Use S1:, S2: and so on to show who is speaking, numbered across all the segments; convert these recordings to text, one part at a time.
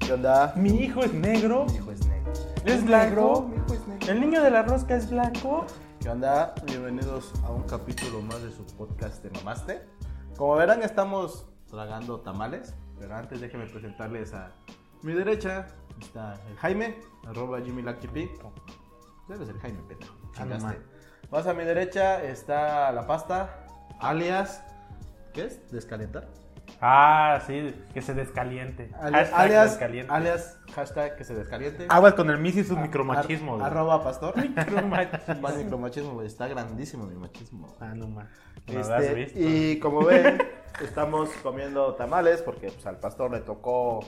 S1: ¿Qué onda?
S2: Mi hijo es negro.
S1: Mi hijo es negro.
S2: Es blanco.
S1: Mi hijo es negro.
S2: El niño de la rosca es blanco.
S1: ¿Qué onda? Bienvenidos a un capítulo más de su podcast de Mamaste. Como verán, estamos tragando tamales, pero antes déjenme presentarles a mi derecha. Está el Jaime, arroba Jimmy Lucky P. Debe ser Jaime, pendejo. Chingaste.
S2: Alemán.
S1: Más a mi derecha está la pasta, alias. ¿Qué es? ¿Descalentar?
S2: Ah, sí, que se descaliente.
S1: Alias,
S2: Hashtag
S1: alias,
S2: descaliente.
S1: alias, hashtag que se descaliente.
S3: Aguas con el Miss y sus
S1: Ar-
S3: micromachismos. güey.
S1: arroba pastor.
S2: Micromachismo.
S1: Más micromachismo, güey. Está grandísimo mi machismo.
S2: Ah, no más.
S1: Este, Y como ven, estamos comiendo tamales porque pues, al pastor le tocó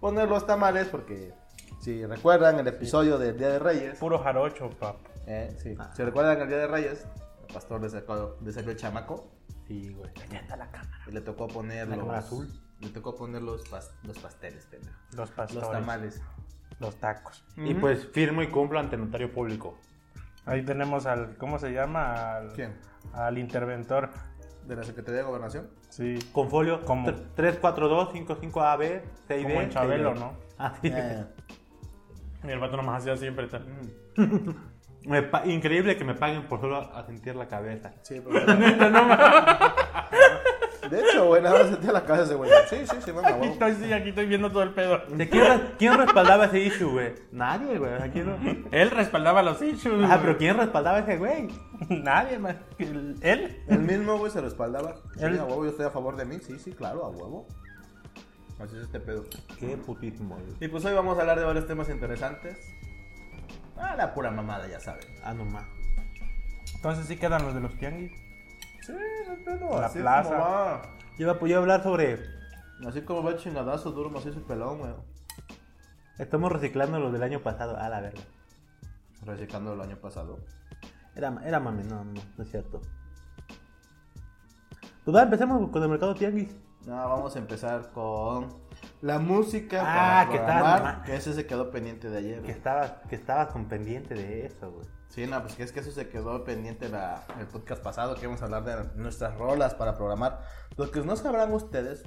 S1: poner los tamales porque, si recuerdan el episodio del Día de Reyes,
S2: Puro jarocho, pap.
S1: eh, sí,
S2: Ah.
S1: si recuerdan el Día de Reyes, el pastor le sacó, le sacó el chamaco
S2: Sí, güey. Allá está la cámara.
S1: y le tocó poner
S2: La
S1: los,
S2: cámara azul.
S1: Le tocó poner los, pas- los pasteles, pendejo.
S2: Los pastores.
S1: Los tamales.
S2: Los tacos.
S3: Y pues firmo y cumplo ante notario público.
S2: Ahí tenemos al, ¿cómo se llama? Al,
S1: ¿Quién?
S2: Al interventor.
S1: ¿De la Secretaría de Gobernación?
S2: Sí.
S3: Con folio
S2: Como-
S3: 342-55AB, 6D.
S2: Como en Chabelo,
S3: 6D.
S2: ¿no?
S3: Así.
S1: Eh,
S2: Y el vato nomás hacía siempre tal.
S1: mm,
S3: Me pa- Increíble que me paguen por solo a- sentir la cabeza.
S1: sí, porque- De hecho, güey, nada más sentía la cabeza ese güey. Sí, sí, sí, mamá,
S2: Aquí
S1: huevo.
S2: estoy, sí, aquí estoy viendo todo el pedo.
S3: ¿De quién, re- quién respaldaba ese issue, güey? Nadie, güey. o sea, ¿quién no?
S2: Él respaldaba los issues.
S3: Ah,
S2: güey.
S3: pero ¿quién respaldaba ese güey?
S2: Nadie más. que el- Él.
S1: El mismo, güey, se lo espaldaba. Sí,
S2: Él-
S1: a huevo, yo estoy a favor de mí. Sí, sí, claro, a huevo. Así es este pedo.
S3: Qué putísimo, güey.
S1: Y pues hoy vamos a hablar de varios temas interesantes. Ah, la pura mamada, ya saben.
S3: Ah, no más.
S2: Entonces sí quedan los de los tianguis.
S1: Sí, no pedo.
S2: La
S1: así es
S2: plaza.
S1: como va.
S3: Yo me apoyé a hablar sobre.
S1: Así como va el chingadazo duro, así su pelón, güey.
S3: Estamos reciclando lo del año pasado. Ah, la verga.
S1: Reciclando el año pasado.
S3: Era, era mame, no, no, no es cierto. Pues va, empecemos con el mercado tianguis.
S1: No, vamos a empezar con la música.
S3: Ah,
S1: para
S3: ¿qué tal,
S1: programar,
S3: mamá?
S1: Que ese se quedó pendiente de ayer.
S3: Que
S1: güey.
S3: estabas, que estabas con pendiente de eso, güey.
S1: Sí, no, pues que es que eso se quedó pendiente la, el podcast pasado, que íbamos a hablar de nuestras rolas para programar. Lo que no sabrán ustedes,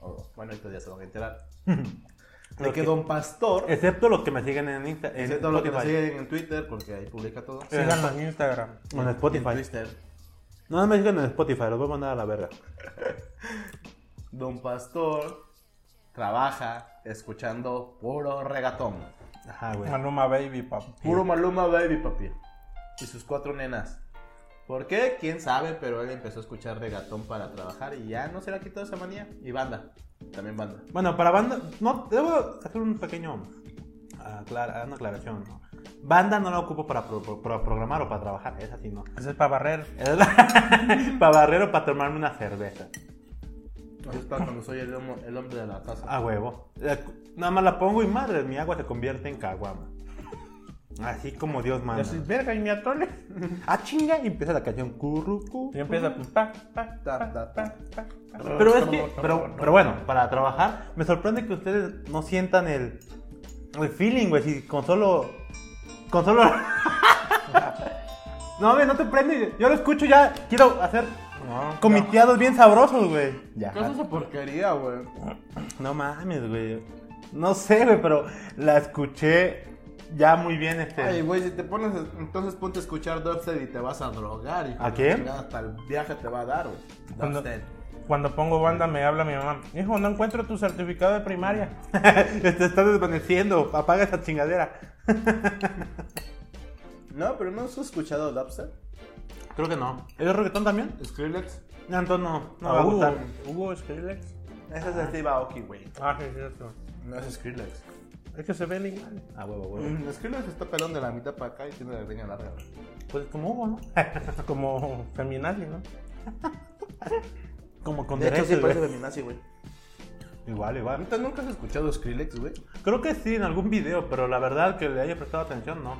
S1: o, bueno, ahorita ya se van a enterar, de
S3: Lo
S1: que
S3: que-
S1: Don Pastor,
S3: Excepto los que me siguen en Insta. En
S1: excepto lo que nos
S3: Spotify.
S1: siguen en Twitter, porque ahí publica todo.
S2: Síganos en Instagram.
S3: O En
S1: En
S3: Spotify.
S1: Twitter.
S3: No, no me sigan en Spotify, los voy a mandar a la verga.
S1: Don Pastor trabaja escuchando puro regatón.
S3: Ajá, güey.
S2: Maluma Baby, papi.
S1: Puro Maluma Baby, papi. Y sus cuatro nenas. ¿Por qué? ¿Quién sabe? Pero él empezó a escuchar regatón para trabajar y ya no se le ha quitado esa manía. Y banda. También banda.
S3: Bueno, para banda. No, debo hacer un pequeño. ah, aclara- una aclaración, ¿no? Banda no la ocupo para, pro- pro- para programar o para trabajar, es así, ¿no?
S2: Ese es para barrer.
S3: Es la- para barrer o para tomarme una cerveza.
S1: Así es para cuando soy el, homo- el hombre de la casa.
S2: Ah,
S3: A huevo. La- Nada más la pongo y madre, mi agua se convierte en caguama. Así como Dios
S2: Y
S3: manda.
S2: así, verga, y mi atole.
S3: Ah, chinga, y empieza la canción currucu.
S2: Y empieza. pues, Pa, pa,
S1: Ta, ta, ta.
S3: Pero es que, pero, pero bueno, para trabajar, me sorprende que ustedes no sientan el, el feeling, güey. Si con solo. Con solo. no, güey, no te prende. Yo lo escucho ya, quiero hacer
S2: No,
S3: comiteados bien sabrosos, güey. Ya.
S1: ¿Qué es esa porquería, güey?
S3: No mames, güey. No sé, güey, pero la escuché ya muy bien este.
S1: Ay, güey, si te pones, entonces ponte a escuchar Dubstep y te vas a drogar. hijo
S3: ¿A
S1: de
S3: qué?
S1: chingada, Hasta el viaje te va a dar, güey.
S2: Cuando-
S1: Dubstep.
S2: Cuando pongo banda me habla mi mamá. Hijo, no encuentro tu certificado de primaria.
S3: Te estás Este, desvaneciendo. Apaga esa chingadera.
S1: No, pero ¿no has escuchado Dubstep?
S3: Creo que no. ¿Es reggaetón también?
S1: Skrillex.
S3: No, entonces no. No
S2: Ah,
S3: va a
S2: Hugo-
S3: gustar.
S2: Hugo Skrillex.
S1: Ese es el Steve Aoki, güey.
S2: Ah, sí, es cierto.
S1: No es Skrillex.
S2: Es que se ven igual.
S3: Ah, huevo, huevo.
S1: Mm, Skrillex está pelón de la mitad para acá y tiene la greña larga. güey.
S3: Pues como Hugo, ¿no?
S2: Como feminazi, ¿no?
S3: Como con
S1: De hecho, sí
S3: derechos,
S1: parece
S3: güey.
S1: feminazi, güey.
S3: Igual, igual.
S1: ¿Neta nunca has escuchado Skrillex, güey?
S3: Creo que sí, en algún video, pero la verdad que le haya prestado atención, no.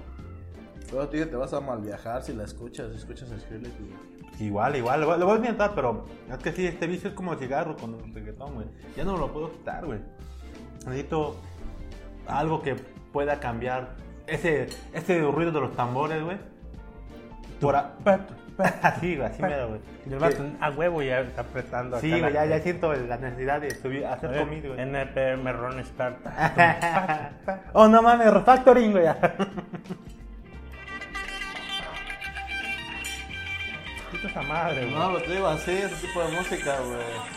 S1: Todo tío, te vas a mal viajar si la escuchas, si escuchas Skrillex, güey.
S3: Igual, igual, lo voy- lo voy a intentar, pero es que sí, este vicio es como el cigarro con el reggaetón, güey. Ya no me lo puedo quitar, güey. Necesito algo que pueda cambiar ese, ese ruido de los tambores, güey. Por a-
S2: Pat, pat.
S3: así, güey, así mero, güey.
S2: Y el vato, a huevo ya está apretando
S3: Sí,
S2: acá la-
S3: güey, ya, ya siento la necesidad de subir,
S2: A
S3: hacer
S2: ver,
S3: comida, güey.
S2: NPM Ron Start.
S3: oh, no mames, refactoring, güey.
S2: Quita esa madre, güey.
S1: No, pues te digo así, ese tipo de música, güey.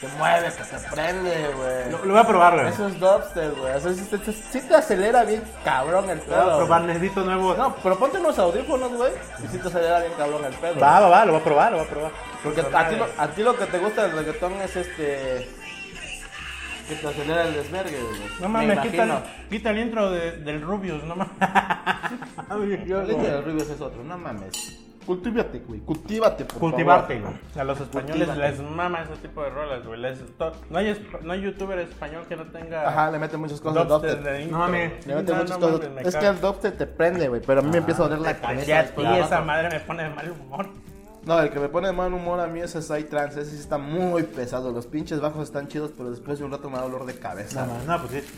S1: Se mueve, se, se prende, güey.
S3: Lo, lo voy a probar, güey.
S1: Eso es dubstep, güey. Eso sí, te- sí te acelera bien cabrón el
S3: Lo voy a
S1: pedo.
S3: probar,
S1: güey.
S3: necesito nuevos.
S1: No, pero ponte unos audífonos, güey. Y sí te acelera bien cabrón el pedo.
S3: Va, va, va, lo voy a probar, lo voy a probar.
S1: Porque a ti, lo, a ti lo que te gusta del reggaetón es este. Que te acelera el desvergue, güey.
S2: No
S1: Me
S2: mames, quita,
S1: imagino.
S2: el- quita el intro de- del Rubius, no mames.
S1: El intro de Rubius es otro, no mames. Cultívate, güey. Cultívate, por
S3: Cultivarte,
S1: favor.
S3: güey.
S2: A
S1: Pues
S2: los españoles
S1: Cultívate.
S2: les mama ese tipo de rolas, güey. Les- to- No hay, esp- no hay youtuber español que no tenga
S1: Ajá, le mete muchas cosas al
S2: dubstep
S1: dubstep.
S2: de intro.
S3: No mames.
S1: Le mete
S2: No,
S1: muchas
S2: no
S1: cosas.
S2: mames, me
S1: es que
S2: cago.
S1: el dubstep te prende, güey. Pero a mí me empieza a doler la
S2: Ya
S1: cabeza.
S2: a ti
S1: clavazo.
S2: esa madre me pone de mal humor.
S1: No, el que me pone de mal humor a mí es Psy Trance. Ese sí está muy pesado. Los pinches bajos están chidos, pero después de un rato me da dolor de cabeza.
S3: No, mames, no, pues sí.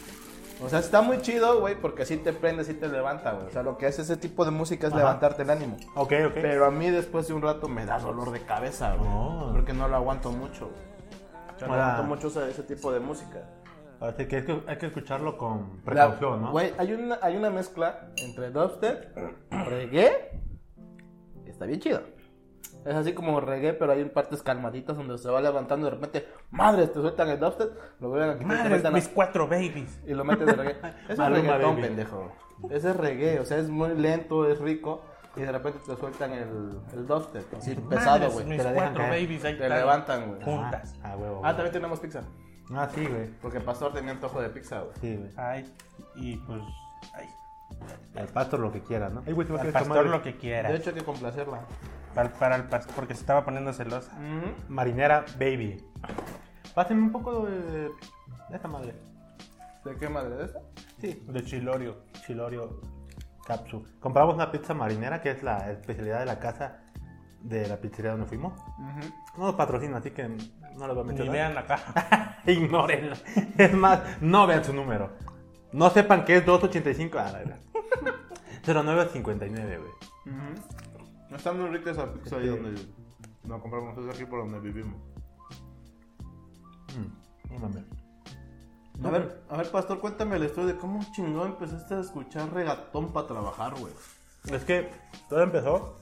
S1: o sea, está muy chido, güey, porque sí te prende, sí te levanta, güey. O sea, lo que hace ese tipo de música es
S3: Ajá.
S1: levantarte el ánimo.
S3: Ok, ok.
S1: Pero a mí después de un rato me da dolor de cabeza, güey.
S3: Oh.
S1: Porque no lo aguanto mucho, güey. O sea, no
S3: Ahora-
S1: aguanto mucho ese, ese tipo de música.
S3: Ahora sí que hay, que hay que escucharlo con precaución, ¿no?
S1: Güey, hay una, hay una mezcla entre dubstep, reggae, que está bien chido. Es así como reggae, pero hay partes calmaditas donde se va levantando y de repente, madres, te sueltan el dubstep, lo vuelven a quitar y te
S2: Madre,
S1: sueltan
S2: mis cuatro babies.
S1: y lo metes de reggae. Es un
S3: Maluma,
S1: reggaetón,
S3: baby.
S1: pendejo. Ese es reggae, o sea, es muy lento, es rico. Y de repente te sueltan el, el dubstep, así pesado,
S2: Madres,
S1: güey.
S2: Mis
S1: Te la dejan
S2: cuatro
S1: caer.
S2: babies ahí
S1: Te
S2: están.
S1: levantan, güey.
S2: Juntas.
S3: Ah,
S1: Ah,
S3: huevo. huevo.
S1: también tenemos pizza.
S3: Ah, sí, güey.
S1: Porque Pastor tenía antojo de pizza, güey.
S3: Sí, güey.
S2: Ay, y pues. Ay,
S3: Al pastor lo que quiera, ¿no? Ay, güey, se va a
S2: al
S3: querer
S2: pastor
S3: tomar
S2: lo que quiera.
S1: De hecho, hay que complacerla.
S2: Para, para el pastor, porque se estaba poniendo celosa.
S3: Marinera Baby. Pásenme un poco de, de esta madre.
S1: ¿De qué madre de esa?
S3: Sí.
S2: De Chilorio.
S3: Chilorio Capsu. Compramos una pizza marinera, que es la especialidad de la casa de la pizzería donde fuimos. No nos patrocina, así que no lo voy a
S2: Ni
S3: mencionar.
S2: vean acá.
S3: Ignórenlo. Es más, no vean su número. No sepan que es 285. Ah, la verdad. 0959, güey.
S1: Está muy rica esa pizza ahí
S3: Sí.
S1: donde la compramos. Es aquí por donde vivimos.
S3: Mm, No mames.
S1: A ver, a ver, Pastor, cuéntame la historia de cómo chingón empezaste a escuchar regatón para trabajar, güey.
S3: Es que todo empezó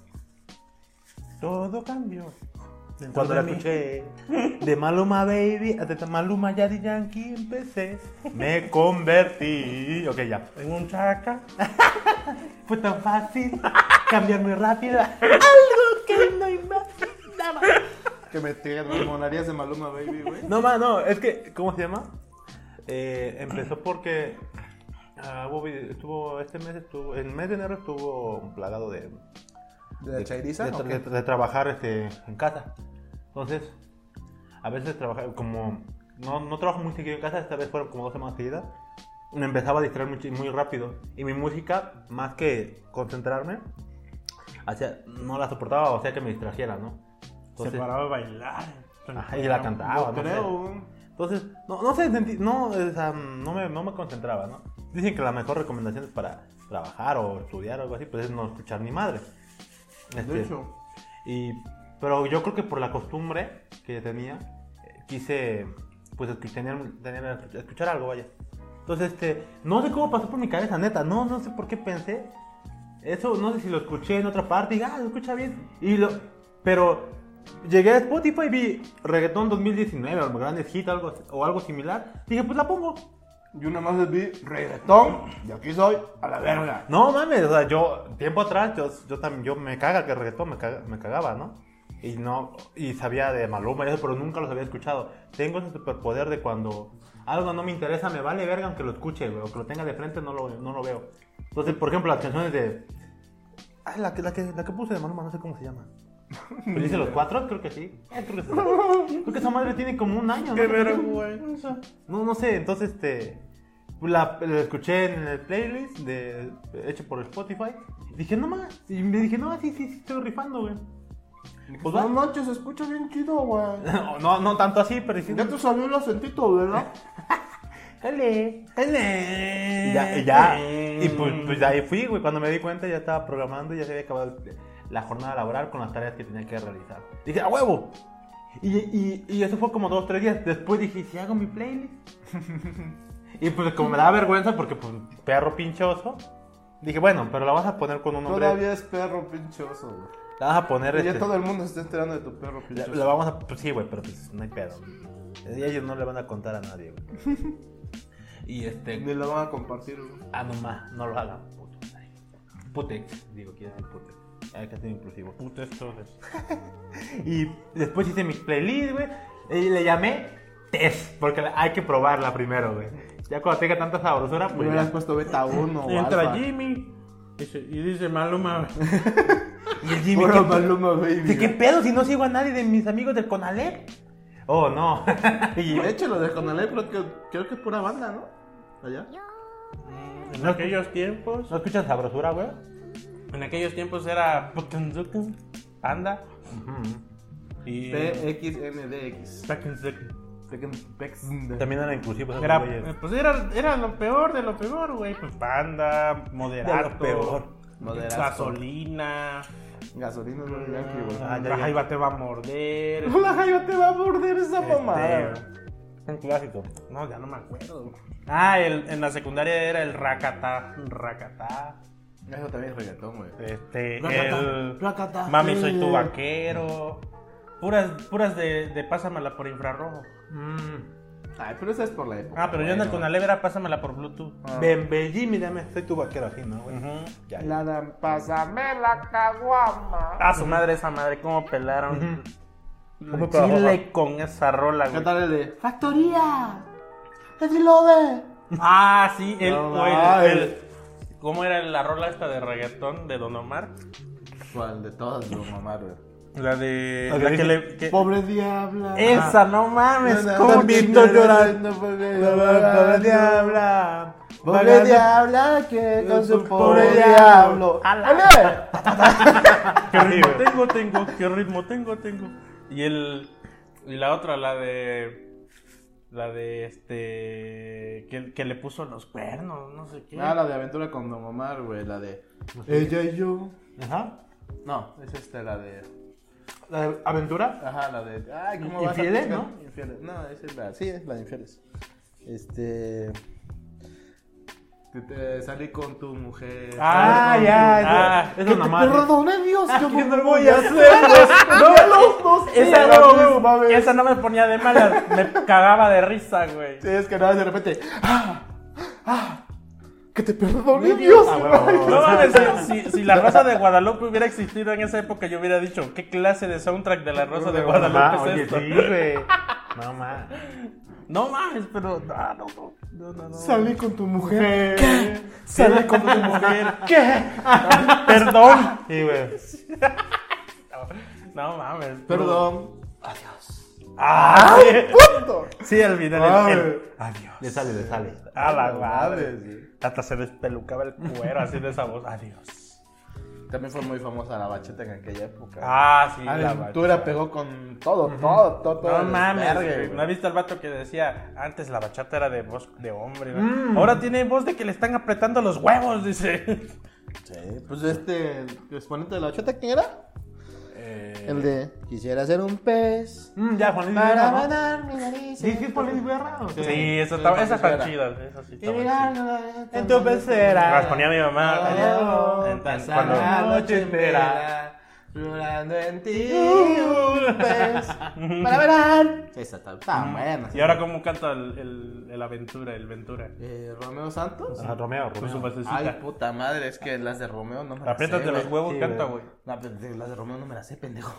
S2: Todo cambió. dentro
S3: cuando
S2: de
S3: la
S2: mí.
S3: escuché de Maluma Baby a de Maluma Yadi Yankee empecé. Me convertí. Ok, ya.
S2: En un chaca.
S3: Fue tan fácil cambiarme rápido. a Algo que no imaginaba.
S1: Que me tiran las monarías de Maluma Baby, güey.
S3: No, ma, no, es que, ¿cómo se llama? Eh, empezó porque ah, hubo vide- estuvo, este mes estuvo, el mes de enero estuvo plagado de,
S1: ¿De la Chairiza?
S3: de,
S1: o
S3: de-
S1: qué?
S3: de trabajar este, en casa. Entonces, a veces trabajaba, como no, no trabajo muy seguido en casa, esta vez fueron como dos semanas seguidas, me empezaba a distraer muy, muy rápido. Y mi música, más que concentrarme, hacía- no la soportaba, o sea que me distrajera, ¿no?
S2: se
S1: Pues
S3: Entonces,
S2: paraba a bailar.
S3: ajá, y la cantaba,
S1: No
S3: no sé.
S1: creo, güey.
S3: Entonces, no, no sé, sentí- no, o sea, no, me, no me concentraba, ¿no? Dicen que la mejor recomendación es para trabajar o estudiar o algo así, pues es no escuchar ni madre. Este,
S1: De hecho,
S3: Y, pero yo creo que por la costumbre que tenía, eh, quise, pues, escu- tener, tener- escuchar algo, vaya. Entonces, este, no sé cómo pasó por mi cabeza, neta, no, no sé por qué pensé. Eso, no sé si lo escuché en otra parte, y ah, lo escucha bien. Y lo, pero llegué a Spotify y vi reggaetón 2019, o grandes hits, algo, o algo similar. Dije, pues la pongo.
S1: yo nada más les vi reggaetón y aquí soy a la verga.
S3: No mames, o sea, yo tiempo atrás yo, yo también yo me caga que el reggaetón me, caga- me cagaba, ¿no? Y no y sabía de Maluma y eso, pero nunca los había escuchado. Tengo ese superpoder de cuando algo no me interesa, me vale verga aunque lo escuche, güey, o que lo tenga de frente, no lo, no lo veo. Entonces, por ejemplo, las canciones de ah, la que la que la que puse de Maluma, no sé cómo se llama. ¿Pero dice los cuatro? Creo que sí. Eh, creo, que sí. Creo que esa madre tiene como un año, ¿no?
S2: vergüenza.
S3: No, no sé, entonces este. La, la escuché en el playlist de, hecho por Spotify. Y dije, no más. Y me dije, no, sí, sí, sí, estoy rifando, güey. Pues va.
S1: no manches, se escucha bien chido, güey.
S3: No, no, no tanto así, pero sí.
S1: Ya te salió el acentito, ¿verdad?
S3: Eh, Dale.
S2: Ele.
S3: Y ya, y ya. Y pues, pues de ahí fui, güey. Cuando me di cuenta ya estaba programando y ya se había acabado el- la jornada laboral con las tareas que tenía que realizar. Dije, ¡a huevo! Y, y- y eso fue como dos, tres días. Después dije, si hago mi playlist. y pues como me daba vergüenza porque pues perro pinchoso. Dije, bueno, pero la vas a poner con un nombre.
S1: Todavía es perro pinchoso, güey.
S3: La vas a poner
S1: Ya
S3: este-
S1: todo el mundo se está enterando de tu perro
S3: la,
S1: pinchoso.
S3: la vamos a. Pues sí, güey, pero pues no hay pedo. Y ellos no le van a contar a nadie, güey. y este.
S1: Ni la van a compartir, güey.
S3: Ah, no más, no lo hagan, puto. Ay, Putex, digo, quiero decir putex. Hay que ser Ah, inclusivo.
S2: Puta esto de-
S3: Y después hice mi playlist, güey. Y le llamé test, porque la- hay que probarla primero, güey. Ya cuando tenga tanta sabrosura,
S1: Me
S3: pues
S1: hubieras
S3: ya.
S1: puesto beta 1 o
S2: Entra
S1: alfa.
S2: Jimmy y, se- y dice Maluma.
S3: Y el Jimmy,
S1: Puro
S3: ¿qué-
S1: Maluma
S3: ¿qué,
S1: Baby.
S3: qué
S1: güey.
S3: pedo si no sigo a nadie de mis amigos del Conalep? Oh, no. Y- eh,
S1: De hecho, lo de Conalep creo que, creo que es pura banda, ¿no? Allá.
S2: En aquellos tiempos,
S3: ¿No escuchas sabrosura, güey?
S2: en aquellos tiempos era Pukenzuken, anda. Y
S3: eh.
S1: PXNDX.
S2: Pukenzuken.
S3: También eran inclusivos. esos
S2: Era,
S3: güeyes.
S2: eh, pues era, era lo peor de lo peor, güey. Pues panda, moderato,
S3: De lo peor.
S1: Moderato.
S2: gasolina,
S1: Gasolina no era yankee, güey.
S3: Ah, ya,
S2: la
S3: ya.
S2: jaiba te va a morder.
S1: La Jaiba te va a morder esa mamada.
S2: Este,
S3: Un clásico.
S2: no, ya no me acuerdo. Ah, el- en la secundaria era el racata, racata.
S1: güey. Eso también es reggaetón, güey.
S2: Este,
S1: Racata,
S2: el
S1: racata.
S2: Mami, soy tu
S1: Eh.
S2: vaquero. Puras, puras de, de pásamela por infrarrojo.
S3: Mm.
S1: Ay, pero esa es por la época.
S2: Ah, pero yo en el
S1: güey,
S2: Conalep era pásamela por Bluetooth.
S1: Ah.
S3: Bembe Jimmy, dame, soy tu vaquero así, ¿no, güey?
S2: Ujú.
S3: Ya,
S1: no.
S3: ya.
S1: La dan, pásame la caguama.
S2: Ah, su madre, esa madre, cómo pelaron.
S3: Ujú.
S2: Chile con esa rola,
S1: ¿Qué
S2: güey.
S1: tal el de Factoría? ¡Es lo de!
S2: Ah, sí, el,
S1: No
S2: o el-
S1: mames.
S2: el- ¿Cómo era la rola esta de reggaetón de Don Omar?
S1: ¿Cuál de todas, lo mamá, güey?
S2: La de.
S3: La
S2: la que
S3: que dice-
S2: le- que-
S1: Pobre diabla. Ah.
S2: Esa, no mames, cómo
S3: Viento llorando.
S1: Pobre diabla. Pobre
S3: Bailando.
S1: diabla que con su pobre
S2: pobre
S1: diablo.
S2: diablo. ¡Ala!
S1: ¡Ale!
S2: ¿Qué ritmo tengo, tengo? ¿Qué ritmo tengo, tengo? Y el. Y la otra, la de. La de este. Que, que le puso los cuernos, no sé qué.
S1: Ah, la de aventura con Don Omar, güey, la de Ella y yo.
S3: Ajá.
S1: No, es esta la de.
S3: ¿La aventura?
S1: Ajá, la de. Ay, ¿cómo vas a
S3: Infieles,
S1: buscar-
S3: ¿no?
S1: Infieles. No, esa es la. Sí, es la de infieles. Este. Que te salí con tu mujer.
S3: Ah,
S1: Salí con
S3: ya,
S1: tu-
S2: Ah,
S3: eso es nomás.
S1: Perdone Dios, yo
S3: ¿Qué
S1: no
S3: me voy a hacer?
S1: No, los dos.
S2: esa,
S1: eran
S2: no,
S1: la
S2: güey,
S1: misma vez.
S2: esa no me ponía de mala, me cagaba de risa, güey.
S1: Sí, es que nada, de repente. ¡Ah! ¡Ah! ¡Que te perdone
S2: Dios.
S1: Dios!
S3: Ah, huevo.
S2: No mames, si, si- si la Rosa de Guadalupe hubiera existido en esa época, yo hubiera dicho, ¿qué clase de soundtrack de la Rosa de
S3: Mamá,
S2: Guadalupe es
S3: oye,
S2: esto?
S3: sí, güey. No, ma.
S2: No mames, pero. ah, no, no, no, no, no.
S1: Salí con tu mujer. ¿Qué?
S2: Salí con tu mujer.
S1: ¿Qué?
S2: Perdón.
S3: Sí, güey.
S2: No mames. pero-
S1: Perdón.
S2: Ah, sí.
S1: ¡Punto!
S2: sí, al final.
S1: Ay.
S2: el- el- Adiós.
S3: Le sale, le sale.
S2: A la
S1: No
S2: madre.
S1: mames, güey.
S2: Hasta se despelucaba el cuero así de esa voz. Adiós.
S1: También fue muy famosa la bacheta en aquella época.
S2: Ah, sí, la
S1: Aventura pegó con todo, todo, todo, todo.
S2: No
S1: el
S2: mames,
S1: desvergue,
S2: güey.
S1: güey.
S2: ¿No has visto al vato que decía antes la bachata era de voz de hombre? ¿no? Ahora tiene voz de que le están apretando los huevos, dice.
S1: Sí, pues este el exponente de la bacheta, ¿quién era? El de Quisiera ser un pez
S3: Mm, ya, Juan Luis
S1: para
S3: Guerra, ¿no?
S1: ganar mi nariz.
S3: ¿Sí, sí, Juan Luis Guerra? o qué?
S2: Sí, esa estaba,
S1: sí,
S2: esas
S1: sí,
S2: están
S1: era.
S2: chidas, esas sí
S1: Y
S2: estaban chidas.
S1: mirar
S3: En tu pecera.
S2: Las ponía mi mamá.
S1: Oh,
S2: en- en-
S1: pasar
S2: cuando-
S1: la noche entera llorando en ti un pez para verar. Esa está, está buena.
S2: Y ahora cómo canta el, el, el aventura, el ventura.
S1: Eh, Romeo Santos.
S3: Ah, Romeo,
S2: Con su
S3: Romeo.
S1: Ay, pues,
S2: basecita.
S1: puta madre, es que las de Romeo no me las sé.
S2: Apriétate pues los
S1: güey.
S2: huevos,
S3: Sí,
S2: canta,
S3: güey.
S2: güey.
S1: La de- las de Romeo no me las sé, pendejo.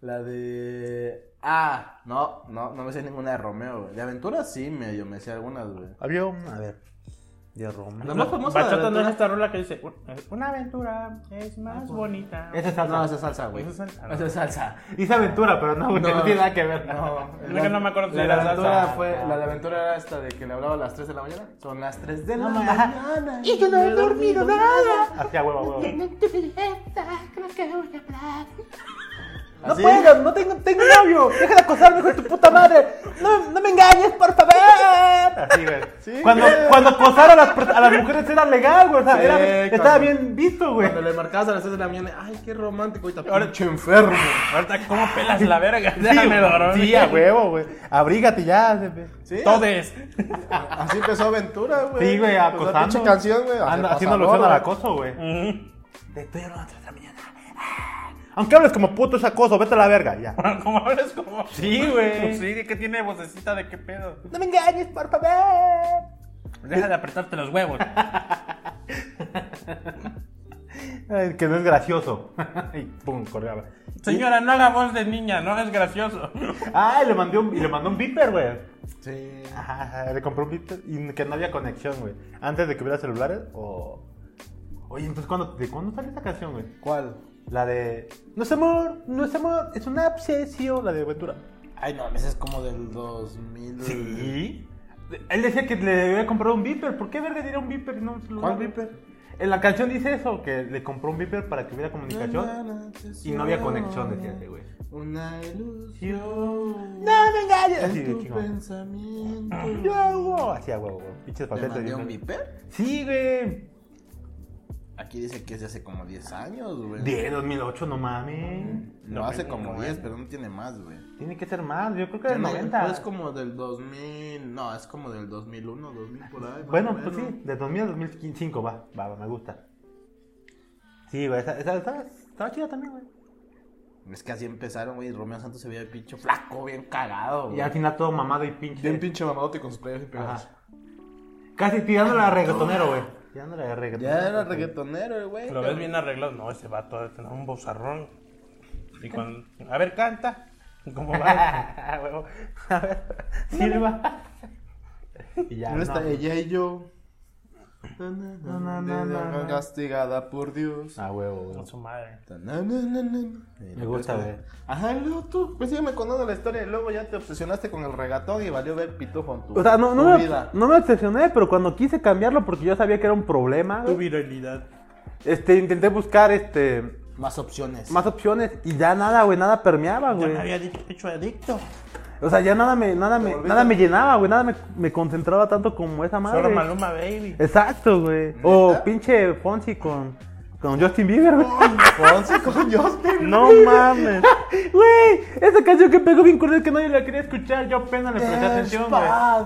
S1: La de. Ah, no, no, no me sé ninguna de Romeo, güey. De aventura sí, medio me sé algunas, güey.
S3: Había un, a ver. De Romeo.
S1: La más famosa de
S2: Bachata no es
S1: aventura-
S2: esta rola que dice, "Un- una aventura es
S3: pues,
S2: más bonita.
S3: Ah, Esa es
S1: No,
S3: salsa.
S1: esa es salsa, güey.
S2: Esa es salsa.
S1: Esa es salsa.
S3: Dice aventura, pero no, güey, no tiene nada que ver.
S1: No,
S2: Es que no me acuerdo si
S1: la,
S2: era
S1: de aventura
S2: salsa.
S1: fue, la de aventura era esta de que le hablaba a las 3 de la mañana. Son las 3 de la
S3: No, ma.
S1: mañana. Y yo no he dormido nada.
S3: Hacía huevo, huevo.
S4: En tu fiesta, creo que voy a hablar.
S3: ¿Ah,
S5: No
S1: ¿Así?
S5: puedo, no tengo, tengo novio. Deja de acosarme con tu puta madre. No, no me engañes, por favor.
S3: Así, güey.
S1: Sí,
S3: cuando,
S1: güey.
S3: cuando acosar a las, per- a las mujeres era legal, güey. O sea,
S1: Sí,
S3: era-
S1: cuando-
S3: estaba bien visto, güey.
S1: Cuando le marcabas a las 6 de la mañana, ay, qué romántico. Y ahora, che enfermo.
S2: Ahorita, ¿cómo pelas la verga?
S3: Sí,
S2: Déjame
S3: güey.
S2: dormir.
S3: Sí, a huevo, güey. Abrígate ya. bebé.
S1: Sí,
S2: Todes.
S1: así empezó Aventura, güey.
S3: Sí, güey,
S1: Empezó
S3: acosando.
S1: la pinche canción, güey.
S3: Anda,
S1: Hace
S3: haciendo
S1: pasador,
S3: alusión al
S1: güey.
S3: acoso, güey.
S2: Ujú.
S3: Te estoy hablando a las tres de la mañana. Ah. Aunque hables como puto es acoso, vete a la verga, ya.
S2: ¿Cómo hablas como?
S3: Sí, güey.
S2: Pues Sí, ¿de qué tiene vocecita de qué pedo?
S5: No me engañes, por favor.
S2: Deja de apretarte los huevos.
S3: Ay, que no es gracioso. y pum, colgaba.
S2: Señora, no haga voz de niña, no es gracioso.
S3: Ah, y le mandé un, y le mandó un beeper, güey.
S1: Sí.
S3: Ajá, ajá, le compró un beeper y que no había conexión, güey. Antes de que hubiera celulares o... Oye, entonces, ¿cuándo, ¿de cuándo sale esa canción, güey?
S1: ¿Cuál?
S3: La de... No es amor, no es amor, es una obsesión, la de aventura.
S1: Ay, no, ese es como del 2000.
S3: Él decía que le debía comprar un beeper. ¿Por qué verga diría un beeper y no un celular?
S1: ¿Cuál
S3: güey?
S1: Viper?
S3: En la canción dice eso, que le compró un beeper para que hubiera comunicación. Y no había conexión, decía ese, güey.
S1: Una ilusión.
S3: No me engañes. Así
S1: En
S3: de
S1: tu
S3: chingón.
S1: pensamiento.
S3: Yo, huevo. Así a huevo, güey. Pinches
S1: ¿Te
S3: facetas.
S1: mandé
S3: bien-
S1: un Viper?
S3: Sí, güey.
S1: Aquí dice que es de hace como 10 años, güey.
S3: 10, 2008, no mames.
S1: No, hace como 10, pero no tiene más, güey.
S3: Tiene que ser más. Yo creo que
S1: Ya
S3: del
S1: no, pues,
S3: 90.
S1: Es como del 2000. No, es como del 2001, 2000 por ahí. más o
S3: Bueno, pues
S1: menos.
S3: sí. De 2000 a 2005, va. Va, va, me gusta. Sí, güey. Esa, esa, esa- estaba chida también, güey.
S1: Es que así empezaron, güey. y Romeo Santos se veía el pinche flaco, bien cagado,
S3: Y al final todo mamado y pinche.
S1: Bien pinche mamadote con sus playas y pegados.
S3: Ajá. Casi tirándole a reggaetonero, güey. Tirándole a reggaetonero.
S1: Ya era reggaetonero, el güey.
S2: Lo ves bien arreglado. No, ese vato debe tener un bozarrón. Y cuando. A ver, canta. ¿Cómo va?
S3: Ah, huevo. A ver, sirva. Y ya,
S1: ¿Dónde está
S3: no.
S1: ella y yo?
S3: na, na, na.
S1: Castigada por Dios.
S3: Ah, huevo, huevo.
S2: Con su madre.
S1: Me
S3: Me gusta, güey.
S1: Ajá, y luego tú, pues sígueme contando la historia y luego ya te obsesionaste con el regatón y valió ver pitufo en tu,
S3: O sea, no, no
S1: tu
S3: me,
S1: vida.
S3: no me obsesioné, pero cuando quise cambiarlo porque yo sabía que era un problema,
S2: Tu viralidad.
S3: este, intenté buscar este
S1: Más opciones.
S3: más opciones y ya nada, güey, nada permeaba,
S2: Ya me
S3: güey.
S2: había dicho hecho adicto.
S3: O sea, ya nada me, nada me,
S1: volviste-
S3: nada me llenaba, güey, nada me, me concentraba tanto como esa
S2: Solo
S3: madre.
S2: Maluma Baby.
S3: Exacto, güey. O pinche Fonsi con, con Justin Bieber, güey.
S1: Fonsi con Justin.
S3: No mames. Güey, esa canción que pegó bien curiosa es que nadie la quería escuchar. Yo apenas le presté atención,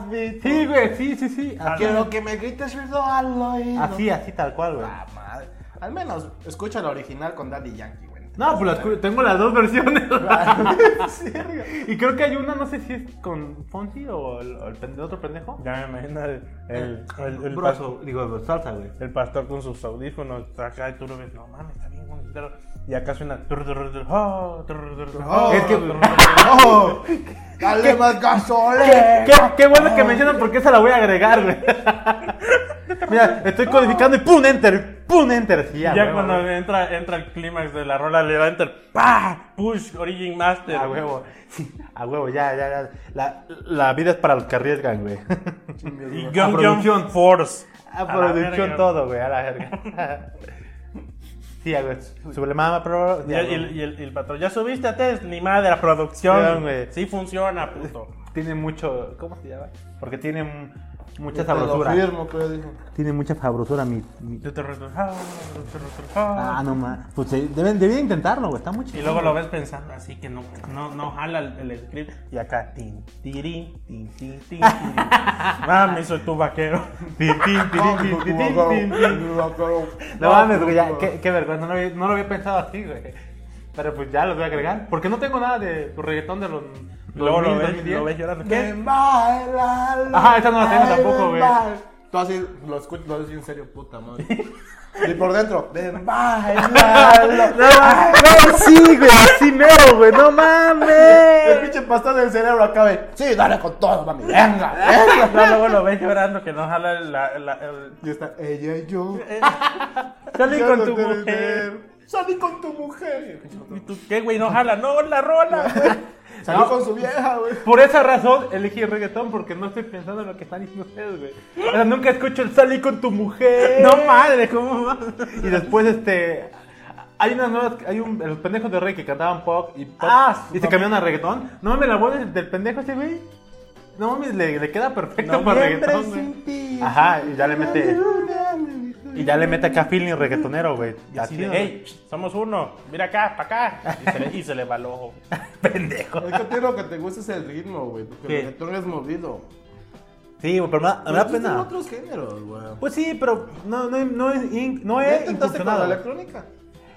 S3: güey. Sí, güey, sí, sí, sí. Así,
S1: Quiero que me grites ruido al oído.
S3: así, así, tal cual, güey.
S1: Ah, madre. Al menos escucha la original con Daddy Yankee, güey.
S3: No, pues las cu- tengo las dos versiones.
S1: ¿En serio?
S3: y creo que hay una, no sé si es con Fonsi o el, o el pende- otro pendejo.
S2: Ya me imagino el, el, el, el pas-
S3: Brazo, digo, salsa, güey.
S2: el pastor con sus audífonos. Acá y tú lo ves. No mames, está bien bonito. Y acá suena. tur, tur, tur, oh, tur, tur, tur, oh.
S3: Es que-
S2: tur, tur,
S1: ¡No! ¡Dale más gasole!
S3: Qué, qué bueno que mencionan porque esa la voy a agregar, güey. Mira, estoy codificando y ¡pum! Enter, ¡pum! Enter. Sí,
S2: Ya
S3: a huevo,
S2: cuando
S3: güey.
S2: entra, entra el clímax de la rola, le da enter, ¡pa! Push, Origin Master.
S3: A Ah, huevo, sí, a huevo, ya, ya, ya. La, la vida es para los que arriesgan, güey.
S2: Y
S3: A
S2: John
S3: producción.
S2: John Force.
S3: A
S2: la
S3: Ah, producción
S2: verga.
S3: todo, güey, a la verga. Sí, a huevo. Sublemama, pero.
S2: Y
S3: ya,
S2: el, y
S3: güey.
S2: el- y el- y el patrón, ya subiste a test, ni madre, la producción.
S3: Sí, güey.
S2: Sí funciona, puto.
S3: Tiene mucho. ¿Cómo se llama? Porque tiene m- mucha
S1: Te lo
S3: sabrosura.
S1: firmo, pero dijo.
S3: Tiene mucha sabrosura mi. mi-
S2: Y
S3: Ah, no más. Pues eh, deben, debía intentarlo, güey. Está muy chido.
S2: luego lo ves pensando así que no, no, no jala el, el script. Y acá, tin, tirín, tin, tin, tin, tin. Mami, soy tu vaquero.
S3: Tin, tin, tirin, tin, tin, tin, tin, tin. No mames, güey. ya, Qué, qué vergüenza. No lo, había, no lo había pensado así, güey. Pero pues ya los voy a agregar. Porque no tengo nada de tu reggaetón de los.
S2: Luego lo
S3: 2000,
S2: ves,
S3: 2010.
S2: lo ves llorando.
S1: Que
S2: ¿Qué?
S1: baila la-
S3: Ajá, esa no la tengo tampoco, güey.
S1: Tú así lo escuchas, lo dices en serio, puta madre. Y por dentro, ven, baila.
S3: No, no, sí, güey. Sí, mero, güey. No
S1: El
S3: mames.
S1: pinche pastor del cerebro acabe. Sí, dale con todo, mami,
S3: Eh.
S1: venga, venga.
S2: No, luego lo ves llorando que no jala la, la- el-
S1: Y está ella y yo.
S3: Eh,
S2: Salí
S1: ya
S2: con
S1: no
S2: tu
S1: te
S2: mujer.
S1: veré. Salí con tu mujer.
S2: ¿Y tú qué, güey? No jala, no, la rola, güey.
S1: Salí
S3: No.
S1: con su vieja, güey.
S3: Por esa razón elegí el reggaetón porque no estoy pensando en lo que están diciendo ustedes, güey. O sea, nunca escucho el salí con tu mujer.
S2: No madre, ¿cómo va?
S3: Y después, este. Hay unas nuevas, hay un, los pendejos de Rey que cantaban pop y pop
S6: Ah, su
S3: y se cambiaron a reggaetón. No mames, la voz del, del pendejo ese güey. No mames, le, le queda perfecto para reggaetón, güey. Ajá, y ya le mete. Y ya le mete acá feeling reggaetonero, güey.
S2: Y así de,
S3: Latino,
S2: hey, somos uno, mira acá, para acá. Y se le, y se le va el ojo.
S3: pendejo.
S1: Es que a ti lo que te gusta es el ritmo, güey. Porque
S3: Sí.
S1: el reggaetón es movido.
S3: Sí, güey, pero me da, me da
S1: Pero existen
S3: pena.
S1: otros géneros, güey.
S3: Pues sí, pero no, no, no es. in- No
S1: ¿Ya
S3: es
S1: intentaste con la
S3: incursionado.
S1: electrónica?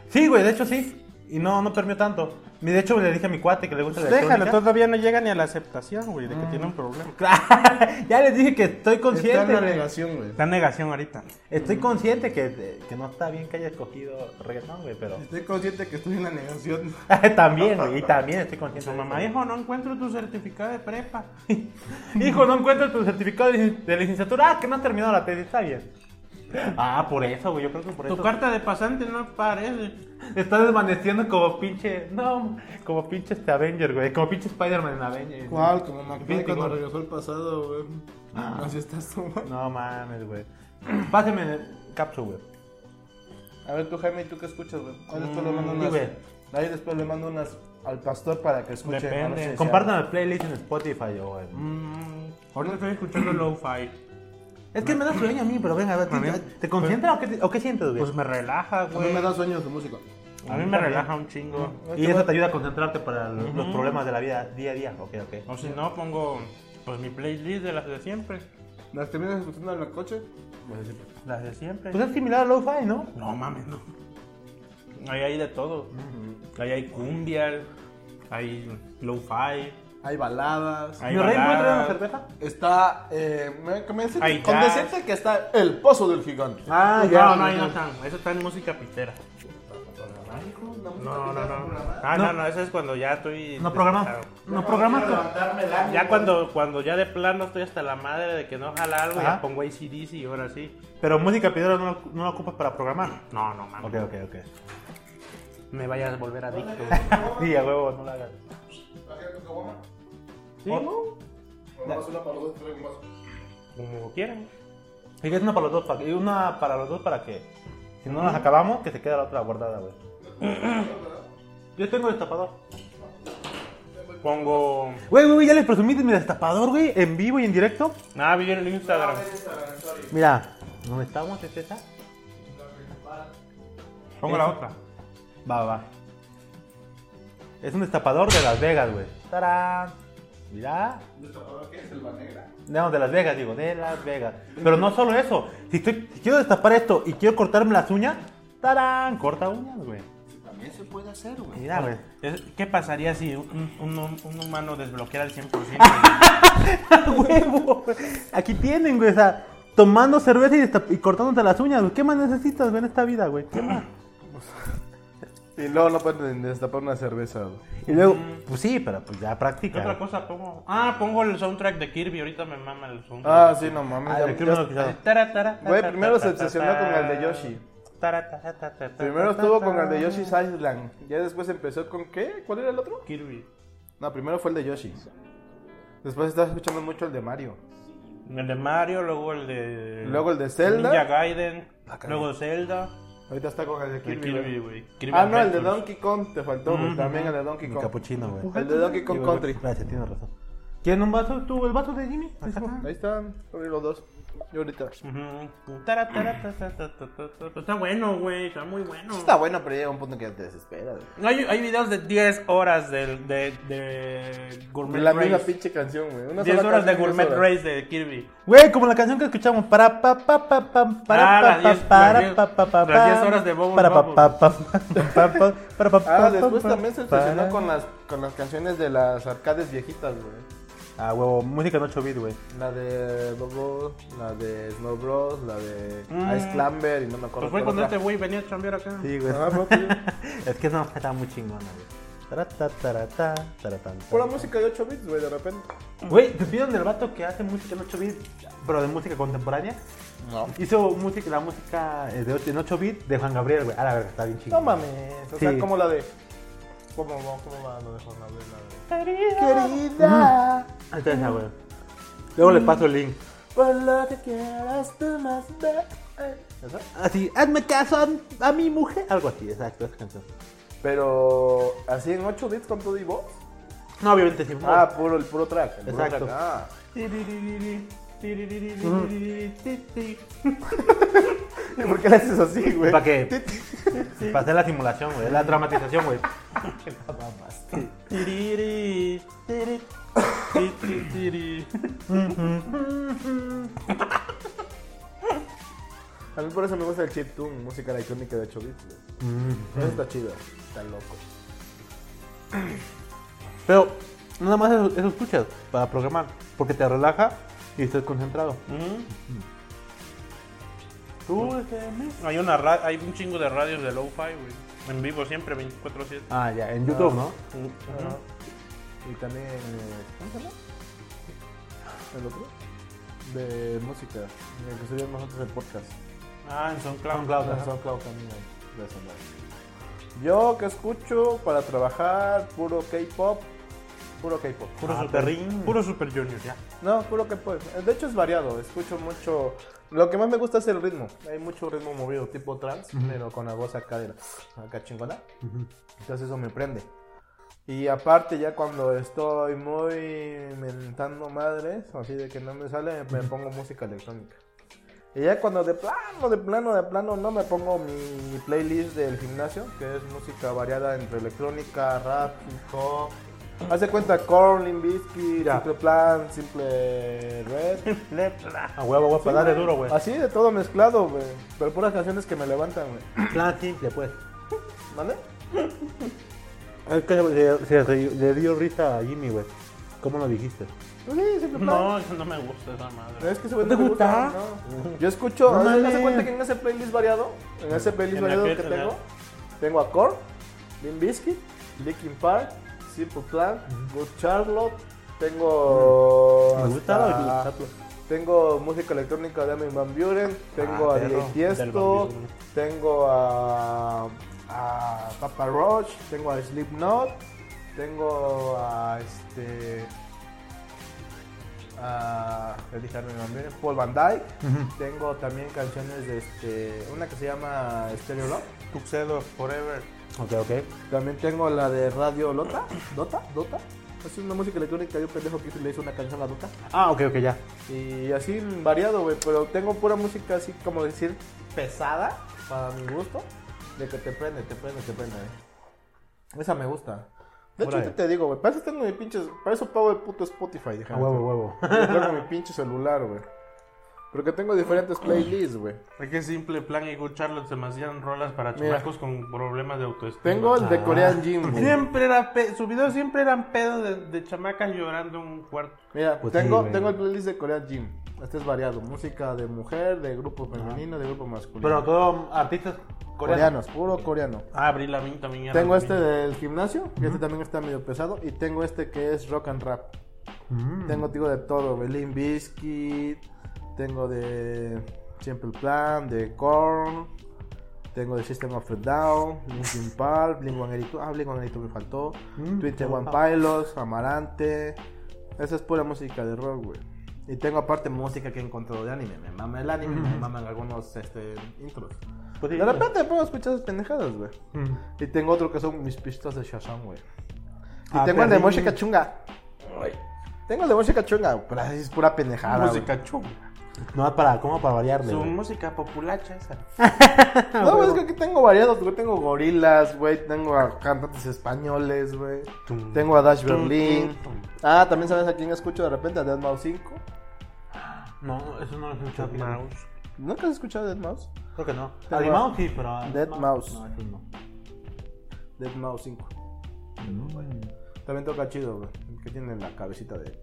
S3: Sí, güey, de hecho sí. Y no, no permió tanto. Y de hecho le dije a mi cuate que le gusta la
S2: Pues Déjalo,
S3: electrónica.
S2: todavía no llega ni a la aceptación, güey,
S1: Mm.
S2: de que tiene un problema.
S3: ya les dije que estoy
S1: Está en
S3: consciente.
S1: la
S3: güey.
S1: negación, güey.
S2: Está en negación ahorita.
S3: Estoy consciente que, que no está bien que haya escogido reggaetón, güey, pero.
S1: Estoy consciente que estoy en la negación.
S3: también, güey, y también estoy consciente.
S2: Su
S3: de
S2: mamá,
S3: eso.
S2: hijo, no encuentro tu certificado de prepa.
S3: Hijo, no encuentro tu certificado de lic- de licenciatura. Ah, que no has terminado la tesis, está bien. Ah, por eso, güey, yo creo que por
S2: Tu
S3: eso.
S2: carta de pasante no aparece.
S3: Está desvaneciendo como pinche. No, como pinche este Avenger, güey. Como pinche Spider-Man en Avenger.
S1: ¿Cuál? Como McFly
S3: Infinity
S1: cuando
S3: War.
S1: regresó el pasado, güey.
S3: Ah.
S1: Así estás tú, güey.
S3: No mames, güey. Páseme Capsule, güey.
S1: A ver, tú, Jaime, ¿tú qué escuchas, güey? Ahí después le mando
S3: Mm,
S1: unas.
S3: güey.
S1: Ahí después le mando unas al pastor para que escuche.
S2: Depende.
S1: a ver si se
S3: Compartan el playlist en Spotify o en-
S2: Mm, ahorita estoy escuchando low-fi.
S3: Es que me da sueño a mí, pero venga, a ver, ¿te, te concentra o qué, te- o qué sientes, güey?
S2: Pues me relaja,
S1: A mí
S2: güey.
S1: me da Mm. sueños de música.
S2: A mí me relaja un chingo.
S3: y eso te ayuda a concentrarte para los, los problemas de la vida día a día, ok, ok.
S2: O si no, pongo pues mi playlist de las de siempre.
S1: ¿Las terminas escuchando en el coche? Pues sí.
S2: Las de siempre.
S3: Pues es similar a lo-fi, ¿no?
S2: No mames, no. Ahí hay de todo. Ahí hay cumbia, hay lo-fi,
S1: Hay baladas.
S2: Hay
S3: ¿Mi rey puede traer una
S2: baladas.
S3: cerveza?
S1: Está. Eh, me, me dice-
S2: Hay
S1: con
S2: jazz.
S1: decirte que está El Pozo del Gigante.
S3: Ah,
S2: Pues, no, no, ahí no están. Eso está en música pitera. No, no, no. Ah, no,
S3: No.
S2: no, eso es cuando ya estoy.
S3: No programas.
S2: desesperado.
S3: No programas.
S2: Ya cuando, cuando ya de plano estoy hasta la madre de que no jala algo,
S3: Ajá.
S2: ya pongo ACDC y ahora sí.
S3: Pero música piedra no, no la ocupas para programar.
S2: No, no mames.
S3: Ok, ok, ok.
S2: Me vayas a volver adicto.
S3: Sí, a huevo, no la hagas.
S2: ¿Sí? ¿no? Como quieran.
S3: Y que es una para los dos, para, y una para los dos para que si no nos acabamos, que se quede la otra guardada, güey. Yo tengo destapador.
S2: Pongo.
S3: Güey, güey, güey, ya les presumí de mi destapador, güey, en vivo y en directo.
S2: Ah, vi en el Instagram.
S3: Mira, ¿dónde estamos? ¿Es esa?
S2: Pongo la otra.
S3: Va, va. Es un destapador de Las Vegas, güey. ¡Tarán! Mira. No, de Las Vegas, digo, de Las Vegas. Pero no solo eso. Si, estoy, si quiero destapar esto y quiero cortarme las uñas, ¡tarán! Corta uñas, güey.
S1: También se puede hacer, güey.
S3: Mira, güey.
S2: Es- ¿Qué pasaría si un, un- un humano desbloqueara el
S1: Ah.
S2: 100%?
S3: ¡Huevo! Aquí tienen, güey. O sea, tomando cerveza y, destap- y cortándote las uñas, güey. ¿Qué más necesitas, güey, en esta vida, güey? ¿Qué más?
S1: Y luego no pueden destapar una cerveza, güey.
S3: Y luego, pues sí, pero pues ya
S2: ¿Qué
S3: practica.
S2: otra cosa pongo? Ah, pongo el soundtrack de Kirby. Ahorita me mama el soundtrack.
S1: Ah, sí, no mames.
S3: Ah,
S1: ya-
S3: el
S1: ya-
S3: club no lo quitaba.
S2: Tara, tara,
S1: Güey,
S2: tara,
S1: primero
S2: tara,
S1: se
S2: tara,
S1: obsesionó con
S2: tara.
S1: el de Yoshi.
S2: Tara, tara, tara, tara,
S1: Primero
S2: tara,
S1: estuvo
S2: tara.
S1: con el de Yoshi's Island. Ya después empezó con qué? ¿Cuál era el otro?
S2: Kirby.
S1: No, primero fue el de Yoshi. Después estaba escuchando mucho el de Mario.
S2: El de Mario, luego el de.
S1: Luego el de Zelda.
S2: Ninja Gaiden.
S1: Ah, caray.
S2: luego Zelda.
S1: Ahorita está con el de
S2: El
S1: Kirby.
S2: Kirby,
S1: güey.
S2: güey. Kirby
S1: ah, no, el de
S2: Adventures.
S1: Donkey Kong te faltó, güey. También el de Donkey
S3: Mi
S1: Kong.
S3: capuchino, güey.
S1: El de Donkey Kong
S3: Sí, güey,
S1: Country.
S3: Gracias, tienes razón. ¿Quieren un vaso? ¿Tú, el vaso de Jimmy?
S1: Ahí están, abrí los dos. Yo ahorita.
S2: Ujú. Tara, tara, ta, ta, ta, ta, ta, ta. Está bueno, güey. Está muy bueno.
S1: Está bueno, pero llega un punto que te desesperas. güey.
S2: Hay, hay videos de 10 horas del- de, de Gourmet
S1: La misma
S2: Race.
S1: pinche canción, güey. Una
S2: 10
S1: sola
S2: horas de
S1: canción, diez
S2: Gourmet
S1: horas.
S2: Race de Kirby.
S3: Güey, como la canción que escuchamos. Para pa pa pa pam,
S2: Ah,
S3: para
S2: las
S3: pa
S2: diez-
S3: para
S2: las
S3: pa pa pa
S2: diez- las diez
S3: pam,
S2: horas de Bubble
S3: Para pa
S2: Bubble.
S3: pa pa pa pa para pa
S1: Ah,
S3: pa,
S1: después
S3: pa,
S1: también se
S3: para.
S1: obsesionó con las, con las canciones de las arcades viejitas, güey.
S3: Ah, huevo, música en 8 bit, güey.
S1: La de Bobo, la de Snow Bros, la de Ice Clamber y no me acuerdo.
S2: Pues
S1: cuál
S2: fue cuando
S1: otra.
S2: este güey venía a chambear acá.
S3: Sí, güey.
S1: Ah, fue aquello.
S3: Es que esa música estaba muy chingona, güey. Tarata, tarata, taratán,
S1: Pura
S3: taratán.
S1: música de 8 bits, güey, de repente.
S3: Güey, ¿te pidieron del vato que hace música en 8 bit, pero de música contemporánea?
S1: No.
S3: Hizo música, la música eh, de ocho- en 8 bit de Juan Gabriel,
S4: Ah,
S3: güey. A la verga, está bien chingona.
S1: No mames, o sea,
S3: Sí.
S1: como la de. ¿Cómo, cómo va lo de Juan Gabriel? La
S6: Querida,
S3: Ahí está esa, güey. Luego les paso el link.
S6: por lo que quieras tú más ver.
S1: ¿Esa?
S3: Así, hazme caso a, a mi mujer. Algo así, exacto, esa canción.
S1: Pero, ¿así en 8 bits con todo y voz?
S3: No, obviamente sí.
S1: Ah, puro, el puro track. el puro
S3: Exacto.
S1: track, ah. ¿Y por qué le haces así, güey?
S4: ¿Para qué? Para hacer la simulación, güey. La dramatización, güey.
S1: A mí por eso me gusta el chip tune, música electrónica de 8 bits. güey. Eso está chido, está loco.
S4: Pero nada más eso, eso escuchas para programar. Porque te relaja y estás concentrado.
S2: ¿Tú,
S3: este,
S2: Hay, una ra- hay un chingo de radios de lo-fi, güey. En vivo siempre, 24-7.
S4: Ah, ya, en YouTube, ¿no?
S2: Ujú.
S1: Y también. eh, ¿Cómo se llama? ¿El otro? De música. El que subimos nosotros el podcast.
S2: Ah, en SoundCloud.
S1: Ah, SoundCloud también hay, de SoundCloud. Yo que escucho para trabajar puro K-pop. Puro K-pop.
S2: Puro,
S4: Ah,
S2: super,
S4: perrín.
S2: puro Super Junior, ya.
S1: No, puro K-pop. De hecho es variado. Escucho mucho. Lo que más me gusta es el ritmo. Hay mucho ritmo movido, tipo trance, pero con la voz acá de la, acá chingona. Entonces eso me prende. Y aparte ya cuando estoy muy mentando madres, así de que no me sale, me pongo música electrónica. Y ya cuando de plano, de plano, de plano, no me pongo mi, mi playlist del gimnasio, que es música variada entre electrónica, rap, hip hop. Hace cuenta Corning, Biscuit, Simple Plan, Simple Red.
S3: Ah.
S4: A huevo, huevo, para darle duro, güey.
S1: Así de todo mezclado, güey. Pero puras canciones que me levantan, güey.
S3: Plan simple, pues.
S1: ¿Vale?
S4: Es que se, se ri- le dio risa a Jimmy, güey. ¿Cómo lo dijiste?
S1: Pues sí, Simple Plan.
S2: No, eso no me gusta esa madre.
S1: Es que ese güey no me gusta? no. Yo escucho,
S4: No
S1: ¿haz- haz de
S4: mames.
S1: cuenta que en ese playlist variado, en ese playlist
S2: En la
S1: variado
S2: que-
S1: que,
S2: en la-
S1: tengo, tengo a Korn, Limp Bizkit, Linkin Park, Simple Plan, Good Charlotte, tengo
S3: Mm.
S4: Me gusta
S1: hasta-
S4: el Good Charlotte.
S1: tengo música electrónica de Armin Van Buren, tengo
S4: Ah,
S1: a DJ
S4: perro, del Van
S1: Tiesto,
S4: Buren.
S1: tengo a, a Papa Roach, tengo a Slipknot, tengo a este a ya dije Armin Van Buren, Paul Van Dyke, tengo también canciones de este una que se llama Stereo Love,
S2: Tuxedo Forever.
S4: Ok, ok.
S1: también tengo la de Radio Lota, Dota, Dota, es una música electrónica, yo pendejo que le hizo una canción a Dota.
S4: Ah, ok, ok, ya.
S1: Y así variado, güey, pero tengo pura música así como decir pesada para mi gusto, de que te prende, te prende, te prende. güey. Esa me gusta. De hecho,
S4: Órale.
S1: te, te digo, güey, para eso tengo mi pinche, para eso pago el puto Spotify, dije.
S4: A huevo, huevo.
S1: Tengo mi pinche celular, güey. Porque tengo diferentes playlists, güey.
S2: Es que simple plan y Good Charlotte se me hacían rolas para
S1: Mira.
S2: chamacos con problemas de autoestima.
S1: Tengo el de
S4: Ah.
S1: Korean Gym, güey.
S2: Siempre era pe- sus videos siempre eran pedos de, de chamacas llorando en un cuarto.
S1: Mira,
S4: Pues sí,
S1: tengo,
S4: güey.
S1: tengo el playlist de Korean Gym. Este es variado, música de mujer, de grupo femenino, de grupo
S4: Pero
S1: masculino.
S4: todo artistas coreanos.
S1: coreanos, puro coreano.
S2: Ah, Abril Lavigne también era
S1: Tengo
S2: lo
S1: este
S2: mismo.
S1: del gimnasio, que este también está medio pesado. Y tengo este que es rock and rap.
S4: Mm.
S1: Tengo, digo, de todo. Belín Biscuit. Tengo de Simple Plan, de Korn. Tengo de System of a Down, Linkin Park, Blink-182. Ah, Blink-182 me faltó.
S4: Mm,
S1: Twitter One
S4: ah.
S1: Pilots, Amarante. Esa es pura música de rock, güey. Y tengo aparte música que he encontrado de anime. Me mama el anime, me maman algunos este, intros.
S4: Pues sí,
S1: De
S4: güey.
S1: repente puedo escuchar esas pendejadas, güey.
S4: Mm.
S1: Y tengo otro que son mis pistas de Shazam, güey. Y
S4: Ah,
S1: tengo el de
S4: perdí.
S1: Moshe Cachunga. Tengo el de Moshe Cachunga, pero así es pura pendejada. güey.
S2: música chunga.
S4: No, para, ¿cómo para variarle?
S2: Su
S4: güey?
S2: música populacha esa.
S1: No, güey, es que aquí tengo variados, güey. Tengo gorilas, güey. Tengo a cantantes españoles, güey.
S4: Tum,
S1: Tengo a Dash
S2: tum,
S1: Berlin.
S2: tum, tum.
S1: Ah, también sabes a quién escucho de repente, a Dead Mouse 5.
S4: No, eso no lo he escuchado. fíjate.
S2: Mouse.
S1: ¿Nunca has escuchado Dead Mouse?
S4: Creo que no.
S1: Tengo-
S4: Animado sí, pero.
S1: Dead Mouse.
S4: No, eso no.
S1: Dead Mouse 5. También toca chido, güey. Que tiene la cabecita de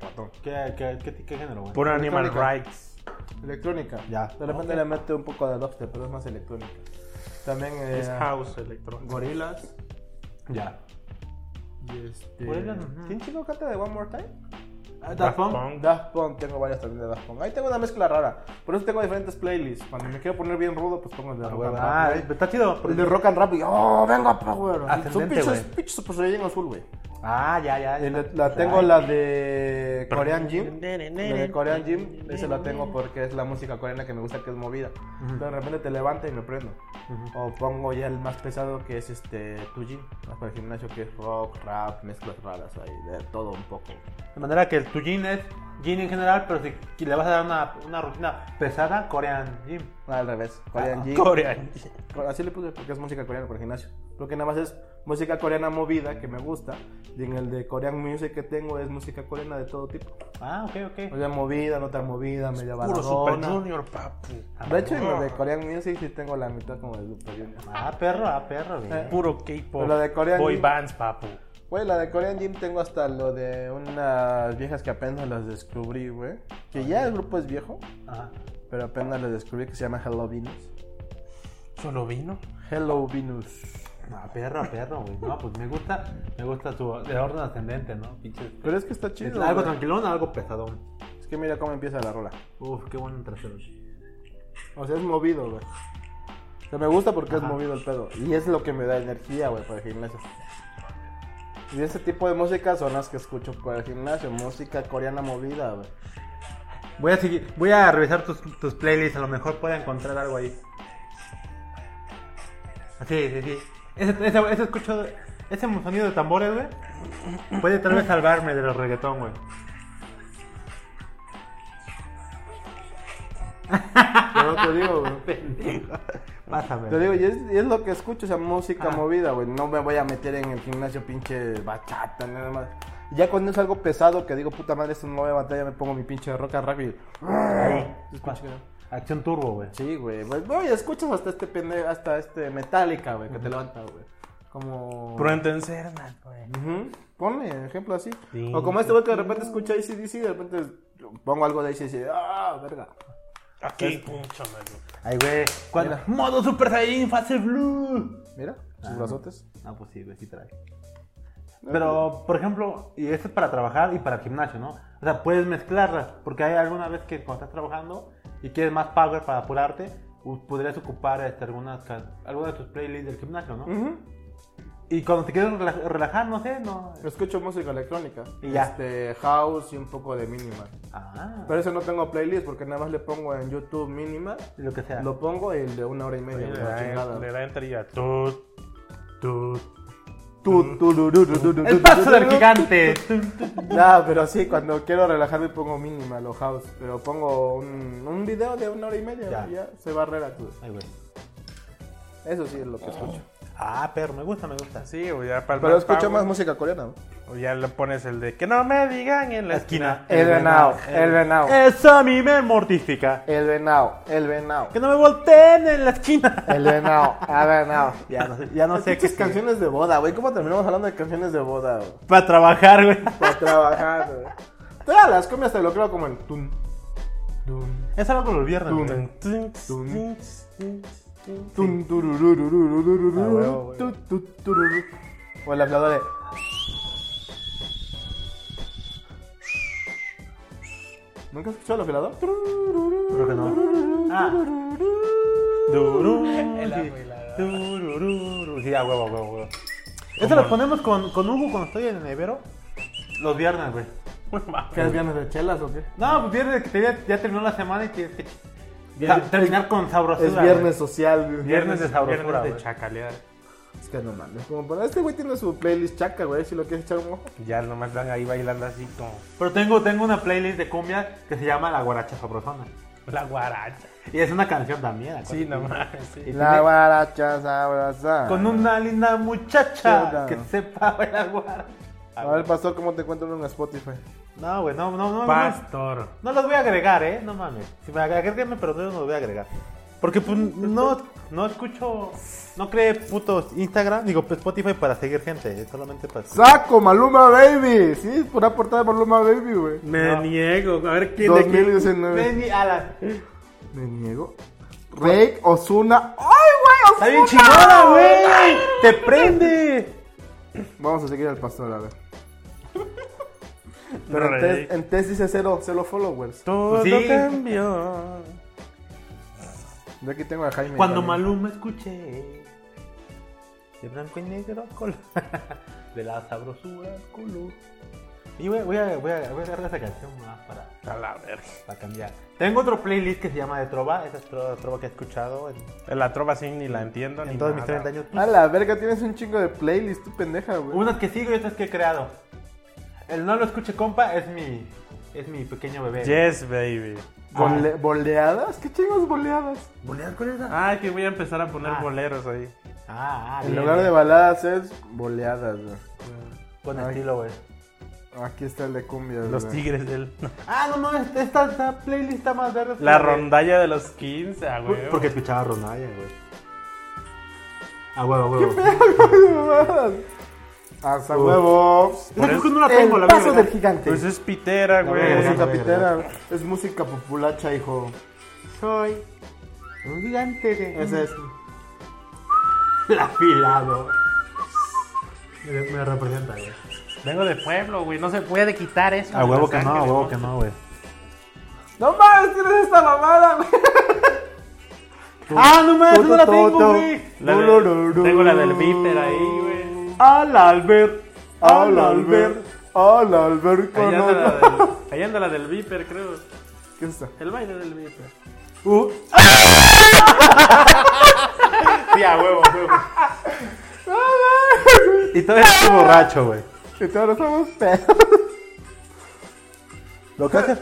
S1: ratón.
S4: ¿Qué, qué, qué, qué género, güey?
S2: Por Animal
S1: Electrónica.
S2: Rights.
S1: Electrónica.
S4: Ya.
S1: De repente
S4: Ok.
S1: le mete un poco de dubstep, pero es más electrónica. También eh,
S2: Es house electrónico.
S1: gorilas.
S4: Ya.
S1: Y este...
S4: Gorilas, ajá.
S1: ¿Quién chico canta de One More Time?
S2: Ah,
S4: Daft Punk.
S1: Daft Punk, tengo varias también de Daft Punk. Ahí tengo una mezcla rara. Por eso tengo diferentes playlists. Cuando me quiero poner bien rudo, pues pongo el de rock and
S4: Ah,
S1: rap.
S4: está chido.
S1: güey. El de rock and rap y ¡oh, vengo a power!
S4: Ascendente,
S1: Son pinches,
S4: güey.
S1: pinches super en azul, güey.
S3: Ah, ya, ya. ya.
S1: Y le- la tengo la de Korean Gym. La de Korean Gym, esa la tengo porque es la música coreana que me gusta, que es movida. Entonces de repente te levanta y me prendo. O pongo ya el más pesado que es este tu gym, más para el gimnasio que es rock, rap, mezclas raras ahí, de todo un poco.
S3: De manera que el tu gin es gin en general, pero si le vas a dar una, una rutina pesada, Korean gym.
S1: Ah, Al revés, Korean
S2: Ah,
S1: Gym.
S2: Corean.
S1: Así le puse porque es música coreana para el gimnasio. Lo que nada más es música coreana movida que me gusta. Y en el de Korean Music que tengo es música coreana de todo tipo.
S3: Ah, ok, ok.
S1: O sea, movida, no tan movida, media
S2: Puro Super
S1: baladona.
S2: Junior, Ah. papu.
S4: Ah,
S1: De hecho, en el de Korean Music sí tengo la mitad como de Super Junior.
S3: Ah, perro, ah, perro. bien.
S1: Eh.
S2: Puro K-pop.
S1: Pero la de Corean
S2: Boy
S1: Gym-
S2: bands, papu.
S1: Güey, la de Korean Gym tengo hasta lo de unas viejas que apenas las descubrí, güey. Que ya el grupo es viejo,
S3: Ajá.
S1: pero apenas las descubrí que se llama Hello Venus.
S2: Solo vino.
S1: Hello Venus.
S3: Ah, perro, perro, güey. No, pues me gusta, me gusta tu de orden ascendente, ¿no? Pinche.
S1: Pero es que está chido.
S3: algo
S1: güey.
S3: tranquilón, algo pesadón.
S1: Es que mira cómo empieza la rola.
S3: Uf, qué buen trasero.
S1: O sea, es movido, güey. O sea, me gusta porque
S3: Ajá.
S1: es movido el pedo. Y es lo que me da energía, güey, para el gimnasio. Y ese tipo de música son las que escucho para el gimnasio. Música coreana movida, güey.
S3: Voy a seguir, voy a revisar tus, tus playlists, a lo mejor pueda encontrar algo ahí. Ah, Sí, sí, sí. Ese, ese, ese escucho, ese sonido de tambores, güey, puede tal vez salvarme de los reggaetón, güey.
S1: Pero no te digo, güey.
S3: Pásame.
S1: Te digo, y es, y es lo que escucho, o sea, música
S3: Ah.
S1: movida, güey. No me voy a meter en el gimnasio pinche bachata, nada más. Y ya cuando es algo pesado que digo, puta madre, esto no voy a batalla, me pongo mi pinche roca rápido.
S3: Acción turbo, güey.
S1: Sí, güey. Pues, no, y escuchas hasta este pende- hasta este Metallica, güey, que te levanta, güey. Como...
S2: Pronto en Cerna, güey.
S1: Ujú. Ponle ejemplo así.
S2: Sí.
S1: O como este güey que de repente escucha ACDC y de repente pongo algo de ACDC. ¡Ah, verga!
S2: Aquí, puncho, mano.
S3: Ay, güey. ¿Cuál?
S1: Mira.
S3: Modo Super Saiyan Fase Blue.
S1: Mira, sus brazotes.
S3: Ah, pues sí, güey, sí trae. Ah, Pero, por ejemplo, y esto es para trabajar y para el gimnasio, ¿no? O sea, puedes mezclarlas, porque hay alguna vez que cuando estás trabajando y quieres más power para apurarte, u- podrías ocupar este, algunas, ca- alguna de tus playlists del gimnasio, ¿no?
S1: Ujú.
S3: Y cuando te quieres rela- relajar, no sé, no.
S1: Escucho música electrónica.
S3: Y ya.
S1: Este, house y un poco de minimal.
S3: Ah,
S1: Pero eso no tengo playlist porque nada más le pongo en YouTube mínima,
S3: lo que sea.
S1: lo pongo y el de una hora y media.
S2: Le
S1: güey, la
S2: da,
S1: chingada.
S2: le da entrilla. Tut, tut.
S1: Tu, tu, ru, ru, ru, ru, ru,
S3: ¡El paso
S1: ru,
S3: del
S1: ru.
S3: gigante!
S1: No, pero sí, cuando quiero relajarme pongo minimal o house, pero pongo un, un video de una hora y media
S3: Ya.
S1: ya, ya se va a relax.
S3: Ay, güey.
S1: Eso sí es lo que escucho.
S3: Ah, pero me gusta, me gusta.
S2: Sí, güey, ya para el
S1: Pero
S2: más
S1: escucho
S2: power.
S1: más música coreana. ¿no?
S2: O ya le pones el de que no me digan en la esquina.
S1: El venado, el venado.
S3: Eso a mí me mortifica.
S1: El venado, el venado,
S3: Que no me volteen en la esquina.
S1: el venado, el venado.
S3: Ya no sé, ya no sé
S1: Pinches
S3: qué
S1: canciones de boda, güey. ¿Cómo terminamos hablando de canciones de boda, güey?
S3: Para trabajar, güey.
S1: Para trabajar, güey. Todas las comias te lo creo como el tun. Tun.
S3: Es algo con los viernes.
S1: Tun.
S3: güey.
S2: Tun,
S1: Tun.
S2: tun, tun, tun.
S1: Tun, turururururururu,
S3: Ah, huevo,
S1: tu, tu, tururu. O el aplauso de. ¿Nunca has escuchado el afilador?
S3: Creo que no. Ah. Durú.
S2: El
S3: sí.
S2: agua y la-
S3: Durururu. Sí, a huevo, a huevo, a huevo. Eso lo ponemos con, con Hugo cuando estoy en Evero. Los viernes, güey.
S1: ¿Qué es viernes de chelas o qué?
S3: No, pues viernes que te- ya, ya terminó la semana y tienes que ya, terminar con sabrosura.
S1: Es viernes
S3: güey.
S1: social, güey.
S3: Viernes de sabrosura.
S2: Viernes de
S3: güey.
S2: chacalear.
S1: Es que no mames. Como para este güey tiene su playlist chaca, güey. Si lo quieres echar un ojo.
S2: Ya nomás van ahí bailando así como
S3: Pero tengo, tengo una playlist de cumbia que se llama La Guaracha Sabrosona.
S2: la guaracha.
S3: Y es una canción también. acuérdate.
S2: Sí, nomás. Sí.
S1: La guaracha sabrosa.
S3: Con una linda muchacha
S1: Cierto.
S3: que sepa bailar guaracha.
S1: A ver, pastor, ¿cómo te encuentran en Spotify?
S3: No, güey, no, no, no. no.
S2: Pastor.
S3: No los voy a agregar, ¿eh? No mames. Si me agreguenme, pero no los voy a agregar. Porque pues, no, no escucho... No cree putos Instagram, digo pues, Spotify para seguir gente. Es solamente para... escuchar.
S1: ¡Saco Maluma Baby! Sí, por una portada de Maluma Baby, güey.
S2: Me niego. A ver quién de aquí.
S1: 2019.
S3: Lenny Alan.
S1: Pues Me niego. Rake, Osuna. ¡Ay,
S3: Está
S1: güey!
S3: bien
S1: Ozuna!
S3: chingada, güey. Te prende.
S1: Vamos a seguir al pastor, a ver. Pero en
S2: Rake.
S1: test, en test dice cero, cero followers.
S2: Todo
S3: Sí.
S2: cambió.
S1: Yo aquí tengo a Jaime.
S3: Cuando
S1: también.
S3: Maluma escuché. de blanco y negro color. de la sabrosura color. Y voy, voy a, voy, a, voy a agarrar esa canción más para,
S2: A la verga.
S3: para cambiar. Tengo otro playlist que se llama De Trova. Esa es tro- trova que he escuchado en,
S2: La trova sí ni la entiendo
S3: en
S2: ni
S3: todos mis
S2: nada.
S3: 30 años.
S1: A la verga, tienes un chingo de playlist, tú pendeja, güey.
S3: Unas que sigo y otras que he creado. El No Lo Escuche Compa es mi, es mi pequeño bebé.
S2: Yes, baby.
S1: Bole- ¿Boleadas? ¿Qué chingos boleadas?
S3: ¿Boleas con esa?
S2: Ah, que voy a empezar a poner
S3: Ah.
S2: boleros ahí.
S3: Ah, ah,
S1: En
S3: bien,
S1: lugar de
S3: bien.
S1: baladas es boleadas, güey.
S3: Con estilo, güey.
S1: Aquí está el de cumbias,
S2: Los
S1: güey.
S2: tigres del...
S3: Ah, no mames, esta, esta playlist está más verde.
S2: La rondalla de los 15, ah, güey.
S3: Porque escuchaba rondalla, güey. Ah, huevo, huevo.
S1: ¡Hasta huevo!
S2: Por eso-
S3: no la tengo, la
S7: el paso
S3: verdad.
S7: del gigante.
S2: Pues es pitera, güey.
S3: verga,
S1: Es música
S3: güey.
S1: pitera. Es música populacha, hijo.
S7: Soy un gigante de...
S1: Ese es.
S3: El afilado. Me, me representa, güey.
S2: Vengo de pueblo, güey. No se puede quitar eso.
S3: A huevo que no, a huevo que no, güey.
S7: ¡No mames! ¿Tienes esta mamada, güey?
S3: Ah, no mames,
S1: Toto,
S3: no la tengo,
S1: toto.
S3: güey.
S2: La de- tengo la del Viper ahí, güey.
S3: Al Albert.
S1: Al Albert. Al Albert
S2: Ahí anda, la
S1: Canal.
S2: del, ahí anda la del Viper, creo.
S1: ¿Qué es eso?
S2: El baile del Viper.
S3: Uh. sí, a huevo, a huevo. y todavía estoy borracho, güey.
S1: Que te abrazamos pedos.
S3: Lo que hace.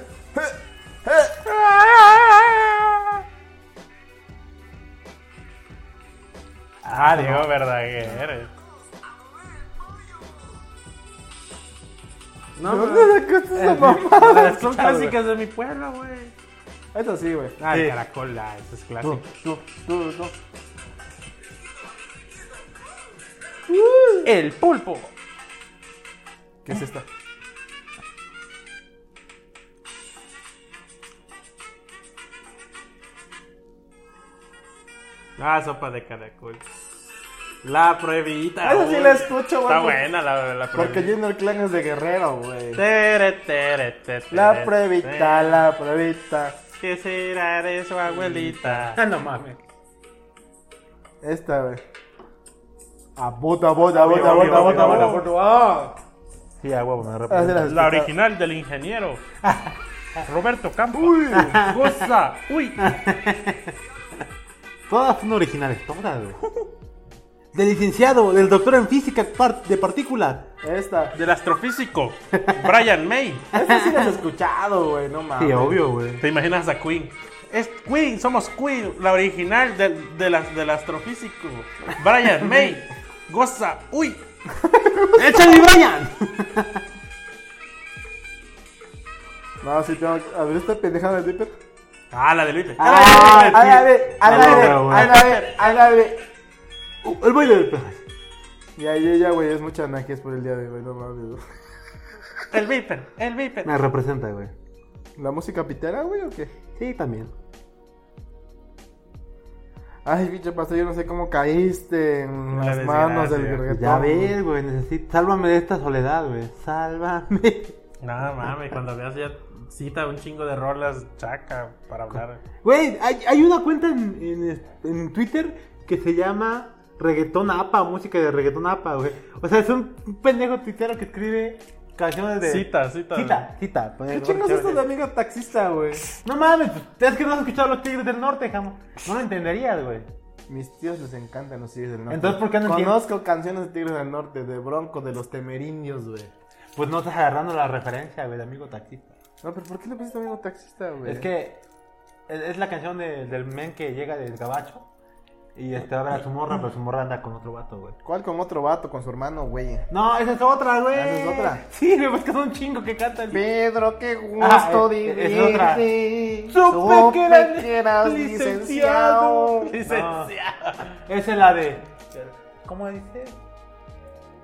S2: Ah, Diego Verdaguer. No,
S1: ¿Dónde sacaste esa mamá?
S2: pero son clásicas de mi pueblo, güey.
S1: Eso sí, güey.
S2: Ah,
S3: Sí.
S2: caracola, eso es clásico.
S1: Tú, tú, tú.
S2: El pulpo.
S1: ¿Qué es esta?
S2: Ah, sopa de caracol. La pruebita.
S1: Esa sí
S2: uy.
S1: la escucho, güey.
S2: Está buena la, la
S1: Porque
S2: pruebita.
S1: lleno el clan es de guerrero, güey.
S2: Tere, tere, tere,
S1: La
S2: tere.
S1: pruebita, la pruebita.
S2: ¿Qué será de su abuelita?
S3: Ah, no mames.
S1: Esta, güey. A bota, bota, bota,
S2: Viva,
S1: bota,
S2: viva,
S1: bota, bota,
S2: viva, viva.
S1: bota. Ah.
S3: Sí, a huevo, me
S1: Ah, se las
S3: representa.
S2: La
S1: escuchaba.
S2: original del ingeniero. Roberto Campo. Uy, goza. Uy.
S3: Todas son originales, todas, güey. Del licenciado, del doctor en física par- de partículas.
S1: Esta.
S2: Del astrofísico. Brian May.
S1: Esta sí las he escuchado, güey. No mames.
S3: Ah, güey.
S2: ¿Te imaginas a Queen? Es Queen, somos Queen, la original del, de las- del astrofísico. Brian May. Goza. Uy.
S3: ¡Échale, Brian!
S1: No, sí tengo. que- A ver, esta pendeja de Dipper.
S2: Ah, la de Luis.
S1: A la ver, a la
S3: No,
S1: ver,
S3: no,
S1: a
S3: güey.
S1: la ver, a la ver.
S3: el baile del pejas.
S1: Y ahí ella, güey, es mucha naques por el día de hoy, no mames. güey.
S2: El Viper, el Viper.
S3: Me representa, güey.
S1: ¿La música pitera, güey, o qué?
S3: Sí, también.
S1: Ay, bicho, pastor, yo no sé cómo caíste en
S2: La
S1: las manos del
S2: desgracia.
S1: reggaetón.
S3: Ya ves, güey, necesito. Sálvame de esta soledad, güey. Sálvame.
S2: No mames, cuando veas ya cita un chingo de rolas chaca para hablar.
S3: Güey, hay, hay una cuenta en, en- en Twitter que se llama Reggaetón APA, música de Reggaetón APA, güey. O sea, es un pendejo tuitero que escribe canciones de.
S2: Cita, cita.
S3: Cita, cita.
S1: ¿Qué chingos es esto de amigo taxista, güey?
S3: No mames, es que no has escuchado los Tigres del Norte, jamón. No lo entenderías, güey.
S1: Mis tíos les encantan los Tigres del Norte.
S3: Entonces, ¿por qué no entiendes?
S1: Conozco canciones de Tigres del Norte, de Bronco, de los Temerindios, güey.
S3: Pues no estás agarrando la referencia, güey, de amigo taxista.
S1: No, pero ¿por qué le pusiste amigo taxista, güey?
S3: Es que es, es la canción de- del men que llega del gabacho y este va a ver a su morra, pero su morra anda con otro vato, güey.
S1: ¿Cuál con otro vato, con su hermano, güey?
S3: No, esa es otra, güey.
S1: ¿Esa es otra?
S3: Sí, güey, pues que son un chingo que cantan.
S1: Pedro, qué gusto
S3: Ah, es- es otra.
S1: divirte.
S3: Supe que eras
S1: licenciado.
S3: licenciado.
S2: Licenciado.
S3: Esa es la de. ¿Cómo dice?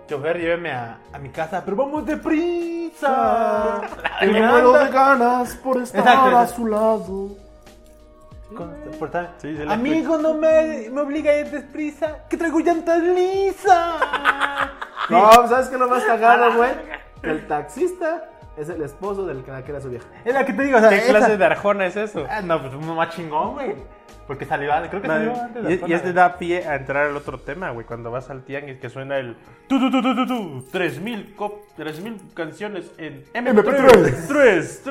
S3: Chofer, lléveme a, a mi casa, pero vamos deprisa.
S1: Te muero de ganas por estar
S3: Exacto,
S1: a
S3: exacto.
S1: su lado.
S3: Con- por tal-
S2: Sí, sí la
S3: Amigo, no me, me obliga a ir deprisa, que traigo llantas lisas.
S1: No, pues, ¿sabes qué es lo más cagado, güey? Que el taxista es el esposo del que la que era su vieja.
S3: es la que te digo, o sea,
S2: ¿Qué
S3: esa-
S2: clase de arjona es eso?
S3: Ah, no, pues uno más chingón, güey. Porque salió antes, creo que
S2: Madre,
S3: salió antes.
S2: y- y, este da pie a entrar al otro tema, güey. Cuando vas al tianguis que suena el... Tu, tu, tu, tu, tu, tu, 3.000 cop- 3.000 canciones en
S1: MP3.
S2: tres, tres,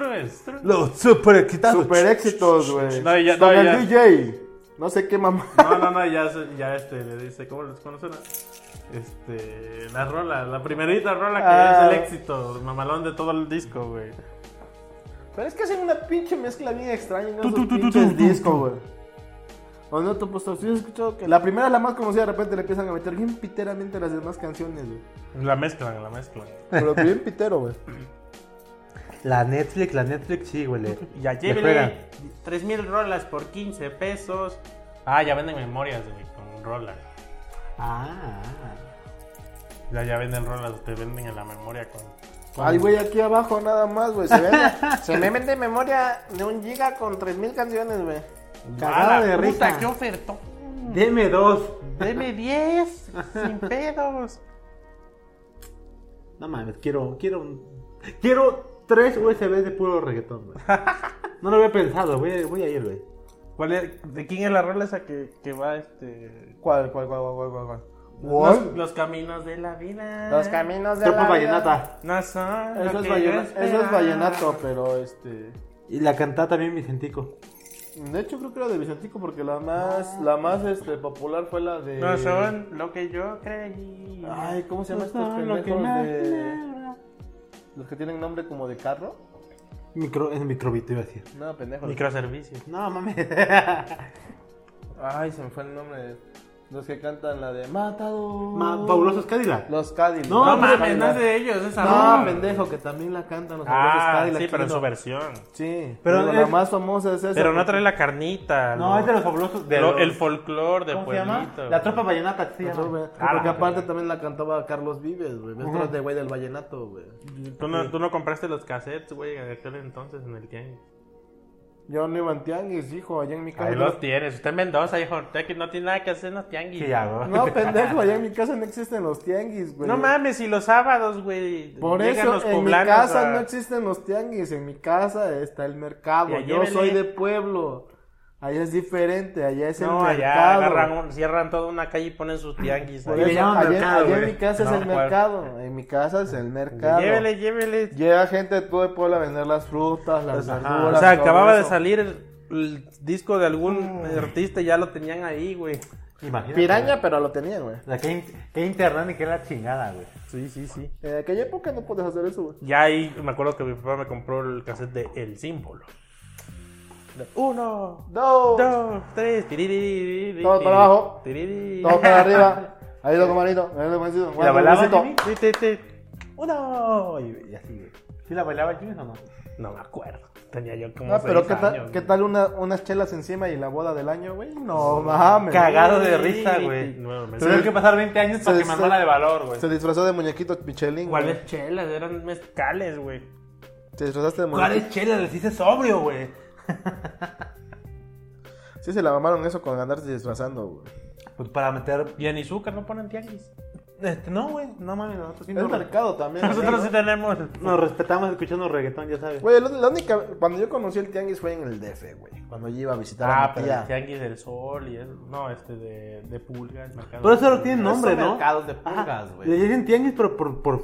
S2: tres.
S1: Los super quitados. Super éxitos, güey.
S2: No, ya,
S1: Con
S2: no,
S1: el
S2: ya.
S1: DJ. No sé qué mamá.
S2: No, no, no, ya, se- ya este le dice, ¿cómo les conocen? Este, la rola, la primerita rola que
S1: Ah.
S2: es el éxito, mamalón de todo el disco, güey.
S1: Pero es que hacen una pinche mezcla bien extraña en
S2: Tú, tú,
S1: esos
S2: tú, tú,
S1: pinches
S2: tú, tú,
S1: discos, güey. O no, tú, pues, tú has escuchado que la primera es la más conocida, de repente le empiezan a meter bien piteramente las demás canciones, güey.
S2: La mezclan, la mezclan.
S1: Pero bien pitero, güey.
S3: La Netflix, la Netflix, sí, güey. le-
S2: Ya
S3: le
S2: llévele
S3: pega.
S2: 3000 rolas por 15 pesos. Ah, ya venden memorias, güey, con rolas.
S3: Ah.
S2: Ya, ya venden rolas, te venden en la memoria con.
S1: Ay, güey, aquí abajo nada más, güey. Se, ve-
S8: Se me vende memoria de un giga con 3000 canciones, güey.
S2: Ah,
S1: Cagado de
S2: puta,
S1: risa.
S2: qué ofertón!
S3: Deme dos.
S2: Deme 10, sin pedos.
S3: No mames, quiero, quiero un... Quiero tres USBs de puro reggaetón, güey. No lo había pensado, voy a, voy a ir, güey.
S2: ¿Cuál es- ¿De quién es la rola esa que, que va este.?
S1: ¿Cuál, cuál, cuál, cuál, cuál, cuál?
S2: Los, los caminos de la vida.
S8: Los caminos de
S3: Tropa
S8: la vida.
S3: vallenata.
S2: No son
S1: Eso
S2: lo
S1: es,
S2: que
S1: vallena-
S2: yo
S1: eso es
S2: esperaba.
S1: vallenato, pero este.
S3: Y la cantaba también Vicentico.
S1: De hecho, creo que era de Vicentico porque la más, la más este, popular fue la de.
S2: No son lo que yo creí.
S1: Ay, ¿cómo se llama estos
S3: Pues No, lo que
S1: pendejos de.
S3: imaginaba.
S1: Los que tienen nombre como de carro?
S3: Micro, es microbito, iba a decir.
S1: No, pendejos.
S2: Microservicios.
S3: No, mames.
S1: Ay, se me fue el nombre. de- Los que cantan la de Matado.
S3: Ma- Fabulosos Cadillac.
S1: Los Cádiz.
S3: No,
S2: No
S3: hombre,
S2: mames, no es de ellos, es esa
S1: No,
S2: rola.
S1: pendejo, que también la cantan los fabulosos
S2: Ah,
S1: Cadillac.
S2: sí, pero en su
S1: no.
S2: versión.
S1: Sí,
S3: Pero
S1: pero, la
S3: es-
S1: más famosa es esa.
S2: Pero no
S1: porque-
S2: trae la carnita.
S3: No,
S2: lo-
S3: es de los fabulosos. De
S2: lo-
S3: los-
S2: el folclore de
S3: ¿Cómo se llama?
S2: pueblito.
S3: La tropa vallenata, sí. se llama.
S1: Porque
S2: Ah, la
S1: aparte
S2: verga.
S1: también la cantaba Carlos Vives, güey. Esto es de güey del vallenato, güey.
S2: ¿Tú no, tú no compraste los cassettes, güey, de aquel entonces en el tianguis.
S1: Yo no iba en tianguis, hijo, allá en mi casa.
S2: Ahí los tienes. Usted en Mendoza, hijo. Usted que no tiene nada que hacer en los tianguis.
S3: Sí, ya, güey.
S1: No, pendejo, allá en mi casa no existen los tianguis, güey.
S2: No mames, y los sábados, güey.
S1: Por
S2: llegan
S1: eso
S2: los
S1: en mi
S2: poblanos
S1: casa
S2: a-
S1: no existen los tianguis, en mi casa está el mercado.
S2: Ya,
S1: Yo
S2: llévele.
S1: soy de pueblo. Allá es diferente, allá es
S2: No,
S1: el
S2: allá
S1: mercado.
S2: agarran, un- cierran toda una calle y ponen sus tianguis.
S1: Por
S2: ahí.
S1: eso,
S3: le llaman
S1: allá,
S3: mercado,
S1: allá en
S3: güey.
S1: mi casa es
S2: No,
S1: el
S2: ¿cuál?
S1: mercado. En mi casa es el mercado.
S2: Llévele, llévele.
S1: Llega gente de todo el pueblo a vender las frutas, las
S3: Ajá.
S1: verduras.
S2: Pues, O sea,
S1: todo
S2: acababa de
S1: eso. Mm.
S2: salir el, el disco de algún artista y ya lo tenían ahí, güey.
S3: Imagínate.
S1: Piraña, pero lo tenían, güey.
S3: güey. O sea, qué, in- qué internet y qué la chingada, güey.
S2: Sí, sí, sí.
S1: En aquella época no podías hacer eso, güey.
S2: Ya ahí me acuerdo que mi papá me compró el cassette de El Símbolo. De Uno,
S1: Dos,
S2: dos, tres. tiririririri,
S1: Todo para abajo.
S2: tiriri.
S1: todo para arriba. Ahí lo comanito, ahí lo comanito.
S3: ¿La bailaba, Jimmy?
S2: Ti, ti, ti.
S3: Uno. Y, y así, güey. ¿Sí la bailaba Jimmy o no?
S2: No me acuerdo. Tenía yo como.
S1: No, pero
S2: seis
S1: ¿qué tal,
S2: años,
S1: qué
S2: güey.
S1: tal una- unas chelas encima y la boda del año, güey? No mames.
S3: Cagado de risa, güey.
S2: Nuevamente.
S3: Tuvieron que pasar 20 años para
S1: Se-
S3: que me armara
S1: se-
S3: de valor, güey.
S1: Se disfrazó de muñequito Michelin. güey.
S2: ¿Cuáles chelas? Eran mezcales, güey.
S1: Te disfrazaste de muñequito.
S3: ¿Cuáles chelas? Les hice sobrio, güey.
S1: Sí, se la mamaron eso con andarse disfrazando, güey.
S3: Pues para meter.
S2: Y en Izúcar no ponen tianguis.
S3: Este, no, güey. No mames, nosotros sí
S1: Es
S3: nos,
S1: mercado también.
S2: Nosotros sí
S1: ¿no?
S2: tenemos.
S3: nos respetamos escuchando reggaetón, ya sabes.
S1: Güey, la, la única. Cuando yo conocí el tianguis fue en el DF, güey. Cuando yo iba a visitar
S2: Ah,
S1: a mi
S2: pero
S1: tía.
S2: el tianguis del sol y eso. No, este de, de pulga, el mercado.
S3: Pero
S2: de
S3: eso lo
S2: pulga.
S3: tiene nombre,
S1: Son
S3: ¿no?
S1: mercados de
S3: Ajá.
S1: pulgas, güey.
S3: Le dicen tianguis, pero, por, por,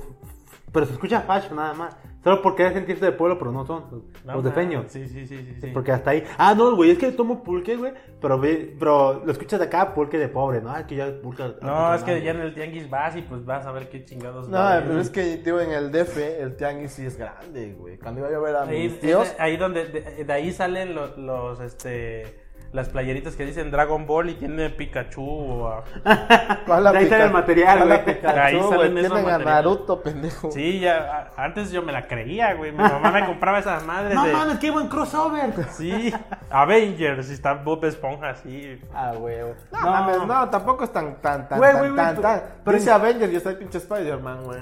S3: pero se escucha fashion nada más. Solo porque es sentirse de pueblo, pero no son
S2: No,
S3: los Pues de
S2: man.
S3: Peño.
S2: Sí, sí, sí, sí. sí.
S3: Porque hasta ahí. Ah, no, güey, es que tomo pulque, güey. Pero, ve- pero lo escuchas de acá, pulque de pobre, ¿no? Ay, que ya pulque.
S2: No, es que ya en el tianguis vas y pues vas a ver qué chingados.
S1: No,
S2: venden.
S1: pero es que, tío, en el DF el tianguis sí es grande, güey. Cuando iba yo a ver a
S2: Ahí,
S1: mis tíos.
S2: es de- ahí donde, de, de ahí salen los, los, este, las playeritas que dicen Dragon Ball y tiene Pikachu o a-
S1: Ah. ¿Cuál la
S3: De ahí sale
S1: Pikachu?
S3: el material,
S1: ¿Cuál la
S3: güey.
S1: Pikachu,
S2: Ahí
S1: güey?
S2: salen
S1: Tienen
S2: esos
S1: a
S2: materiales.
S1: Naruto, pendejo.
S2: Sí, ya, a- antes yo me la creía, güey. Mi mamá me compraba esas madres
S3: No
S2: de...
S3: mames, qué buen crossover.
S2: Sí, Avengers y está Bob Esponja así.
S3: Ah, güey. güey.
S1: No, mames, no, tampoco es tan, tan, tan,
S3: Güey,
S1: tan,
S3: güey, güey,
S1: tan,
S3: tú-
S1: tan.
S3: pero-
S1: Dice Avengers y está el pinche Spider-Man, güey.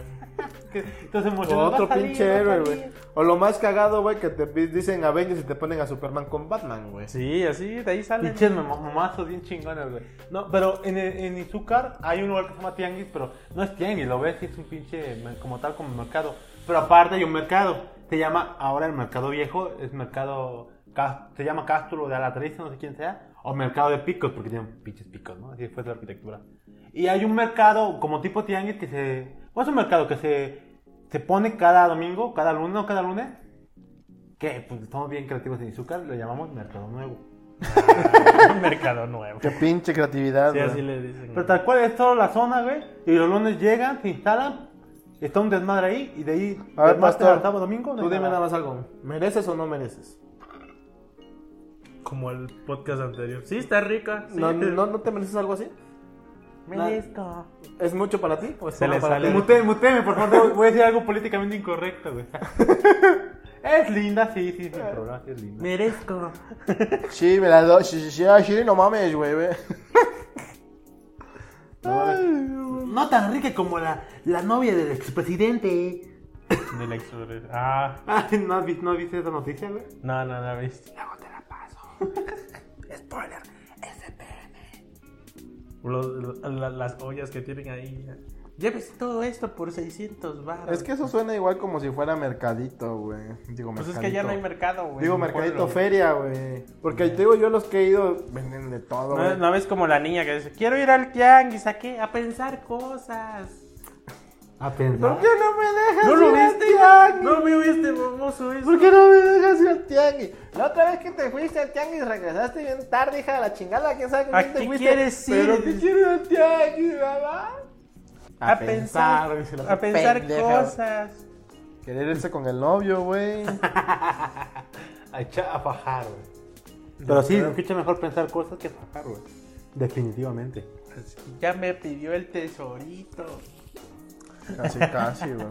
S3: Entonces,
S1: O otro pinche héroe, güey. O lo más cagado, güey, que te pi- dicen Avengers y te ponen a Superman con Batman, güey.
S2: Sí, así, de ahí salen.
S3: Pinches mam- mamazos bien chingones, güey. No, pero en, e-, en Izúcar hay un lugar que se llama Tianguis, pero no es Tianguis, lo ves, y es un pinche mer- como tal, como mercado. Pero aparte hay un mercado, se llama ahora el mercado viejo, es mercado, Cas- se llama Cástulo de Alatriz, no sé quién sea. O mercado de picos, porque tienen pinches picos, ¿no? Así fue la arquitectura. Y hay un mercado como tipo tianguis que se... ¿Cuál es un mercado que se, se pone cada domingo, cada lunes o cada lunes? Que pues estamos bien creativos en Izúcar, lo llamamos mercado nuevo.
S2: Mercado Nuevo.
S1: Qué pinche creatividad,
S2: Sí,
S1: güey.
S2: así le dicen.
S3: Pero tal cual es toda la zona, güey. Y los lunes llegan, se instalan, está un desmadre ahí y de ahí...
S1: A ver,
S3: de martes
S1: pastor,
S3: al sábado, domingo,
S1: Tú
S3: no hay
S1: dime
S3: nada.
S1: nada más algo. ¿Mereces o no mereces?
S2: Como el podcast anterior. Sí, está rica. sí.
S1: ¿No, no, no te mereces algo así?
S3: Merezco.
S1: ¿Es mucho para ti? Pues
S2: Se le
S1: para
S2: sale.
S1: ti?
S3: Muteme, muteme, por favor, voy a decir algo políticamente incorrecto, güey. Es linda, sí, sí, sin problema, sí es linda.
S2: Merezco.
S1: Sí, me la doy. Sí, sí, sí, ay, sí, no mames, güey. ve.
S3: No tan rica como la, la novia del expresidente.
S2: Del ex Ah,
S3: Ay, ¿no, has vi- ¿no viste esa noticia, güey?
S2: no, no, no, viste.
S3: Luego te la paso. Spoiler, SP.
S2: Los- lo- la- las ollas que tienen ahí. Llévese todo esto por 600 baros.
S1: Es que eso suena igual como si fuera mercadito, güey. Digo,
S2: Pues es
S1: mercadito.
S2: que ya no hay mercado, güey.
S1: Digo, mercadito feria, güey. Porque te digo, yo los que he ido venden de todo,
S2: No,
S1: güey.
S2: no ves como la niña que dice, quiero ir al tianguis, ¿a qué? A pensar cosas.
S3: A
S1: ¿Por
S3: pensar.
S1: qué no me dejas
S2: ¿No lo
S1: ir al
S2: viste?
S1: tianguis?
S2: No me viste, boboso, eso.
S1: ¿Por qué no me dejas ir al tianguis? La otra vez que te fuiste al tianguis regresaste bien tarde, hija de la chingada. ¿Quién sabe con
S2: ¿A
S1: quién te
S2: qué
S1: fuiste?
S2: quieres ir?
S1: Pero te quiero ir al tianguis, Ah, mamá.
S2: A, pensar,
S1: dice la
S2: a pensar
S1: pendeja, güey.
S2: cosas.
S1: Querer irse con el novio, güey.
S3: A, echa- a fajar, güey. Pero sí, se escucha mejor pensar cosas que fajar, güey. Definitivamente.
S2: Ya me pidió el tesorito.
S1: Casi, casi, güey.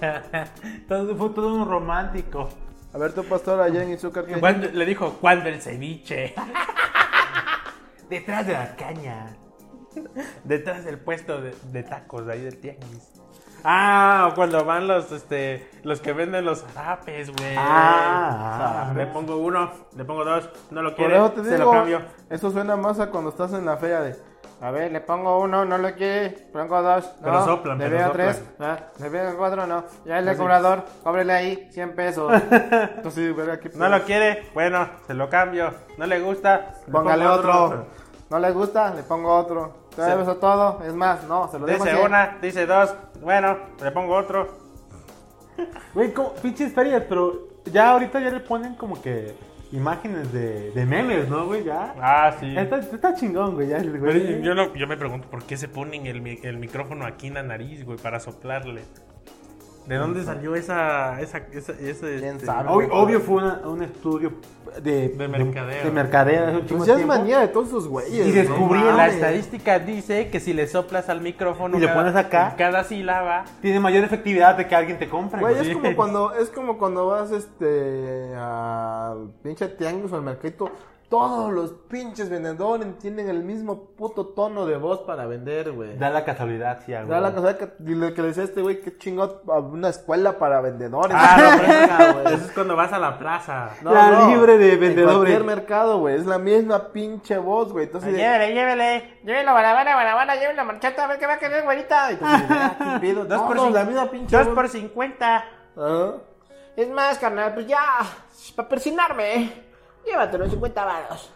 S3: Entonces fue todo un romántico.
S1: A ver, tu pastor allá en Izúcar, ¿qué?
S2: Cuando- le dijo, ¿cuándo el ceviche?
S3: Detrás de la caña.
S2: Detrás del puesto de, de tacos de ahí del tianguis. Ah, cuando van los, este, los que venden los zarapes, güey.
S3: Ah,
S2: Ah, le pongo uno, le pongo dos, no lo
S1: Por
S2: quiere,
S1: eso te
S2: se
S1: digo,
S2: lo cambio.
S1: eso suena más a cuando estás en la feria de... A ver, le pongo uno, no lo quiere, pongo dos, no,
S2: Pero soplan,
S1: le
S2: pero
S1: veo
S2: soplan.
S1: tres, ah, le veo cuatro, no, ya el cobrador, cóbrele ahí, 100 pesos. Entonces, verga, qué
S2: No
S1: pedo.
S2: lo quiere, bueno, se lo cambio. No le gusta, le
S1: Póngale
S2: pongo
S1: otro. No le gusta, le pongo otro. Te
S2: Se-
S1: debes a todo, es más, no, se lo dejo
S2: Dice
S1: así.
S2: una, dice dos, bueno, le pongo otro.
S3: Güey, como pinches ferias, pero ya ahorita ya le ponen como que imágenes de, de memes, ¿no, güey? Ya.
S2: Ah, sí.
S3: Está, está chingón, güey. Ya, el güey.
S2: yo, lo- yo me pregunto por qué se ponen el, mi- el micrófono aquí en la nariz, güey, para soplarle. ¿De dónde salió esa, esa, esa, ese,
S1: ¿Quién
S2: este,
S1: sabe?
S3: Obvio, obvio fue una- un estudio de,
S2: De mercadeo.
S3: De mercadeo. hace un chingo
S1: Pues
S3: de
S1: ya es
S3: tiempo.
S1: manía de todos esos güeyes.
S3: Y
S1: ¿no?
S3: descubrí
S2: la
S1: Mames.
S2: estadística dice que si le soplas al micrófono
S3: Y le pones acá.
S2: en cada sílaba,
S3: Tiene mayor efectividad de que alguien te compre.
S1: Güey,
S3: güey.
S1: es como cuando, es como cuando vas este al pinche tianguis o al mercadito. Todos los pinches vendedores tienen el mismo puto tono de voz para vender, güey.
S3: Da la casualidad, sí, algo.
S1: Da la cosa que, y lo que le decía este güey, que chingó a una escuela para vendedores.
S2: Ah, no,
S1: Verga, güey.
S2: eso es cuando vas a la plaza.
S3: La libre de vendedores.
S1: En cualquier mercado, güey. Es la misma pinche voz, güey. Entonces, de-
S2: Ah, Llévele, llévele.
S9: Llévenlo, barabana, barabana, llévenlo, marchata, a ver qué va a querer, güerita. Y pues, tú,
S1: ¿qué pedo?
S2: Dos por
S1: Todos
S2: cin-
S1: la misma pinche
S2: Dos
S1: voz.
S2: por cincuenta.
S1: Ajá.
S9: ¿Eh? Es más, carnal, pues ya, para persinarme, ¿eh? llévatelo en 50 varos.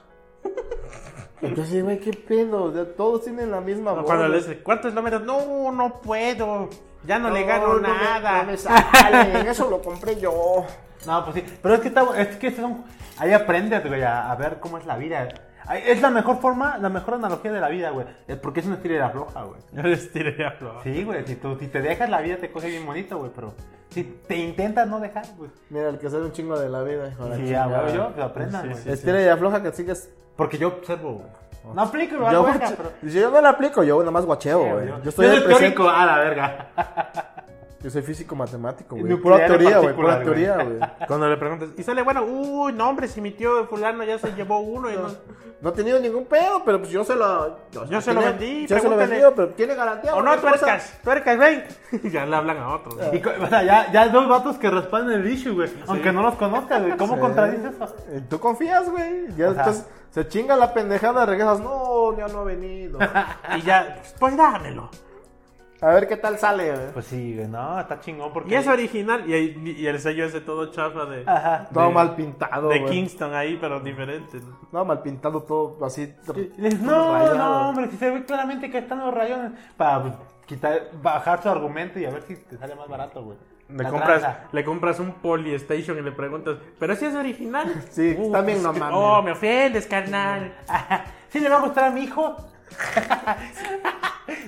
S1: Entonces, güey, qué pedo. O sea, todos tienen la misma voz.
S2: Cuando
S1: güey.
S2: le dice, ¿cuántos números? No, no puedo. Ya no, le gano
S1: no me-
S2: nada.
S9: No me sale, eso lo compré yo.
S3: No, pues sí. Pero es que, está, es que son, ahí aprendes, güey, a, a ver cómo es la vida. Ahí- Es la mejor forma, la mejor analogía de la vida, güey. Eh, Porque es una estirera floja, güey.
S2: Yo les tiré a probar.
S3: Sí, güey. Si, tú, si te dejas, la vida te coge bien bonito, güey. Pero si te intentas no dejar, güey.
S1: Mira, el que sabe un chingo de la vida, hijo de la
S3: Sí, ya,
S1: chingada.
S3: güey. Yo, pues aprendan, güey.
S1: Estira y afloja que sigues.
S3: Porque yo observo, güey. No aplico, güey.
S1: Yo,
S3: verga,
S1: guache-
S3: pero...
S1: si yo no la aplico, yo nada más guacheo, güey. Yo estoy
S3: soy
S1: en presente.
S3: teórico, a la verga.
S1: Yo soy físico matemático, güey.
S3: Nuclear
S1: Pura
S3: en
S1: teoría, güey.
S3: particular,
S1: Pura teoría, güey.
S2: Cuando le preguntas, y sale bueno, uy, no, hombre, si mi tío fulano ya se llevó uno y no.
S1: No he tenido ningún pedo, pero pues yo se lo.
S2: Yo se lo vendí,
S1: Yo se lo
S2: pregúntale.
S1: vendí, pero tiene garantía.
S2: O no,
S1: cualquier cosa.
S2: tuercas, tuercas, ven. Y ya le hablan a otro.
S3: Y co- o sea, ya, ya hay dos vatos que respaldan el issue, güey. Aunque no los conozcas, güey. ¿Cómo
S1: Sí.
S3: contradices eso?
S1: Eh, Tú confías, güey. Ya
S3: O sea-
S1: después se chinga la pendejada, regresas. No, ya no ha venido.
S2: Y ya, pues dámelo.
S1: A ver qué tal sale, eh. güey.
S3: Pues sí, güey, no, está chingón porque...
S2: Y es original. Y, ahí- y el sello ese todo chafa de,
S3: Ajá.
S1: Todo
S2: de-
S1: mal pintado,
S2: de
S1: güey.
S2: Kingston ahí, pero diferente. ¿no?
S1: Todo mal pintado, todo así.
S3: Y les- no, no, hombre, si se ve claramente que están los rayones para pues, quitar, bajar su argumento y a ver si te sale más barato, güey.
S2: Le
S3: La tranza.
S2: compras, le compras un Polystation y le preguntas, pero si es original.
S1: Sí,
S2: Uh,
S1: también
S2: es
S1: no
S2: que-
S1: mames.
S2: Oh, me ofendes, carnal.
S3: Ajá. ¿Sí le va a gustar a mi hijo?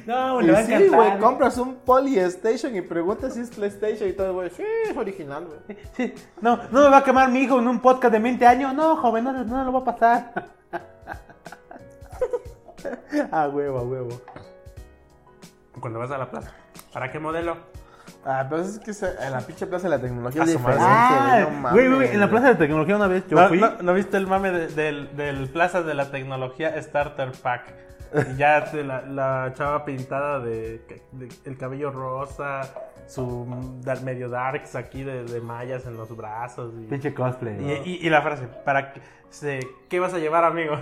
S3: no, le va a
S1: Y sí,
S3: encantar.
S1: güey, compras un Polystation y preguntas si es PlayStation y todo, güey. Sí, es original, güey.
S3: Sí. No, no me va a quemar mi hijo en un podcast de 20 años. No, joven, no, no lo va a pasar. a huevo, a huevo.
S2: Cuando vas a la plaza. ¿Para qué modelo?
S1: Ah, pero es que se- en la pinche plaza de la tecnología
S2: A
S1: es
S2: su madre.
S1: diferente,
S3: Ah,
S1: güey, no mames,
S3: güey, güey, en la Plaza de Tecnología una vez yo
S2: ¿No,
S3: fui.
S2: no- no viste el mame de- del, del Plaza de la Tecnología Starter Pack? Y ya te la, la chava pintada de, de- el cabello rosa, su dar- medio darks aquí de, de mallas en los brazos. Y,
S3: Pinche cosplay.
S2: y- y- y la frase, ¿para qué, se- qué vas a llevar, amigo?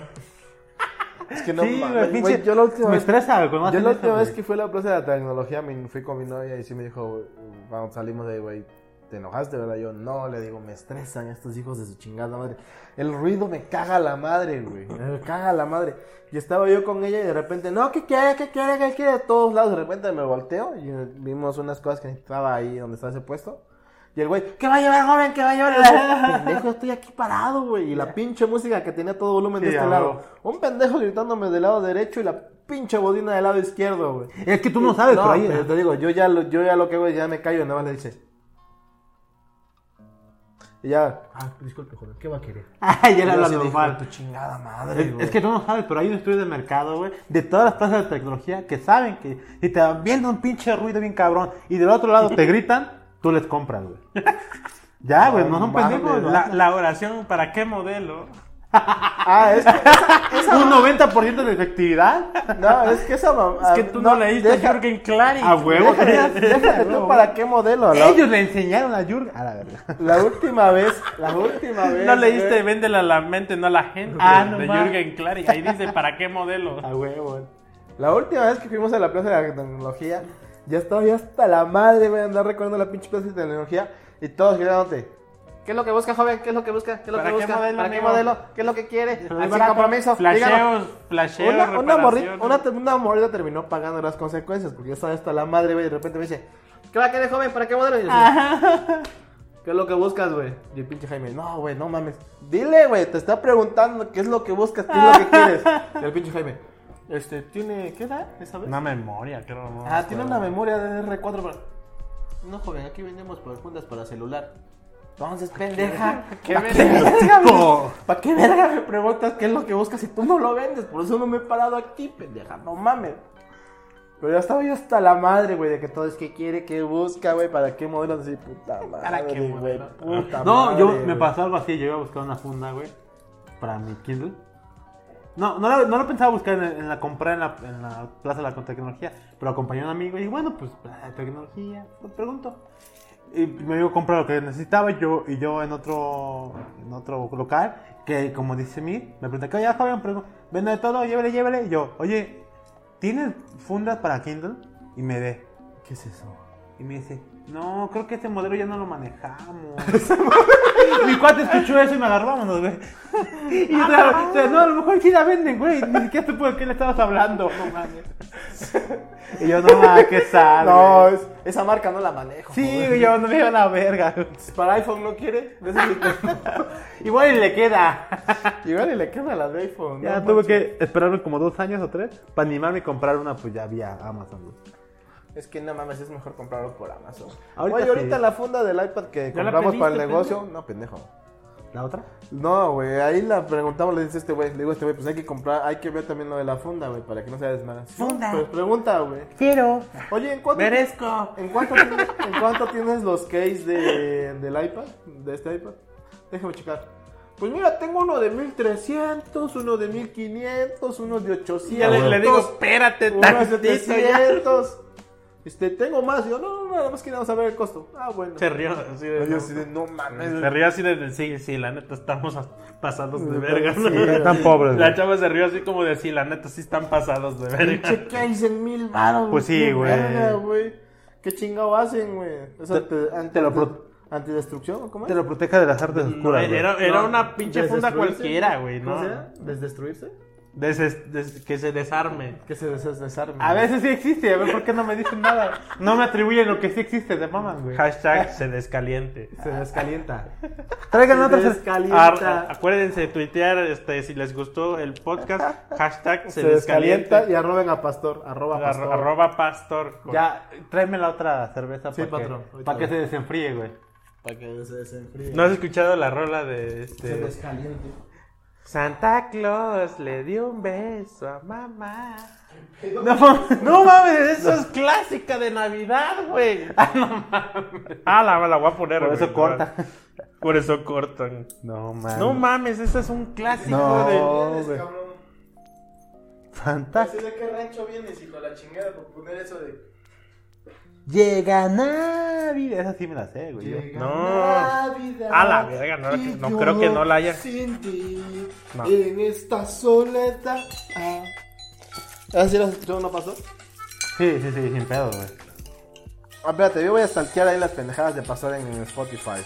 S1: Es que no
S3: sí,
S1: mames,
S3: güey, pinche.
S1: güey, Yo la última
S3: me
S1: vez,
S3: estresa, güey. cuando
S1: yo
S3: hacen
S1: la
S3: eso,
S1: última
S3: güey.
S1: vez que fui a la plaza de la tecnología me fui con mi novia y sí me dijo, güey, vamos, salimos de ahí, güey. ¿Te enojaste, verdad? Yo, no, le digo, me estresan estos hijos de su chingada madre. El ruido me caga la madre, güey. Me caga la madre. Y estaba yo con ella y de repente, no, ¿qué quiere? ¿Qué quiere? ¿Qué quiere? De todos lados, de repente me volteo y vimos unas cosas que necesitaba ahí donde está ese puesto. Y el güey, ¿qué va a llevar, joven? ¿Qué va a llevar? Y yo, pendejo, estoy aquí parado, güey. Y la pinche música que tenía todo volumen de
S3: Sí,
S1: este
S3: a
S1: lado.
S3: huevo.
S1: Un pendejo gritándome del lado derecho y la pinche bodina del lado izquierdo, güey.
S3: Es que tú no sabes,
S1: No,
S3: pero ahí.
S1: pero te digo, yo ya lo, yo ya lo que hago es ya me callo y nada más le dices. Y ya. Ah, disculpe, joder, ¿qué va a querer?
S3: Ay, ya
S1: Y
S3: era
S1: yo
S3: lo
S1: así dije,
S3: normal.
S1: Tu chingada madre,
S3: Es,
S1: güey.
S3: es que tú no sabes, pero hay un estudio de mercado, güey, de todas las plazas de tecnología que saben que si te viendo un pinche ruido bien cabrón y del otro lado te gritan, tú les compras, güey. Ya, güey, no son
S1: mames,
S3: pendejos.
S1: ¿no?
S3: La-
S2: La, la oración, ¿para qué modelo?
S1: Ah, es que,
S3: un 90% de efectividad.
S1: no, es que esa mamá.
S2: Es que tú no, leíste
S1: Ah, deja,
S2: Jürgen Klarik.
S3: A huevo.
S1: déjate, déjate tú para qué modelo, la,
S3: Ellos le enseñaron a Jurgen. A la verga.
S1: la última vez, la última vez.
S2: No leíste
S1: güey.
S2: Véndela a la mente, no a la gente.
S3: Ah, no
S2: de
S3: mames.
S2: Jürgen Klarik. Ahí dice, ¿para qué modelo?
S3: A huevo.
S1: La última vez que fuimos a la Plaza de la Tecnología, ya estaba yo hasta la madre, güey, andar recorriendo la pinche Plaza de Tecnología y todos gritándote. ¿Qué es lo que busca, joven? ¿Qué es lo que busca? ¿Qué es lo que
S2: ¿Para qué
S1: busca?
S2: modelo,
S1: ¿Para qué
S2: amigo?
S1: modelo? ¿Qué es lo que quiere?
S3: Pero es
S1: Sin
S3: barato.
S1: compromiso. díganos.
S2: Flasheos, flasheos,
S1: Una, una, morrita,
S2: reparaciones.
S1: una, una morrita terminó pagando las consecuencias porque ya estaba hasta la madre, güey, y de repente me dice, ¿qué va a querer, joven? ¿Para qué modelo? Y yo, ¿Qué es lo que buscas, güey? Y el pinche Jaime, no, güey, no mames. Dile, güey, te está preguntando qué es lo que buscas, qué es lo que quieres. Y el pinche Jaime, este, tiene, ¿qué edad esa vez?
S2: Una memoria, creo. no
S1: Ah,
S2: me
S1: tiene
S2: acuerdo.
S1: una memoria de R4 para... No, joven, aquí vendemos profundas para celular. Entonces, pendeja.
S2: ¿Qué
S1: ¿Para qué,
S2: vendes,
S1: verga,
S2: chico?
S1: me- ¿Para qué verga me preguntas qué es lo que buscas si tú no lo vendes? Por eso no me he parado aquí, pendeja. No mames. Pero ya estaba yo hasta la madre, güey, de que todo es que quiere, que busca, güey, para qué modelo. Así, puta madre.
S2: ¿Para qué
S1: güey,
S2: modelo?
S1: puta
S3: No,
S1: madre,
S3: yo
S1: güey.
S3: me pasó algo así. Yo iba a buscar una funda, güey, para mi Kindle. No, no la, no la pensaba buscar en, en la compra en la, en la plaza de la tecnología, pero acompañé a un amigo y dije, bueno, pues plaza de tecnología, pues, pregunto. Y me dijo, compra lo que necesitaba yo y yo en otro, en otro local, que como dice Mir, me pregunta, ¿qué ya joven? Pero vende de todo, llévele, llévele. Y yo, oye, ¿tienes fundas para Kindle? Y me ve,
S1: ¿Qué es eso?
S3: y me dice, no, creo que este modelo ya no lo manejamos. Mi cuate escuchó eso y me agarró, vámonos, güey. Y yo, o sea, o sea, no, a lo mejor sí la venden, güey. Ni siquiera supo de qué le estabas hablando. No mames. Y yo, no mames, qué sad,
S1: No,
S3: güey.
S1: es- esa marca no la manejo.
S3: Sí,
S1: joven.
S3: güey, yo no me iba a la verga.
S1: Para iPhone no quiere. Necesito.
S3: Igual y le queda.
S1: Igual y le quema la de iPhone.
S3: Ya
S1: no
S3: tuve
S1: manches.
S3: que esperarme como dos años o tres para animarme a comprar una, pues ya había Amazon, güey.
S1: Es que no mames, es mejor comprarlo por Amazon.
S3: Ahorita
S1: Oye,
S3: sí.
S1: ahorita la funda del iPad que
S2: ¿Ya la
S1: compramos para el
S2: pediste,
S1: negocio. No, pendejo.
S3: ¿La otra?
S1: No, güey, ahí la preguntamos, le dice este güey, le digo a este güey, pues hay que comprar, hay que ver también lo de la funda, güey, para que no sea desmadre.
S2: Funda.
S1: Pues pregunta, güey.
S3: Quiero.
S1: Oye, ¿en cuánto,
S2: Merezco.
S1: ¿en cuánto, tienes, en cuánto tienes los case de, del iPad? De este iPad. Déjame checar. Pues mira, tengo uno de 1300, uno de 1500, uno de 800.
S2: Y ya le, le digo, espérate,
S1: Unos
S2: tantito. ya".
S1: 700. Este, tengo más. Y Yo, no, no, nada más queríamos saber el costo. Ah, bueno.
S2: Se rió así de.
S1: No, yo
S2: no.
S1: así de, no
S3: Mm,
S1: mames.
S2: Se rió así de. Sí, sí, la neta, estamos a- pasados de verga.
S3: Están pobres,
S2: La
S3: güey.
S2: chava se rió así como de sí, la neta, sí están pasados de verga.
S1: Pinche case en mil baros.
S3: Pues sí, güey.
S1: ¿Qué chingado hacen, güey? O sea, te, ante,
S3: te lo pro-
S1: ¿Antidestrucción o cómo es?
S3: Te lo proteja de las artes
S2: No,
S3: oscuras, güey.
S2: era, era
S1: No,
S2: una pinche funda
S1: ¿desdestruirse?
S2: cualquiera, güey, ¿no?
S1: ¿Cómo se llama? ¿Desdestruirse?
S2: Des- des- que se desarme.
S1: Que se des- desarme.
S3: A veces sí existe, a ver por qué no me dicen nada. No me atribuyen lo que sí existe de mamas, güey.
S2: Hashtag se descaliente.
S1: Se descalienta.
S3: Traigan
S1: Se
S3: otras.
S2: Ar-
S1: descalienta.
S2: acuérdense de tuitear este, si les gustó el podcast. Hashtag se,
S1: Se descalienta y arroben a Pastor. Arroba
S2: Arro-
S1: Pastor.
S2: arroba pastor. con-
S3: Ya, tráeme la otra cerveza
S1: Sí,
S3: para
S1: patrón,
S3: que,
S1: ahorita
S3: para que
S1: voy.
S3: se desenfríe, güey.
S1: Para que se desenfríe.
S2: ¿No has escuchado la rola de
S1: se
S2: este?
S1: descaliente.
S2: Santa Claus le dio un beso a mamá.
S3: No, mames,
S2: No mames, eso es clásica de Navidad, güey. Ah, no mames. Ah, la, la voy a poner.
S3: por
S2: güey,
S3: eso
S2: la-
S3: corta.
S2: Por eso cortan.
S3: No mames.
S2: No mames, ese es un clásico
S3: No.
S2: de.
S3: vienes, güey.
S1: cabrón?
S3: Fantástico.
S1: ¿De qué rancho vienes, hijo de la chingada? Por poner eso de...
S3: Llega Navidad. Esa sí me la sé, güey. yo.
S2: A la verga, no, no creo que no la haya.
S1: Sin ti,
S2: No.
S1: en esta soledad. Ah. ¿Así las escuchó no pasó?
S3: Sí, sí, sí, sin pedo, güey.
S1: Ah, espérate, yo voy a saltear ahí las pendejadas de pasar en Spotify.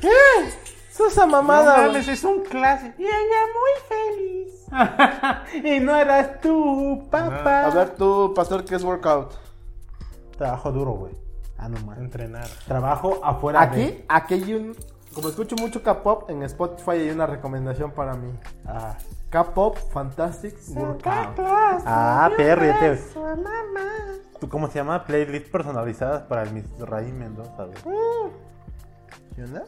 S1: ¿Qué? Eso es esa mamada,
S3: no
S1: güey.
S3: mames, es un clásico. Y ella muy feliz. y no eras tú, papá.
S1: A ver tú, pastor, ¿qué es workout?
S3: Trabajo duro, güey. Ah, no mames.
S2: Entrenar.
S3: Trabajo afuera de...
S1: Aquí, aquí hay un... Como escucho mucho K-pop, en Spotify hay una recomendación para mí.
S3: Ah,
S1: K-pop Fantastic Workout.
S3: ah perro, ya te... ¿Tú cómo se llama? Playlist personalizadas para el Miss Raín Mendoza, güey.
S1: ¿Qué onda?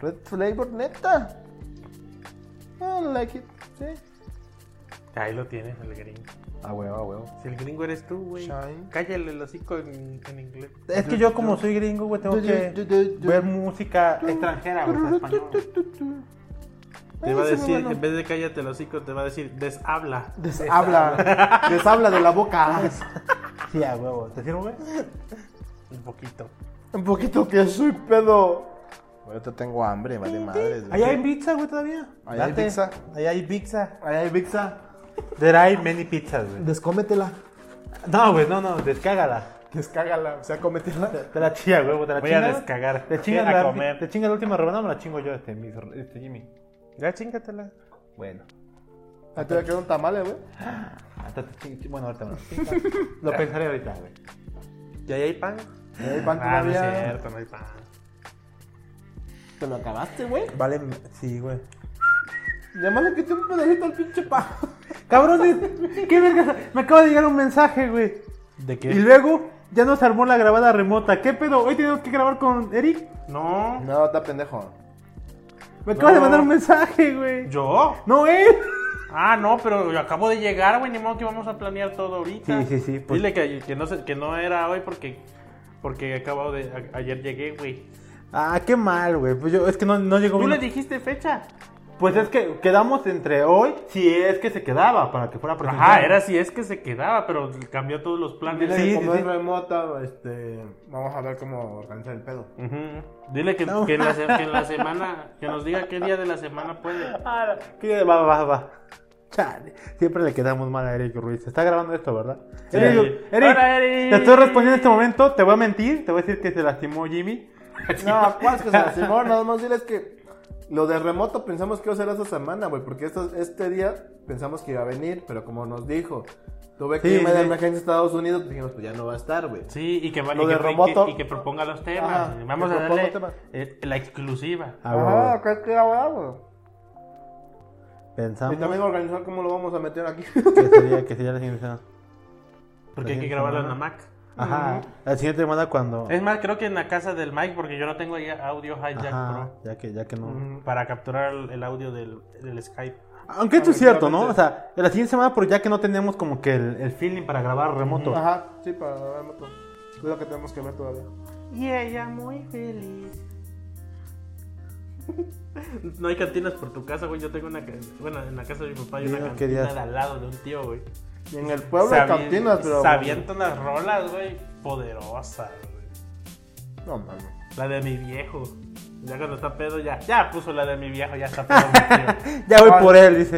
S1: Red Flavor, neta. I don't like it. Sí.
S2: Ahí lo tienes, el gringo.
S1: A huevo, a huevo.
S2: Si el gringo eres tú, güey.
S1: Shine.
S2: Cállale el hocico en, en inglés.
S3: Es que yo como soy gringo, güey, tengo
S1: Yo-
S3: que
S1: yo- yo- yo-
S3: ver música extranjera, güey, o sea, español.
S2: Te va a decir, en vez de cállate el hocico, te va a decir deshabla.
S1: Deshabla. Deshabla de la boca.
S3: Sí, a huevo. ¿Te sirve, güey?
S2: Un poquito.
S1: Un poquito que soy pedo. Ahorita tengo hambre, vale madres.
S3: Ahí hay pizza, güey, todavía.
S1: Ahí hay pizza.
S3: Ahí hay pizza.
S1: Ahí hay pizza.
S3: There are many pizzas, güey.
S1: Descómetela.
S3: No, güey, no, no, descágala.
S1: Descágala, o sea, cómetela.
S3: Te la chía, güey, te la
S2: Voy a
S3: chingas.
S2: descagar.
S3: Te chingas
S2: Voy a
S3: la,
S2: comer.
S3: Te chingas la última rebanada, me la chingo yo, este, mis- este Jimmy.
S2: Ya chingatela.
S3: Bueno.
S1: Ahí te voy a quedar un tamale, güey.
S3: Hasta te ching- Bueno, ahorita me la chingo. Lo pensaré ahorita, güey.
S2: ¿Y ahí hay pan?
S1: Y ahí van
S2: Ah, no es
S1: todavía.
S2: cierto, no hay pan.
S1: Te lo acabaste, güey.
S3: Vale, sí, güey.
S1: Además le quité un pedacito al pinche pa.
S3: Cabrones, qué verga. Me acaba de llegar un mensaje, güey.
S2: ¿De
S3: Y luego ya nos armó la grabada remota. ¿Qué pedo? Hoy tenemos que grabar con Eric.
S2: No.
S1: No, está pendejo.
S3: Me acaba de
S2: No.
S3: mandar un mensaje, güey.
S2: ¿Yo?
S3: No, él.
S2: Ah, no, pero yo acabo de llegar, güey, ni modo que vamos a planear todo ahorita.
S3: Sí, sí, sí, pues-
S2: Dile que, que no, se- que no era hoy porque, porque acabo de... a- ayer llegué, güey.
S3: Ah, qué mal, güey. Pues yo, es que no, no llegó
S2: ¿Tú
S3: bien.
S2: le dijiste fecha?
S3: Pues es que quedamos entre hoy, si es que se quedaba, para que fuera presencial.
S2: Ajá, era si es que se quedaba, pero cambió todos los planes.
S1: Dile
S3: Sí,
S1: que
S3: sí,
S1: como
S3: sí.
S1: es remota, este, vamos a ver cómo organizar el pedo.
S2: Ujú. Dile que, que en la, se- que en la semana, que nos diga qué día de la semana puede.
S3: Ah, que- va, va, va. Chale, siempre le quedamos mal a Eric Ruiz. Está grabando esto, ¿verdad?
S2: Sí.
S3: Eric, Eric,
S2: Hola, Eric.
S3: te estoy respondiendo en este momento. Te voy a mentir, te voy a decir que se lastimó Jimmy.
S1: No, ¿cuál es que se lastimó? Nada más diles que lo de remoto pensamos que iba a ser esta semana, güey, porque esto- este día pensamos que iba a venir, pero como nos dijo, tuve que
S3: Sí,
S1: irme
S3: sí.
S1: de emergencia a Estados Unidos, pues dijimos, pues ya no va a estar, güey.
S2: Sí, y que, va-
S1: Lo
S2: y que-
S1: de remoto.
S2: y que- y que proponga los temas.
S1: Ajá,
S2: Vamos
S1: que
S2: a darle
S1: proponga
S2: eh, la exclusiva.
S3: Ah, va, va.
S1: ¿qué es que ahora, güey? Y
S3: Pensamos
S1: también organizar cómo lo vamos a meter aquí.
S3: que sería, que sería la siguiente semana.
S2: Porque hay que
S3: Siguiente
S2: grabarlo en la
S3: semana.
S2: Mac.
S3: Ajá, la siguiente semana cuando.
S2: Es más, creo que en la casa del Mike, porque yo no tengo ahí audio hijack
S3: Ajá,
S2: pro.
S3: ya que, ya que no.
S2: Para capturar el, el audio del, del Skype.
S3: Aunque esto es cierto, ¿no? O sea, la siguiente semana, pero ya que no tenemos como que el, el feeling para grabar remoto.
S1: Ajá, sí, para remoto. Es lo que tenemos que ver todavía.
S2: Y ella muy feliz. No hay cantinas por tu casa, güey. Yo tengo una. ca- Bueno, en la casa de mi papá hay una
S1: Yo
S2: cantina
S1: quería-
S2: de al lado de un tío, güey.
S1: Y en el pueblo
S2: Se
S1: de
S2: avien-
S1: cantinas, pero.
S2: Se avientan las rolas, güey. Poderosas, güey.
S1: No mames.
S2: La de mi viejo. Ya cuando está pedo, ya. Ya puso la de mi viejo, ya está pedo. mi tío.
S3: Ya voy
S1: ¿Cuál?
S3: por él, dice.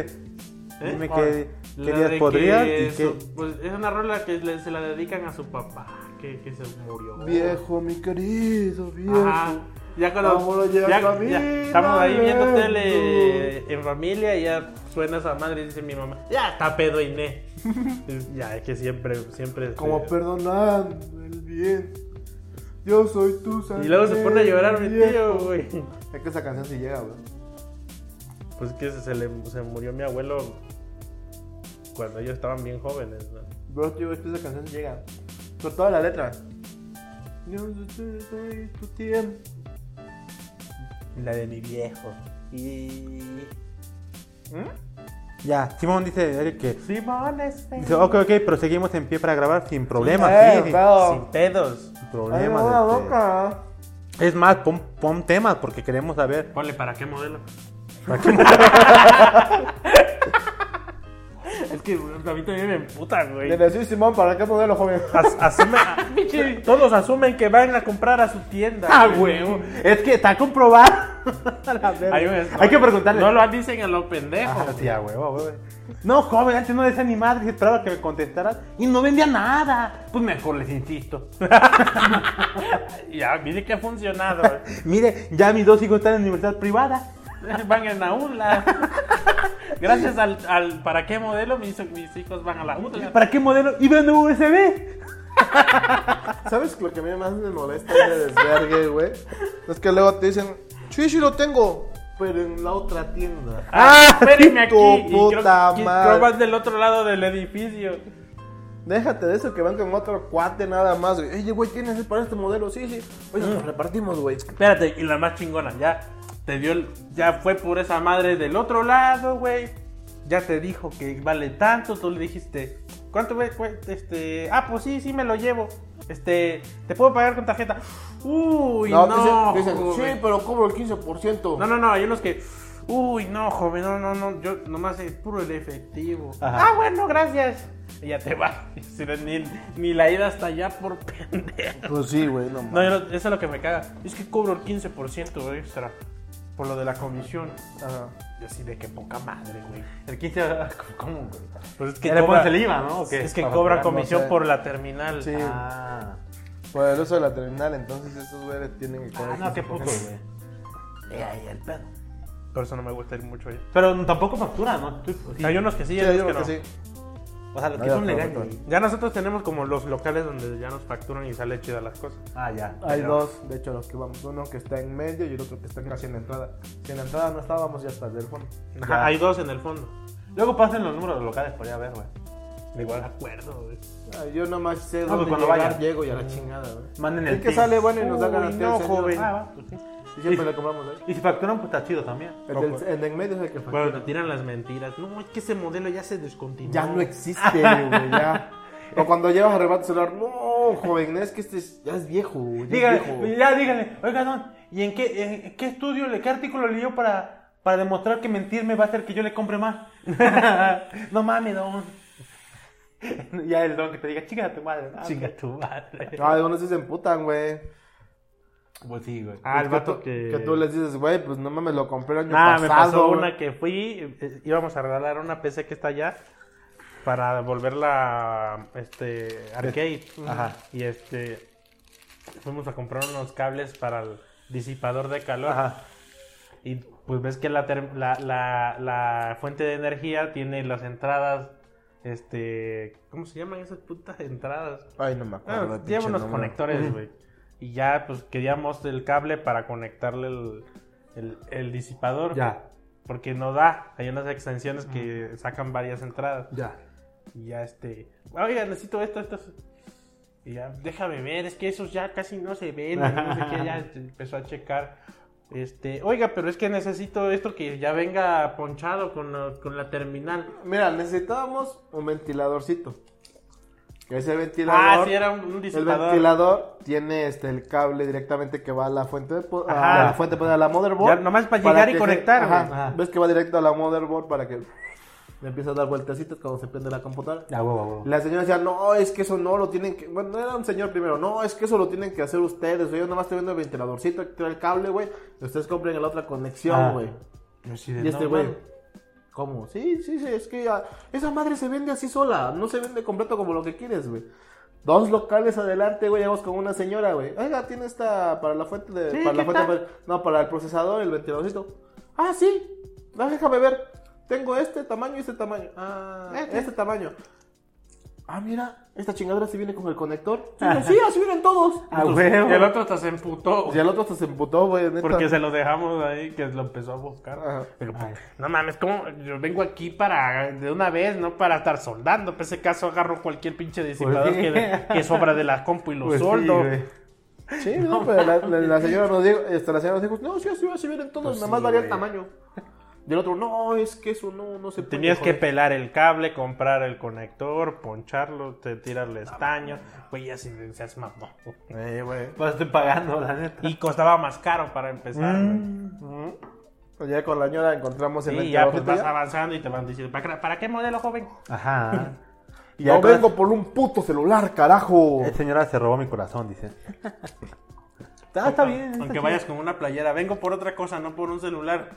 S2: ¿Eh?
S3: Dime
S2: ¿Cuál?
S3: que
S2: La
S3: querías,
S2: de
S3: podrías
S2: que
S3: y que.
S2: su- Pues es una rola que le- se la dedican a su papá, que, que se murió.
S1: Viejo, mi querido, viejo.
S2: Ajá. Ya cuando
S1: Vámonos, ya,
S2: ya-
S1: camina,
S2: ya estamos ahí viendo
S1: lento.
S2: tele en familia y ya suena esa madre y dice mi mamá, ya está pedo Inés. ya, es que siempre, siempre. este,
S1: Como perdonando el bien. Yo soy tu
S2: y luego se pone a llorar mi
S1: viejo.
S2: tío, güey.
S1: Es que esa canción sí llega, güey.
S2: Pues que se, se le, se murió mi abuelo cuando ellos estaban bien jóvenes, ¿no?
S1: Bro, tío, este es que esa canción sí llega. Por toda la letra. Yo soy tu tío.
S2: La de mi viejo. Y.
S3: Ya, Simón dice Eric que.
S2: Simón este.
S3: Dice, ok, ok, pero seguimos en pie para grabar sin problemas.
S1: Eh,
S3: sí,
S2: Sin
S1: claro.
S2: pedos.
S3: sin
S1: Ay, me
S3: problemas.
S1: voy a la
S3: este.
S1: boca.
S3: Es más, pon, pon temas porque queremos saber.
S2: Ponle, ¿para qué modelo?
S3: para qué-
S2: Es que güey, a mí también me emputa,
S1: Le
S3: este.
S2: güey.
S1: decís, Simón, ¿para qué modelo, joven?
S2: As- asume- a- todos asumen que van a comprar a su tienda.
S3: Ah, huevo. Es que está comprobado. A la verga.
S2: Hay, un-
S3: Hay que preguntarle.
S2: No lo dicen a los pendejos.
S3: Ah, sí, a huevo, a huevo. No, joven, antes no decía ni madre, esperaba que me contestaras y no vendía nada. Pues mejor les insisto.
S2: Ya, mire que ha funcionado. güey.
S3: Mire, ya mis dos hijos están en universidad privada.
S2: van en la ULA. Gracias al, al- ¿Para qué modelo? Mis, mis hijos van a la ULA.
S3: ¿Para qué modelo? Y vendo USB.
S1: ¿Sabes lo que a mí más me molesta de desvergue, güey? Es que luego te dicen, sí, sí lo tengo, pero en la otra tienda.
S2: Ah, espérenme aquí.
S1: tu
S2: Y creo-
S1: puta
S2: que-
S1: madre.
S2: creo vas del otro lado del edificio.
S1: Déjate de eso que van con otro cuate nada más, güey. Oye, güey, ¿tienes ese para este modelo? Sí, sí. Oye,
S2: Mm.
S1: nos repartimos, güey.
S2: Espérate, y la más chingona, ya te dio el- ya fue por esa madre del otro lado, güey. Ya te dijo que vale tanto, tú le dijiste, ¿cuánto güey? güey? Este, ah, pues sí, sí me lo llevo. Este, te puedo pagar con tarjeta. Uy, no.
S1: te dicen- te dicen,
S2: joven.
S1: sí, pues. pero cobro el 15%.
S2: No, no, no, hay unos que uy, no, joven, no, no, no, yo nomás es puro el efectivo.
S3: Ajá.
S2: Ah, bueno, gracias. Y ya te vas. Ni, ni la ida hasta allá por pendejo.
S1: Pues sí, güey, no
S2: No,
S1: mames.
S2: yo no- eso es lo que me caga. Es que cobro el 15% extra por lo de la comisión.
S1: Ajá.
S2: Y así de que poca madre, güey.
S4: El 15, ¿cómo, güey?
S2: Pues es
S4: Ya le pones el IVA, ¿no? ¿O qué?
S2: Es que
S4: Para
S2: cobra
S4: pagar,
S1: no
S2: comisión
S1: sé.
S2: por la terminal.
S1: Sí.
S2: Ah,
S4: Ah,
S1: Por el uso de la terminal, entonces esos güeyes tienen que
S4: ah
S1: cobrar.
S4: no, qué
S1: 15%.
S4: puto, güey.
S2: Por eso no me gusta ir mucho ahí.
S4: Pero tampoco factura, ¿no? Tú- sí.
S2: Hay unos que sí,
S1: Sí,
S2: hay
S1: yo
S2: otros
S1: creo
S2: que
S1: que
S2: no.
S1: sí.
S4: O sea, los
S1: No,
S4: que
S1: ya
S4: son
S1: está,
S4: legales,
S1: factura.
S4: güey.
S2: Ya nosotros tenemos como los locales donde ya nos facturan y sale chida las cosas.
S4: Ah, ya.
S1: Hay
S4: Pero-
S1: dos, de hecho, los que vamos. Uno que está en medio y el otro que está casi en la entrada. Si en la entrada no estábamos, ya está del fondo.
S2: Ajá, hay dos en el fondo.
S4: Luego pasen los números locales por allá a ver, güey.
S2: Igual acuerdo, güey.
S1: Ah, Yo nomás sé
S4: pues
S1: dónde
S4: cuando
S1: llegar,
S4: vaya.
S1: llego y a la chingada, güey.
S4: Manden el
S1: El que
S4: PIN.
S1: sale bueno y nos da
S2: Uy,
S1: garantía.
S2: no,
S1: el señor.
S2: joven.
S4: Ah, va, pues sí.
S1: Y siempre le compramos ahí.
S4: Y si facturan, pues está chido también.
S1: El, del, el de en medio es el que fue.
S2: Cuando te tiran las mentiras. No, es que ese modelo ya se descontinuó. Ah,
S1: Ya no existe, güey, ya. O cuando llevas a arrebatar tu celular, no, joven, es que este es- ya es viejo, güey, ya
S4: Dígale,
S1: es viejo.
S4: ya dígale, oiga, don, ¿y en qué, en qué estudio, le- qué artículo leyó para, para demostrar que mentirme va a hacer que yo le compre más? no mames, don. ya el don que te diga, chica tu madre. ¿no?
S2: Chinga tu madre.
S1: Ah, de unos sí se emputan, güey.
S4: Pues sí, güey.
S2: Ah,
S1: Es
S2: el vato
S1: tú-
S2: que...
S1: Que tú les dices, güey, pues no mames, lo compré el año
S2: Ah,
S1: pasado.
S2: me pasó
S1: güey.
S2: una que fui, eh, íbamos a regalar una PC que está allá para volverla este arcade.
S4: Ajá.
S2: Y este fuimos a comprar unos cables para el disipador de calor.
S4: Ajá.
S2: Y pues ves que la, ter- la, la- la fuente de energía tiene las entradas este, ¿cómo se llaman esas putas entradas?
S1: Ay, no me acuerdo.
S2: Ah,
S1: pinche
S2: lleva unos
S1: nombre.
S2: conectores, güey. Y ya, pues queríamos el cable para conectarle el, el- el disipador.
S4: Ya.
S2: Porque no da. Hay unas extensiones que sacan varias entradas.
S4: Ya.
S2: Y ya, este. Oiga, necesito esto, esto. Y ya, déjame ver, es que esos ya casi no se ven. No sé qué, ya este, empezó a checar. Este, oiga, pero es que necesito esto que ya venga ponchado con la, con la terminal.
S1: Mira, necesitábamos un ventiladorcito. Ese ventilador.
S2: Ah, sí, era un, un
S1: El
S2: disipador.
S1: ventilador tiene este el cable directamente que va a la fuente de po-
S2: Ajá.
S1: a la fuente pues, a la motherboard.
S2: Ya, nomás para llegar y
S1: que se-
S2: conectar,
S1: ajá,
S2: güey. Ajá.
S1: Ves que va directo a la motherboard para que le empiece a dar vueltecitas cuando se prende la computadora.
S3: A huevo, a huevo.
S1: La señora decía, no, es que eso no lo tienen que. Bueno, era un señor primero, no, es que eso lo tienen que hacer ustedes. güey. Yo nomás estoy viendo el ventiladorcito, aquí trae el cable, güey. Ustedes compren la otra conexión,
S3: Ah.
S1: güey.
S3: Yo sí de,
S1: Y este
S3: no,
S1: güey.
S3: man.
S1: ¿Cómo? Sí, sí, sí, es que ah, esa madre se vende así sola, no se vende completo como lo que quieres, güey. Dos locales adelante, güey, llegamos con una señora, güey. Oiga, tiene esta para la fuente de...
S2: Sí,
S1: para la
S2: ¿qué
S1: fuente
S2: tal?
S1: de- No, para el procesador, el ventiladorcito. Ah, sí. Ah, déjame ver. Tengo este tamaño y este tamaño. Ah,
S2: Este.
S1: este, tamaño. Ah, mira, esta chingadora sí viene con el conector. Digo, sí, así vienen todos.
S2: Ah.
S3: A
S4: pues,
S2: Y el
S3: huevo.
S2: otro hasta se emputó.
S1: Y el otro hasta se emputó, güey, neta.
S2: Porque se lo dejamos ahí, que lo empezó a buscar.
S3: Ah.
S1: Ajá.
S2: Pero, pues, no mames, como yo vengo aquí para de una vez, no para estar soldando. En ese caso agarro cualquier pinche disipador
S3: Pues sí.
S2: que, que sobra de la compu y lo
S3: Pues sí,
S2: soldo.
S3: güey.
S1: Sí, no, pero la, la- la señora nos dijo, este, la señora nos dijo, no, sí, así, así vienen todos, nada más varía el tamaño. Y el otro, no, es que eso no, no se puede.
S2: Tenías que
S1: joder".
S2: pelar el cable, comprar el conector, poncharlo, te tirarle estaño. Güey, ya se, se hace mamón.
S1: Eh, güey.
S3: Pues estoy pagando, la neta.
S2: Y costaba más caro para empezar.
S3: Mm,
S2: güey.
S1: Pues ya con la señora encontramos el
S2: Sí, ya pues
S1: ventilador
S2: vas
S1: ya.
S2: avanzando y te van diciendo, ¿para, para qué modelo, joven?
S3: Ajá.
S1: Y Este, ya
S3: No
S1: vengo
S3: vengo
S1: por un puto celular, carajo.
S3: Esta señora se robó mi corazón, dice. Ah, está bien.
S2: Aunque
S3: está
S2: vayas con una playera, vengo por otra cosa, no por un celular.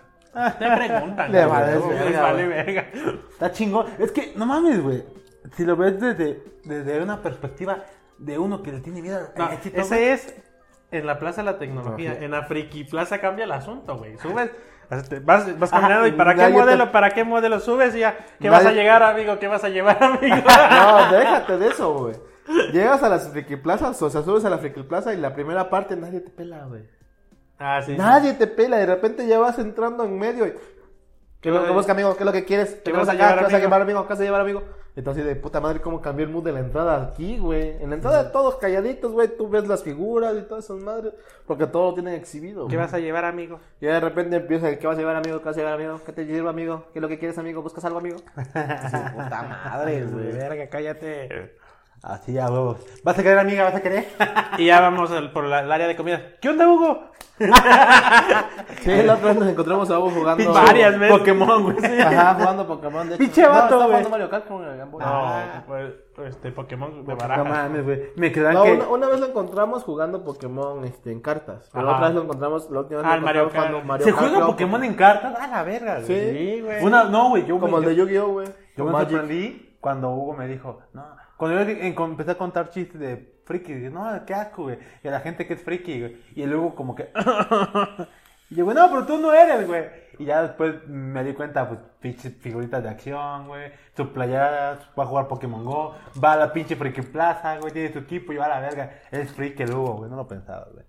S2: Te preguntan.
S3: Le
S2: güey,
S3: vale
S2: güey,
S3: verga,
S2: vale verga.
S3: Está chingón. Es que, no mames, güey. Si lo ves desde, desde una perspectiva de uno que le tiene miedo al
S2: No,
S3: éxito, güey.
S2: ese es en la Plaza de la Tecnología. En la Friki Plaza cambia el asunto, güey. Subes, este, vas, vas caminando
S1: Ah,
S2: y ¿para qué
S1: nadie te-
S2: modelo? ¿Para qué modelo subes? Y ya, ¿qué vas a
S1: Nadie-
S2: llegar, amigo? ¿Qué vas a llevar, amigo?
S1: No, déjate de eso, güey. Llegas a las frikiplazas, o sea, subes a la frikiplaza y la primera parte nadie te pela, güey.
S2: ah, sí.
S1: Nadie te pela, de repente ya vas entrando en medio y... ¿Qué es lo que busca, amigo? ¿Qué es lo que quieres? ¿Qué
S2: vas
S1: vas
S2: a
S1: acá?
S2: llevar,
S1: ¿Qué vas a
S2: amigo?
S1: llevar, amigo? ¿Qué vas a llevar, amigo? Entonces, de puta madre, ¿cómo cambió el mood de la entrada aquí, güey? En la entrada todos calladitos, güey. Tú ves las figuras y todas esas madres. Porque todo lo tienen exhibido.
S2: ¿Qué
S1: güey.
S2: vas a llevar, amigo?
S1: Y de repente empieza, el, ¿qué vas a llevar, amigo? ¿Qué vas a llevar, amigo? ¿Qué te sirve, amigo? ¿Qué es lo que quieres, amigo? ¿Buscas algo, amigo? Así, puta madre, güey.
S2: Pues, Verga, cállate.
S3: Así, a huevos. ¿Vas a querer, amiga? ¿Vas a querer?
S2: Y ya vamos al- por la- el área de comida. ¿Qué onda, Hugo?
S1: Sí, la otra vez nos encontramos a vos jugando...
S2: Varias veces.
S3: Pokémon, güey.
S1: Ajá, jugando Pokémon. de hecho.
S3: Pinche
S1: No,
S3: vato,
S1: estaba
S3: güey.
S1: jugando Mario Kart con el Game Boy.
S2: No, pues, este Pokémon de
S3: No
S2: baraja.
S3: mames, güey. Me quedan
S1: No,
S3: que...
S1: una, una vez lo encontramos jugando Pokémon este, en cartas. Pero
S2: Ajá.
S1: otra vez lo encontramos, la última vez
S2: Ah,
S1: lo
S2: el Mario
S1: encontramos jugando
S2: Kart.
S1: Mario
S3: ¿Se
S1: Kart,
S3: juega
S1: creo,
S3: Pokémon en cartas? A la verga, güey.
S1: Sí,
S2: güey.
S3: Una, no, güey, yo
S1: Como el
S3: güey,
S1: de Yu-Gi-Oh, güey.
S3: Yo
S1: O
S3: me
S1: Magic.
S3: sorprendí cuando Hugo me dijo, no, cuando yo di- en- com- empecé a contar chistes de friki, dije, no, qué asco, güey, y a la gente que es friki, güey, y luego como que, y yo, güey, no, pero tú no eres, güey, y ya después me di cuenta, pues, pinches figuritas de acción, güey, sus playadas, va a jugar Pokémon Go, va a la pinche friki plaza, güey, tiene su equipo y va a la verga, es friki el Hugo, güey, no lo pensaba, güey.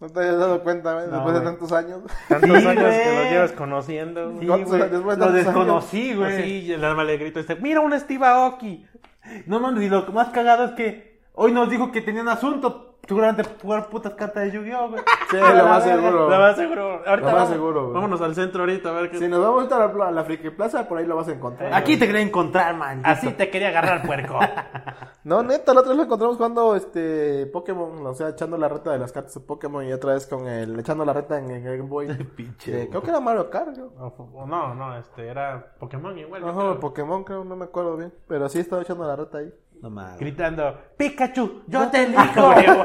S1: No te habías dado cuenta, güey,
S3: No,
S1: después de
S3: güey.
S1: tantos años.
S2: Tantos
S3: Sí,
S2: años que
S3: güey.
S2: los llevas conociendo. güey.
S3: Sí,
S1: ¿Cuántos
S3: güey,
S1: años? Después de
S3: lo
S1: tantos años.
S3: desconocí, güey.
S2: Así, y nada más le grito este, mira un Steve Aoki.
S3: No mames, y lo más cagado es que hoy nos dijo que tenían asunto. Seguramente jugar putas cartas de Yu-Gi-Oh, güey.
S1: Sí, lo más
S2: Lo
S1: seguro.
S2: más seguro. Ahorita
S1: Lo más
S2: vamos-
S1: seguro, güey.
S2: Vámonos al centro ahorita a ver qué.
S1: Si nos vamos a estar a la pla- a la Friki Plaza, por ahí lo vas a encontrar.
S3: Aquí
S1: güey.
S3: te quería encontrar, man.
S2: Así te quería agarrar, puerco.
S1: No, neta, la otra vez lo encontramos jugando este Pokémon, o sea, echando la reta de las cartas de Pokémon y otra vez con el, echando la reta en el Game Boy.
S3: Pinche,
S1: Eh, creo que era Mario Kart, creo.
S2: O- o no, no, este era Pokémon igual. yo
S1: Ajá,
S2: creo.
S1: Pokémon creo, no me acuerdo bien. Pero sí estaba echando la reta ahí.
S3: No mames.
S2: Gritando, Pikachu, yo
S3: Ah,
S2: te elijo.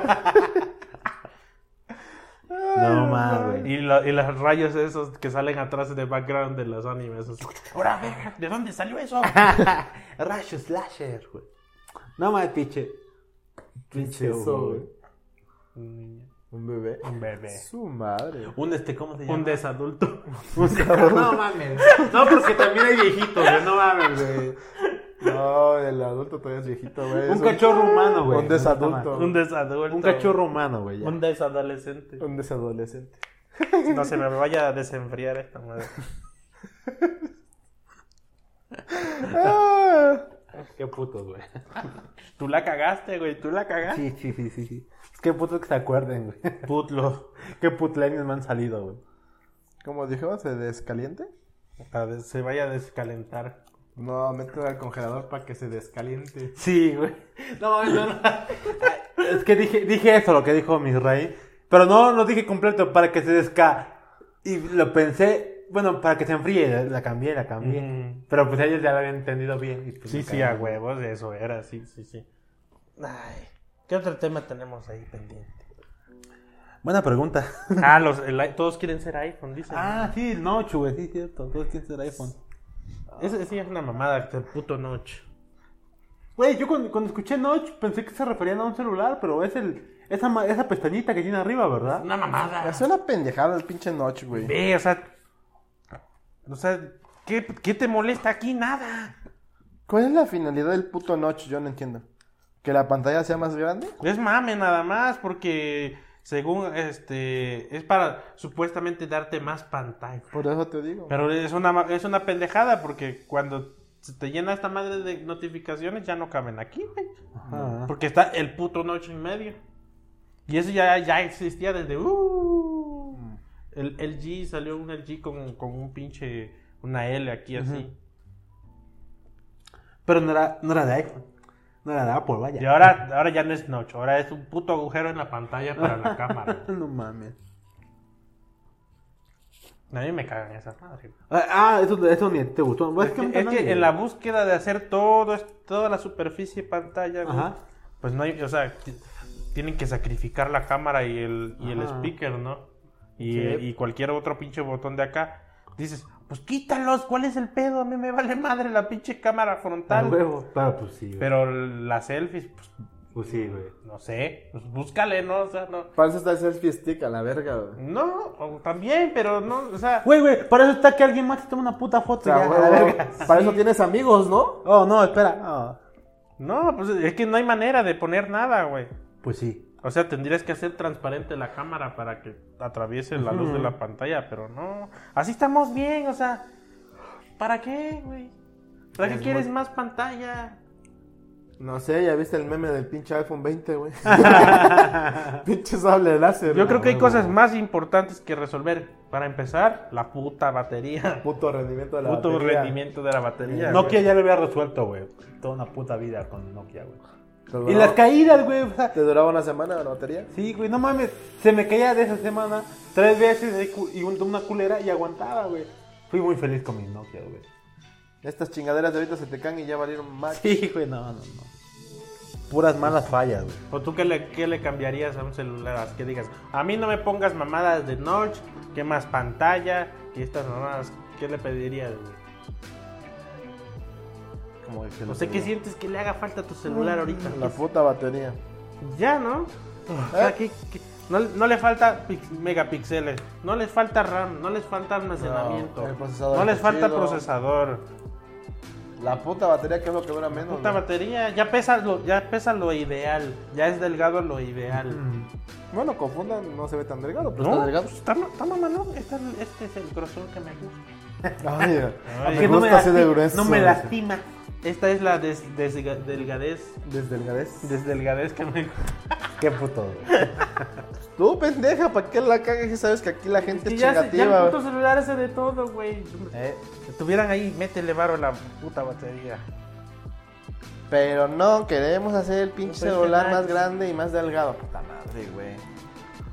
S3: No mames, güey.
S2: y, lo- y los rayos esos que salen atrás de background de los animes. esos. Ahora, verga, ¿de dónde salió eso?
S3: Rash Slasher, güey. No mames, pinche. Pinche,
S1: Eso,
S3: güey.
S1: güey. Un bebé.
S2: Un bebé.
S1: Su madre.
S3: Un este, ¿cómo se llama?
S2: Un desadulto.
S3: no mames. No, porque también hay viejitos, güey. No mames, güey.
S1: No, el adulto todavía es viejito, güey. Es
S3: Un cachorro humano, güey.
S1: Un desadulto.
S2: Un desadulto.
S3: Un cachorro humano, güey. ya.
S2: Un desadolescente.
S1: Un desadolescente.
S2: No se me vaya a desenfriar esta madre.
S1: Ah.
S3: Qué putos, güey.
S2: Tú la cagaste, güey. Tú la cagaste.
S3: Sí, sí, sí, sí, sí. Es que putos que se acuerden, güey.
S2: Putlo.
S3: Qué putleños me han salido, güey.
S1: Como dijo, se descaliente.
S2: A ver, se vaya a descalentar.
S1: No, mételo al congelador para que se descaliente.
S3: Sí, güey. No mames, no, no. Es que dije, dije eso, lo que dijo mi rey. Pero no, no dije completo, para que se desca. Y lo pensé, bueno, para que se enfríe, la, la cambié, la cambié.
S2: Mm.
S3: Pero pues ellos ya lo habían entendido bien. y, pues,
S2: Sí,
S3: me
S2: sí,
S3: cagaron.
S2: a huevos, eso era, sí, sí, sí. Ay, ¿qué otro tema tenemos ahí pendiente?
S3: Buena pregunta.
S2: Ah, los, el i- todos quieren ser iPhone, dicen.
S3: ah, sí, el Notch, güey, sí, cierto. Todos quieren ser iPhone.
S2: Ese sí es una mamada, este puto noche.
S3: Güey, yo cuando, cuando escuché Notch pensé que se referían a un celular, pero es el esa, ma- esa pestañita que tiene arriba, ¿verdad?
S2: Una mamada.
S1: Es una pendejada el pinche Notch, güey.
S2: Ve, o sea. O sea, ¿qué, qué te molesta aquí? Nada.
S1: ¿Cuál es la finalidad del puto Notch? Yo no entiendo. ¿Que la pantalla sea más grande?
S2: Es mame nada más, porque según este. Es para supuestamente darte más pantalla.
S1: Por eso te digo.
S2: Pero es una, ma- es una pendejada, porque cuando se te llena esta madre de notificaciones ya no caben aquí, güey.
S3: Ajá.
S2: Porque está el puto noche y medio. Y eso ya, ya existía desde. uh, el LG salió un LG con, con un pinche. Una L aquí así.
S3: Pero no era, no era de iPhone. No era de Apple, vaya.
S2: Y ahora, ahora ya no es noche, ahora es un puto agujero en la pantalla para la cámara.
S3: no mames.
S2: A mí me cagan esas madres.
S3: Ah, ah, eso, eso ni te gustó. Bueno,
S2: Es que,
S3: nunca
S2: es que
S3: nadie-
S2: en la búsqueda de hacer todo, es- toda la superficie pantalla, güey,
S3: Ajá.
S2: pues no hay, o sea, ti- tienen que sacrificar la cámara y el, y el
S3: Ajá.
S2: speaker, ¿no? Y,
S3: Sí.
S2: y cualquier otro pinche botón de acá. Dices, pues quítalos, ¿cuál es el pedo? A mí me vale madre la pinche cámara
S3: Ah,
S2: frontal.
S3: huevo. Claro, pues sí, güey.
S2: Pero las selfies, pues
S3: Pues sí, güey.
S2: no sé, pues búscale, ¿no? O sea, no.
S1: Para eso está el selfie stick a la verga, güey.
S2: No, o también, pero no, o sea,
S3: Güey, güey, para eso está que alguien más te tome una puta foto.
S1: O sea,
S3: ya,
S1: güey,
S3: a la verga.
S1: Para eso tienes amigos, ¿no?
S3: Oh, no, espera. Ah,
S2: no, pues es que no hay manera de poner nada, güey.
S3: pues sí.
S2: O sea, tendrías que hacer transparente la cámara para que atraviese la luz de la pantalla, pero no. Así estamos bien, o sea, ¿para qué, güey? ¿Para qué quieres más pantalla?
S1: No sé, ya viste el meme del pinche iPhone 20, güey. pinche sable láser.
S2: Yo creo que hay
S1: güey.
S2: cosas más importantes que resolver. Para empezar, la puta batería.
S1: Puto rendimiento de la
S2: Puto
S1: batería.
S2: rendimiento de la batería. güey.
S3: Nokia ya lo había resuelto, güey. Toda una puta vida con Nokia, güey.
S1: Te
S3: Y
S1: duraba-
S3: las caídas, güey. o sea,
S1: ¿Te duraba una semana la batería?
S3: sí, güey, no mames. Se me caía de esa semana tres veces de cu- y un- una culera y aguantaba, güey. Fui muy feliz con mi Nokia, güey.
S1: Estas chingaderas de ahorita se te caen y ya valieron más.
S3: Sí, güey, no, no, no. Puras malas fallas, güey.
S2: ¿O tú qué le, qué le cambiarías a un celular? Que digas, a mí no me pongas mamadas de notch, que más pantalla, que estas mamadas, ¿qué le pedirías, güey?
S1: Como que se
S2: No
S1: lo
S2: sé qué
S1: digo.
S2: sientes que le haga falta a tu celular ahorita.
S1: Mm. La ¿Eh? puta batería.
S2: Ya, ¿no? O sea, ¿qué- qué- No, no le falta pix- megapíxeles, no les falta RAM, no les falta almacenamiento,
S1: el
S2: no,
S1: procesador
S2: les
S1: está
S2: falta
S1: chido.
S2: procesador,
S1: La puta batería que es lo que dura menos.
S2: puta
S1: güey.
S2: batería, ya pesa, lo, ya pesa lo ideal, ya es delgado lo ideal.
S1: Mm. Bueno, confundan, no se ve tan delgado, pero
S2: ¿No?
S1: está delgado.
S2: Está, está mamalón, está- este es el grosor que me gusta.
S1: Ay,
S2: Ay.
S1: me gusta así de grueso.
S3: no me lastima.
S2: Esta es la des- desga- delgadez.
S1: Desde delgadez.
S2: Desdelgadez que me.
S3: Qué puto, güey.
S1: Tú, pendeja, ¿para qué la cagas? Ya sabes que aquí la gente
S2: Y
S1: es
S2: ya, se- ya
S1: chingativa.
S2: el puto celular hace de todo, güey.
S1: Eh,
S2: Si Estuvieran ahí, métele varo a la puta batería.
S1: pero no, queremos hacer el pinche
S2: No, pues,
S1: celular
S2: que nada.
S1: más grande y más delgado. Puta madre, güey.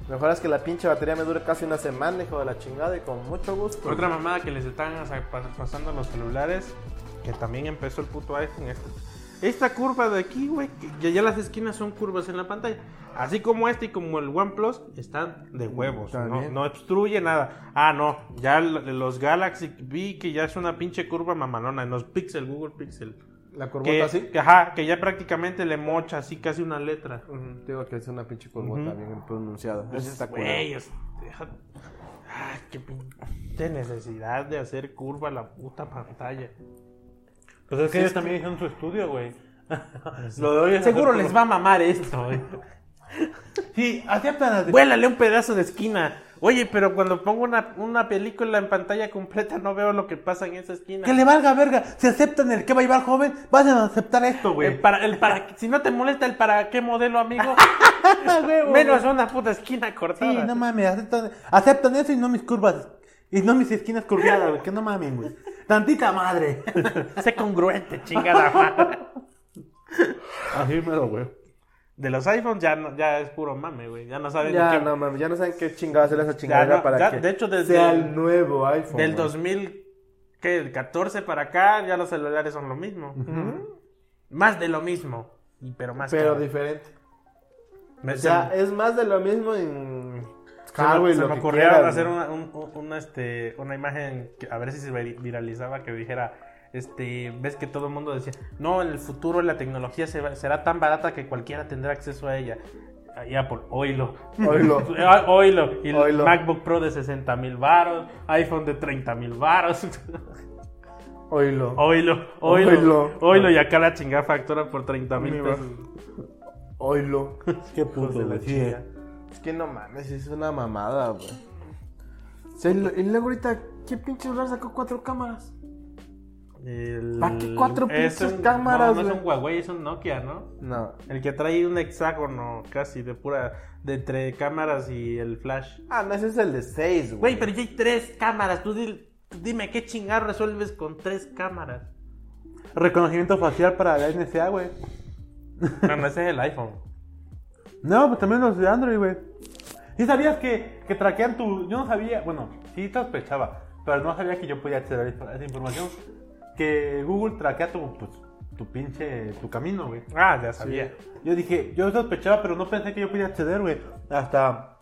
S1: Mejor es que la pinche batería me dure casi una semana, hijo de la chingada, y con mucho gusto.
S2: Otra mamada que les están asa- pas- pasando los celulares, que también empezó el puto iPhone. Esta, esta curva de aquí, güey, que ya, ya las esquinas son curvas en la pantalla. Así como este y como el OnePlus, están de huevos. No,
S1: También.
S2: no obstruye nada. Ah, no, ya l- los Galaxy vi que ya es una pinche curva mamalona. En los Pixel, Google Pixel.
S1: La
S2: que,
S1: corbota así.
S2: que, ajá, que ya prácticamente le mocha así casi una letra.
S1: Ujú, Digo que es una pinche corbota
S2: Ujú.
S1: bien pues. pronunciada. Esa está
S2: Güey,
S1: culera.
S2: es- deja- Ay, qué pinche necesidad de hacer curva la puta pantalla.
S3: Pues es que ellos también hicieron su estudio, güey. Lo de hoy es
S2: Seguro
S3: hacer
S2: les va a mamar esto, güey.
S3: curvas. Sí, aceptan las de-
S2: Vuélale un pedazo de esquina. Oye, pero cuando pongo una, una película en pantalla completa no veo lo que pasa en esa esquina.
S3: Que le valga verga. Si aceptan el que va a llevar joven, vas a aceptar esto,
S2: El
S3: güey.
S2: para, el para, si no te molesta el para qué modelo, amigo, menos una puta esquina cortada.
S3: Ah, Sí, no mames, aceptan, aceptan eso y no mis curvas. Y no mis esquinas curviadas, güey. Que no mames, güey. Tantita madre.
S2: Sé congruente, chingada madre.
S4: Así mero, güey.
S2: De los iPhones ya, no- ya es puro mame, güey. Ya no saben ni
S3: Ya
S2: qué-
S3: no, mames, ya no saben qué chingada hacer esa
S2: ya
S3: chingadera
S2: no-
S3: para
S2: ya,
S3: que
S2: De hecho, desde
S3: sea
S2: el-
S3: el nuevo iPhone.
S2: del
S3: güey.
S2: 2014 para acá, ya los celulares son lo mismo. Más de lo mismo, y- pero más
S3: Pero
S2: caro.
S3: diferente.
S2: Me-
S3: O
S2: se-
S3: sea, es más de lo mismo en
S2: se me-
S3: hardware.
S2: se
S3: lo
S2: me
S3: que
S2: ocurrió
S3: quieras,
S2: hacer
S3: güey.
S2: una, un- un- una, este, una imagen, que- a ver si se vir- viralizaba, que dijera, este, ves que todo el mundo decía, no, en el futuro la tecnología se va- será tan barata que cualquiera tendrá acceso a ella. Y Apple, oílo. Ah,
S3: Oílo.
S2: Oílo. Y el
S3: Oílo.
S2: MacBook Pro de 60 mil varos, iPhone de 30 mil varos.
S3: Oílo.
S2: Oílo, oílo,
S3: Oílo.
S2: oílo y acá la chingada factura por 30 mil
S3: Mi
S2: pesos.
S3: Oílo.
S4: Qué puto,
S3: la
S4: güey. sí.
S3: chingada.
S1: Es que no mames, es una mamada, güey. O sea, y lo- y luego ahorita, ¿qué pinche celular sacó cuatro cámaras?
S2: El-
S1: ¿Pa' qué cuatro
S2: es
S1: pinches
S2: un-
S1: cámaras,
S2: No, no es
S1: güey?
S2: un Huawei, es un Nokia, ¿no?
S1: No.
S2: El que trae un hexágono casi de pura, de entre cámaras y el flash.
S1: Ah, no, ese es el de seis, güey.
S2: Güey, pero ya hay tres cámaras, tú, dil- tú dime, ¿qué chingar resuelves con tres cámaras?
S3: Reconocimiento facial para la NSA, güey.
S2: No, no, ese es el iPhone.
S3: No, pues también los de Android, güey. ¿Y sabías que, que traquean tu.? Yo no sabía, bueno, sí sospechaba, pero no sabía que yo podía acceder a esa- a esa información. Que Google traquea tu, pues, tu pinche. tu camino, güey.
S2: Ah, ya sabía.
S3: Yo dije, yo sospechaba, pero no pensé que yo podía acceder, güey. Hasta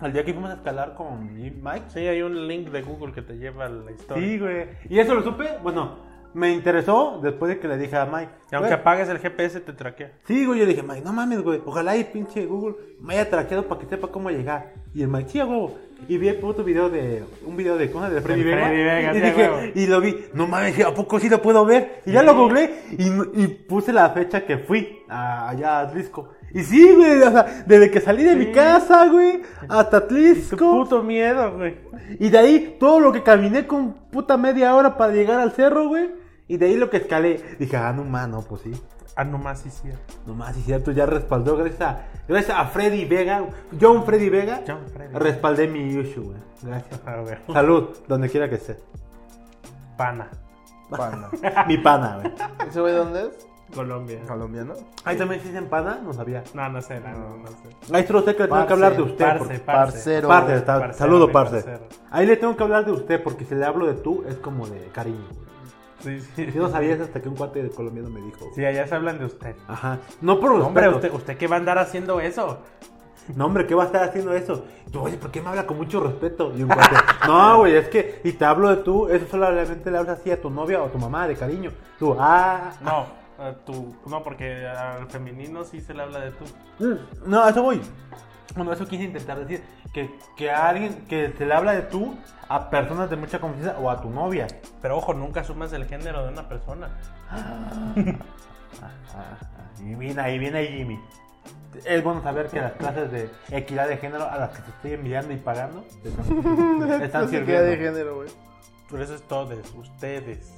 S3: el día que fuimos a escalar con mi Mike.
S2: Sí, hay un link de Google que te lleva a la historia.
S3: Sí, güey. Y eso lo supe, bueno, me interesó después de que le dije a Mike.
S2: Y aunque
S3: güey,
S2: apagues el GPS, te traquea.
S3: Sí, güey, yo dije, Mike, no mames, güey. Ojalá y pinche Google me haya traqueado para que sepa cómo llegar. Y el Mike, sí, a huevo. Y vi el puto video de. Un video de cosas de Freddy
S2: Del
S3: Vega.
S2: Freddy Vega,
S3: y
S2: sí, a
S3: dije,
S2: huevo.
S3: y lo vi, no mames, dije, ¿a poco sí lo puedo ver? Y ya lo googleé y, no- y puse la fecha que fui a- allá a Atlisco. Y sí, güey, o sea, desde que salí de mi casa, güey, hasta Atlisco.
S2: Puto miedo, güey.
S3: Y de ahí todo lo que caminé con puta media hora para llegar al cerro, güey. Y de ahí lo que escalé. Dije, ah, no más, no, pues sí.
S2: Ah, nomás sí, cierto.
S3: Nomás, sí, cierto, ya respaldó gracias a, gracias a Freddy Vega. John Freddy Vega.
S2: John Freddy.
S3: Respaldé mi issue, güey. Gracias.
S2: A ver,
S3: Salud, donde quiera que esté.
S2: pana.
S1: Panda.
S3: Mi pana, güey.
S1: ¿Ese güey dónde es?
S2: Colombia.
S1: Colombiano.
S3: Ahí también se dicen pana, no sabía.
S2: No, no sé, no, no, no sé.
S3: Ahí solo sé que le tengo
S1: Parce,
S3: que hablar de usted.
S2: parce,
S3: porque-
S2: parce.
S1: Parcero.
S3: Parce, ta-
S2: Parcero,
S3: saludo,
S2: mi
S3: parce.
S2: parcero.
S3: Ahí le tengo que hablar de usted porque si le hablo de tú es como de cariño. güey.
S2: Sí, sí.
S3: Yo no sabía eso hasta que un cuate colombiano me dijo. güey.
S2: Sí, allá se hablan de usted.
S3: Ajá. No por
S2: No, hombre,
S3: respeto.
S2: usted, ¿usted qué va a andar haciendo eso?
S3: No, hombre, ¿qué va a estar haciendo eso? Yo, oye, ¿por qué me habla con mucho respeto? Y un cuate, no, güey, es que, y te hablo de tú, eso solamente le hablas así a tu novia o a tu mamá, de cariño. Tú, ah,
S2: No, eh, tú, no, porque al femenino sí se le habla de tú.
S3: mm, no, a eso voy. Bueno, eso quise intentar decir, que, que a alguien, que se le habla de tú a personas de mucha confianza o a tu novia.
S2: Pero ojo, nunca asumas el género de una persona.
S3: Ah, ahí viene, ahí viene ahí Jimmy. Es bueno saber que las clases de equidad de género a las que te estoy enviando y pagando te están, te están
S1: Esa chica de
S3: sirviendo.
S1: género, güey.
S2: Por eso es todes, ustedes.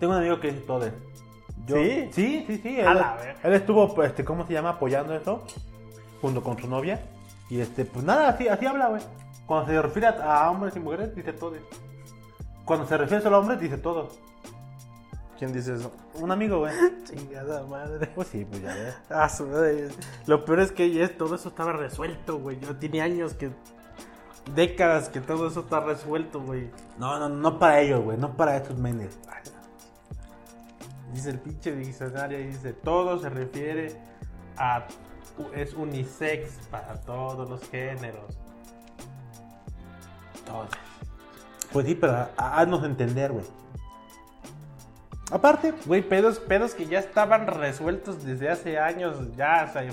S3: Tengo un amigo que dice todo
S2: ¿Sí?
S3: Sí, sí, sí. Él,
S2: A la ver-
S3: él estuvo, pues, este, ¿cómo se llama? Apoyando eso, junto con su novia. Y este, pues nada, así, así habla, güey. Cuando se refiere a, a hombres y mujeres, dice todo. Cuando se refiere solo a hombres, dice todo.
S1: ¿Quién dice eso?
S3: Un amigo, güey.
S2: Chingada madre.
S3: Pues sí, pues ya ves.
S2: Ah, su madre. Lo peor es que ya todo eso estaba resuelto, güey. Yo tenía años que. décadas que todo eso está resuelto, güey.
S3: No, no, no para ellos, güey. No para estos menes.
S2: Dice el pinche diccionario y dice, todo se refiere a... es unisex para todos los géneros. Todos.
S3: Pues sí, pero ha- haznos entender, güey. Aparte,
S2: Güey, pedos, pedos que ya estaban resueltos desde hace años, ya, o sea, yo-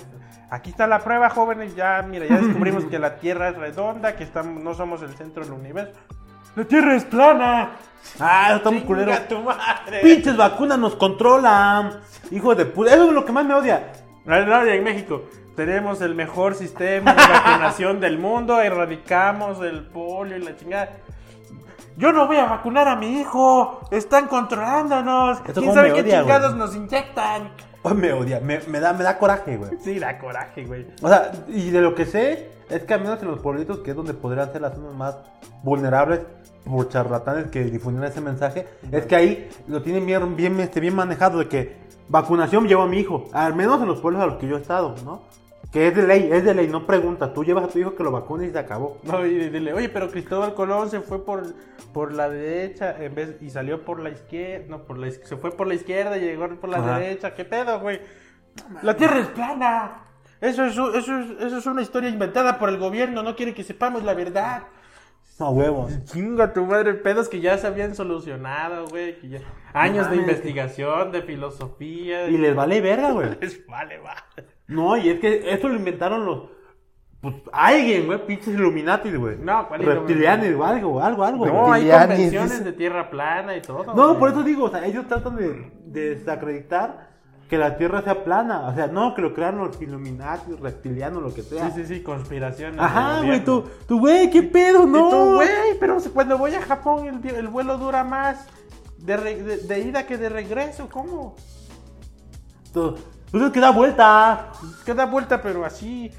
S2: aquí está la prueba, jóvenes, ya, mira, ya descubrimos que la Tierra es redonda, que estamos, no somos el centro del universo. ¡La Tierra es plana!
S3: ah, estamos culeros.
S2: Ah, ¡Chinga tu madre!
S3: Pinches vacunas nos controlan. Hijo de puta. Eso es lo que más me odia.
S2: No, no, y en México tenemos el mejor sistema de vacunación del mundo, erradicamos el polio y la chingada. Yo no voy a vacunar a mi hijo, están controlándonos.
S3: Esto
S2: ¿Quién
S3: cómo
S2: sabe
S3: me
S2: qué
S3: odia, güey.
S2: chingados nos inyectan?
S3: Ay, me odia. Me, me da, me da coraje, güey.
S2: Sí, da coraje, güey.
S3: O sea, y de lo que sé, es que al menos en los pueblitos, que es donde podrían ser las zonas más vulnerables, por charlatanes que difundieron ese mensaje, es que ahí lo tienen bien, bien, este, bien manejado de que vacunación lleva a mi hijo, al menos en los pueblos a los que yo he estado, ¿no? Que es de ley, es de ley, no pregunta, tú llevas a tu hijo que lo vacune y se acabó.
S2: No, y dile, oye, pero Cristóbal Colón se fue por, por la derecha en vez y salió por la izquierda, no, por la, iz- se fue por la izquierda y llegó por la
S3: Ajá.
S2: derecha, ¿qué pedo, güey? La tierra es plana. Eso es, u- eso, es, eso es una historia inventada por el gobierno, no quiere que sepamos la verdad.
S3: No huevos.
S2: Chinga tu madre, pedos que ya se habían solucionado, güey. que ya- Años de
S3: mames.
S2: investigación, de filosofía.
S3: Y les vale verga, güey.
S2: les vale, va.
S3: No, y es que esto lo inventaron los. Pues alguien, güey, pinches Illuminati, güey.
S2: No, ¿cuál
S3: Reptilianos, o algo, algo, algo.
S2: No,
S3: güey.
S2: hay
S1: Reptilianis,
S2: convenciones
S1: dice.
S2: de tierra plana y todo.
S3: No,
S2: güey.
S3: por eso digo, o sea, ellos tratan de, de desacreditar que la Tierra sea plana. O sea, no, que lo crearon los Illuminati, los reptilianos, lo que sea.
S2: Sí, sí, sí, conspiraciones.
S3: Ajá,
S2: del
S3: güey,
S2: gobierno.
S3: tú, tú, güey, qué pedo,
S2: Y tú,
S3: no.
S2: güey, pero si- cuando voy a Japón el, vi- el vuelo dura más de, re- de- de ida que de regreso. ¿Cómo?
S3: Tú, tú tienes que da vuelta.
S2: Es que da vuelta, pero así.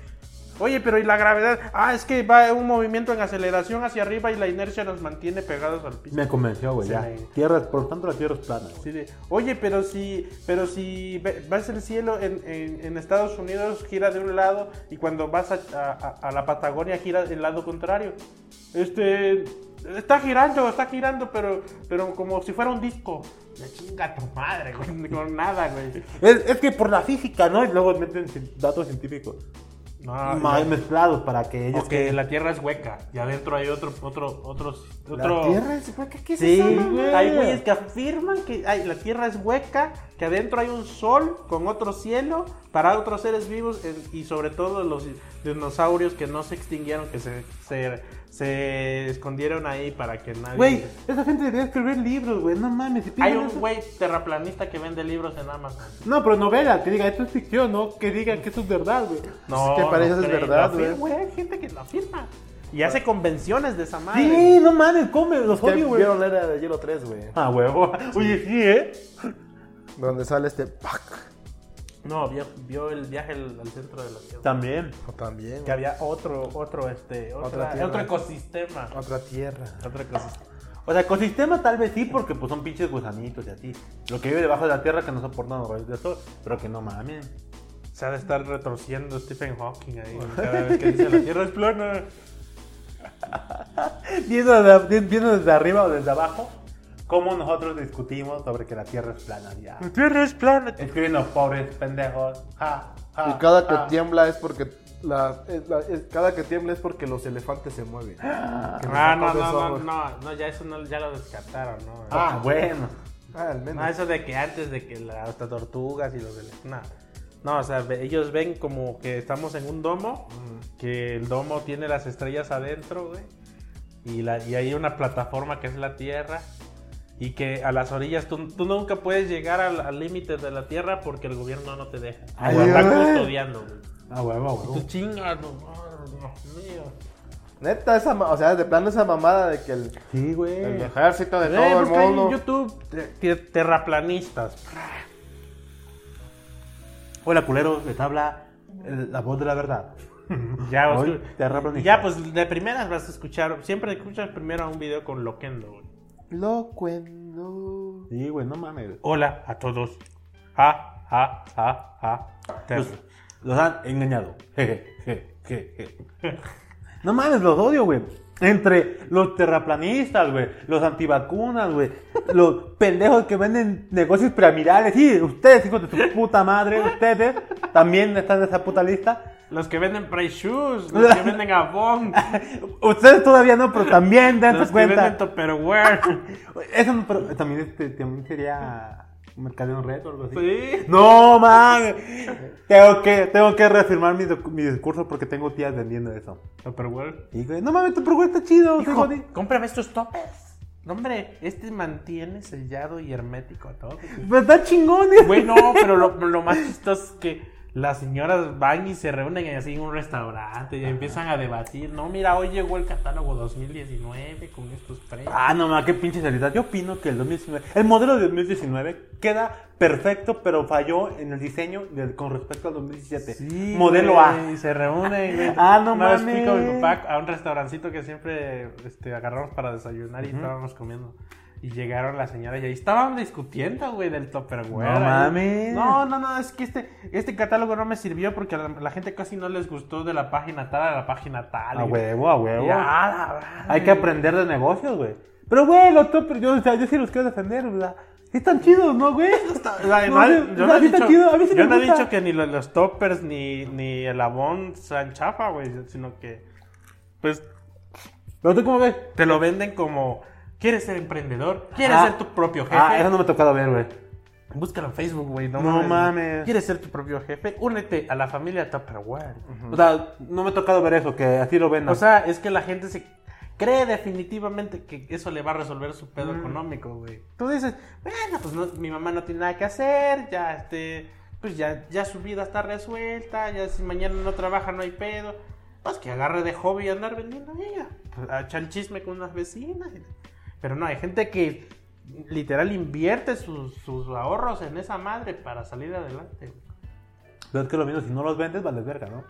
S2: Oye, pero ¿y la gravedad? Ah, es que va un movimiento en aceleración hacia arriba y la inercia nos mantiene pegados al piso.
S3: Me convenció, güey,
S2: Se
S3: ya.
S2: me-
S3: Tierra, por lo tanto, la Tierra es plana, güey.
S2: Así de, Oye, pero si, pero si ve- vas el cielo en, en- en Estados Unidos gira de un lado y cuando vas a, a- a la Patagonia gira del lado contrario. Este está girando, está girando, pero, pero como si fuera un disco. La chinga tu madre, güey. Con nada, güey.
S3: Es, es que por la física, ¿no? Y luego meten cien- datos científicos.
S2: No,
S3: ma- mezclados para que ellos.
S2: o que la Tierra es hueca y adentro hay otro, otro, otro, otro.
S1: La tierra es hueca, ¿qué es
S3: Sí,
S1: esa mamá?
S3: güey.
S2: Hay güeyes que afirman que ay, la Tierra es hueca, que adentro hay un sol con otro cielo para otros seres vivos en- y sobre todo los dinosaurios que no se extinguieron, que se, se, se escondieron ahí para que nadie...
S3: Güey, esa gente debería escribir libros, güey. No mames. si
S2: Hay
S3: piensan
S2: un
S3: eso-
S2: güey terraplanista que vende libros en Amazon.
S3: No, pero novela, que diga esto es ficción, ¿no? Que digan que esto es verdad, güey.
S1: que parece es
S2: creo,
S1: verdad,
S2: lo afir- güey. Hay gente que lo afirma. Y hace convenciones de esa madre.
S3: Sí, no mames, come, los
S1: Ya
S3: odio, güey.
S1: vieron la era de hielo 3, güey.
S3: Ah, huevo. Oye, sí, ¿eh?
S1: Donde sale este pack.
S2: No, vio, vio el viaje al, al centro de la Tierra.
S3: También.
S1: O también.
S2: Que había otro, otro, este,
S1: Otra
S2: otra-
S1: tierra.
S2: otro ecosistema.
S1: Otra tierra.
S2: Otro ecosistema.
S3: O sea, ecosistema tal vez sí, porque pues son pinches gusanitos y así. Lo que vive debajo de la tierra que no soportan los rayos del sol. Pero que no mames.
S2: Se ha de estar retorciendo Stephen Hawking ahí cada vez que dice la Tierra es plana.
S3: Viendo desde, viendo desde arriba o desde abajo, cómo nosotros discutimos sobre que la tierra es plana. Ya.
S2: La Tierra es plana.
S3: Escriben los pobres pendejos. Ja,
S2: Ah,
S3: ja,
S1: Y cada que
S3: ja.
S1: tiembla es porque la- es la- es- cada que tiembla es porque los elefantes se mueven. Que nos
S2: Ah, no,
S1: sacó de
S2: no, no,
S1: sobra.
S2: no, no, ya eso no, ya lo descartaron, ¿no?
S3: Ah, bueno.
S1: Ah, al menos.
S2: No, eso de que antes de que las hasta tortugas y los de No. No, o sea, ve- ellos ven como que estamos en un domo, que el domo tiene las estrellas adentro, güey. Y, la, y hay una plataforma que es la Tierra. Y que a las orillas tú, tú nunca puedes llegar al al límite de la Tierra porque el gobierno no te deja.
S3: Ay,
S2: Lo está
S1: güey.
S2: custodiando, güey.
S3: Ah, huevo,
S2: Tú
S3: huevo.
S2: chingas, no, no, Dios mío.
S1: Neta, esa, ma- o sea, de plano esa mamada de que el,
S3: Sí,
S1: el
S3: güey.
S1: ejército de
S2: Ve,
S1: todo el
S2: busca ahí en
S1: mundo.
S2: Eh, YouTube te- te- terraplanistas.
S3: Hola, culeros, les habla el- la voz de la verdad.
S2: Ya, vas-
S3: Hoy, terraplanista.
S2: ya, pues de primeras vas a escuchar. Siempre escuchas primero un video con Loquendo. güey.
S1: Locuendo.
S3: Sí, güey, no mames.
S2: Hola a todos. Ja, ja, ja, ja. Ter-
S3: Los, los han engañado. Jeje, je, je, je. No mames, los odio, güey. Entre los terraplanistas, güey, los antivacunas, güey, los pendejos que venden negocios piramidales. Sí, ustedes, hijos de su puta madre, ustedes también están en esa puta lista.
S2: Los que venden Price Shoes, los que venden Avon,
S3: Ustedes todavía no, pero también dense
S2: los que
S3: cuenta.
S2: venden Tupperware.
S3: Eso no, pero también, este, también sería un mercado en red o algo así.
S2: Sí.
S3: No, man. Tengo que, tengo que reafirmar mi, docu- mi discurso porque tengo tías vendiendo eso.
S2: Tupperware.
S3: Y güey, no mames, tu programa está chido.
S2: Hijo,
S3: hijo de-
S2: cómprame estos topes. No, hombre, este mantiene sellado y hermético a todo.
S3: Pero Pues está chingón. eh.
S2: Bueno, pero lo, lo más chistoso es que las señoras van y se reúnen así en un restaurante y empiezan a debatir. No, mira, hoy llegó el catálogo 2019 con estos precios.
S3: Ah, no mames, qué pinche realidad. Yo opino que el 2019, el modelo de 2019 queda perfecto, pero falló en el diseño del- con respecto al 2017. modelo A.
S2: Y se reúnen. güey.
S3: Ah, no
S2: Una vez
S3: mames.
S2: fui con mi papá a un restaurancito que siempre este, agarramos para desayunar y estábamos comiendo. Y llegaron las señoras y ahí estaban discutiendo, güey, del Tupperware.
S3: No
S2: ahí.
S3: mames.
S2: No, no, no, es que este, este catálogo no me sirvió porque a la, la gente casi no les gustó de la página tal a la página tal.
S3: A
S2: Y-
S3: huevo, a huevo.
S2: y, ah, la madre.
S3: Hay que aprender de negocios, güey. Pero, güey, los toppers, yo, o sea, yo sí los quiero defender, ¿verdad? Sí están chidos, ¿no, güey?
S2: Ay,
S3: No,
S2: no,
S3: sí,
S2: yo
S3: no,
S2: no he
S3: sí está
S2: dicho,
S3: chido, a mí sí
S2: yo
S3: me
S2: no he
S3: gusta.
S2: dicho que ni lo- los, toppers ni, ni el abón sean chafa, güey, sino que pues
S3: Pero tú, ¿cómo ves?
S2: te lo venden como quieres ser emprendedor, quieres
S3: Ah.
S2: ser tu propio jefe.
S3: Ah, eso no me ha tocado ver, güey.
S2: Búscalo en Facebook, güey, no,
S3: No
S2: güey.
S3: mames.
S2: Quieres ser tu propio jefe, únete a la familia Tupperware.
S3: O sea, no me ha tocado ver eso, que así lo ven.
S2: O sea, es que la gente se cree definitivamente que eso le va a resolver su pedo económico, güey. Tú dices, bueno, pues no- mi mamá no tiene nada que hacer, ya este, pues ya, ya su vida está resuelta, ya si mañana no trabaja no hay pedo. Pues que agarre de hobby andar vendiendo ella, pues, a echar chisme con unas vecinas. Pero no, hay gente que literal invierte sus, sus ahorros en esa madre para salir adelante. güey.
S3: Pero es que lo mismo, si no los vendes, vale verga, ¿no?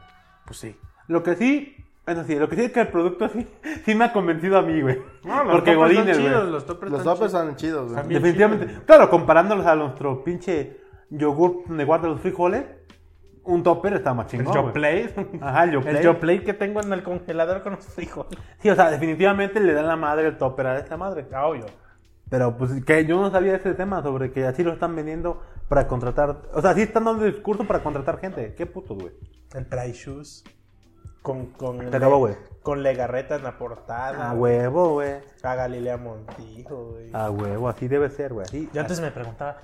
S2: Pues sí.
S3: Lo que sí, bueno, sí, lo que sí es que el producto sí, sí me ha convencido a mí, güey.
S2: No, los
S3: Porque
S2: toppers
S3: Godínez,
S2: están
S3: güey.
S2: chidos, los toppers
S1: Los
S2: están
S1: toppers
S2: chidos.
S1: están chidos, güey.
S2: Están bien
S3: Definitivamente.
S2: chidos, güey.
S3: Claro, comparándolos a nuestro pinche yogur donde guarda los frijoles, un topper está más
S2: El
S3: chingón. güey.
S2: Yoplait.
S3: Ajá, el Yoplait.
S2: El Yoplait que tengo en el congelador con los frijoles.
S3: Sí, o sea, definitivamente le dan la madre el topper a esta madre.
S2: Obvio.
S3: Pero pues que yo no sabía ese tema sobre que así lo están vendiendo para contratar. O sea, sí están dando el discurso para contratar gente. Qué puto, güey.
S2: El Price Shoes. Con, con,
S3: Te acabo, güey.
S2: con Legarreta en la portada.
S3: A huevo, güey.
S2: A Galilea Montijo, güey.
S3: A huevo, así debe ser, güey. Así.
S2: Yo antes me preguntaba,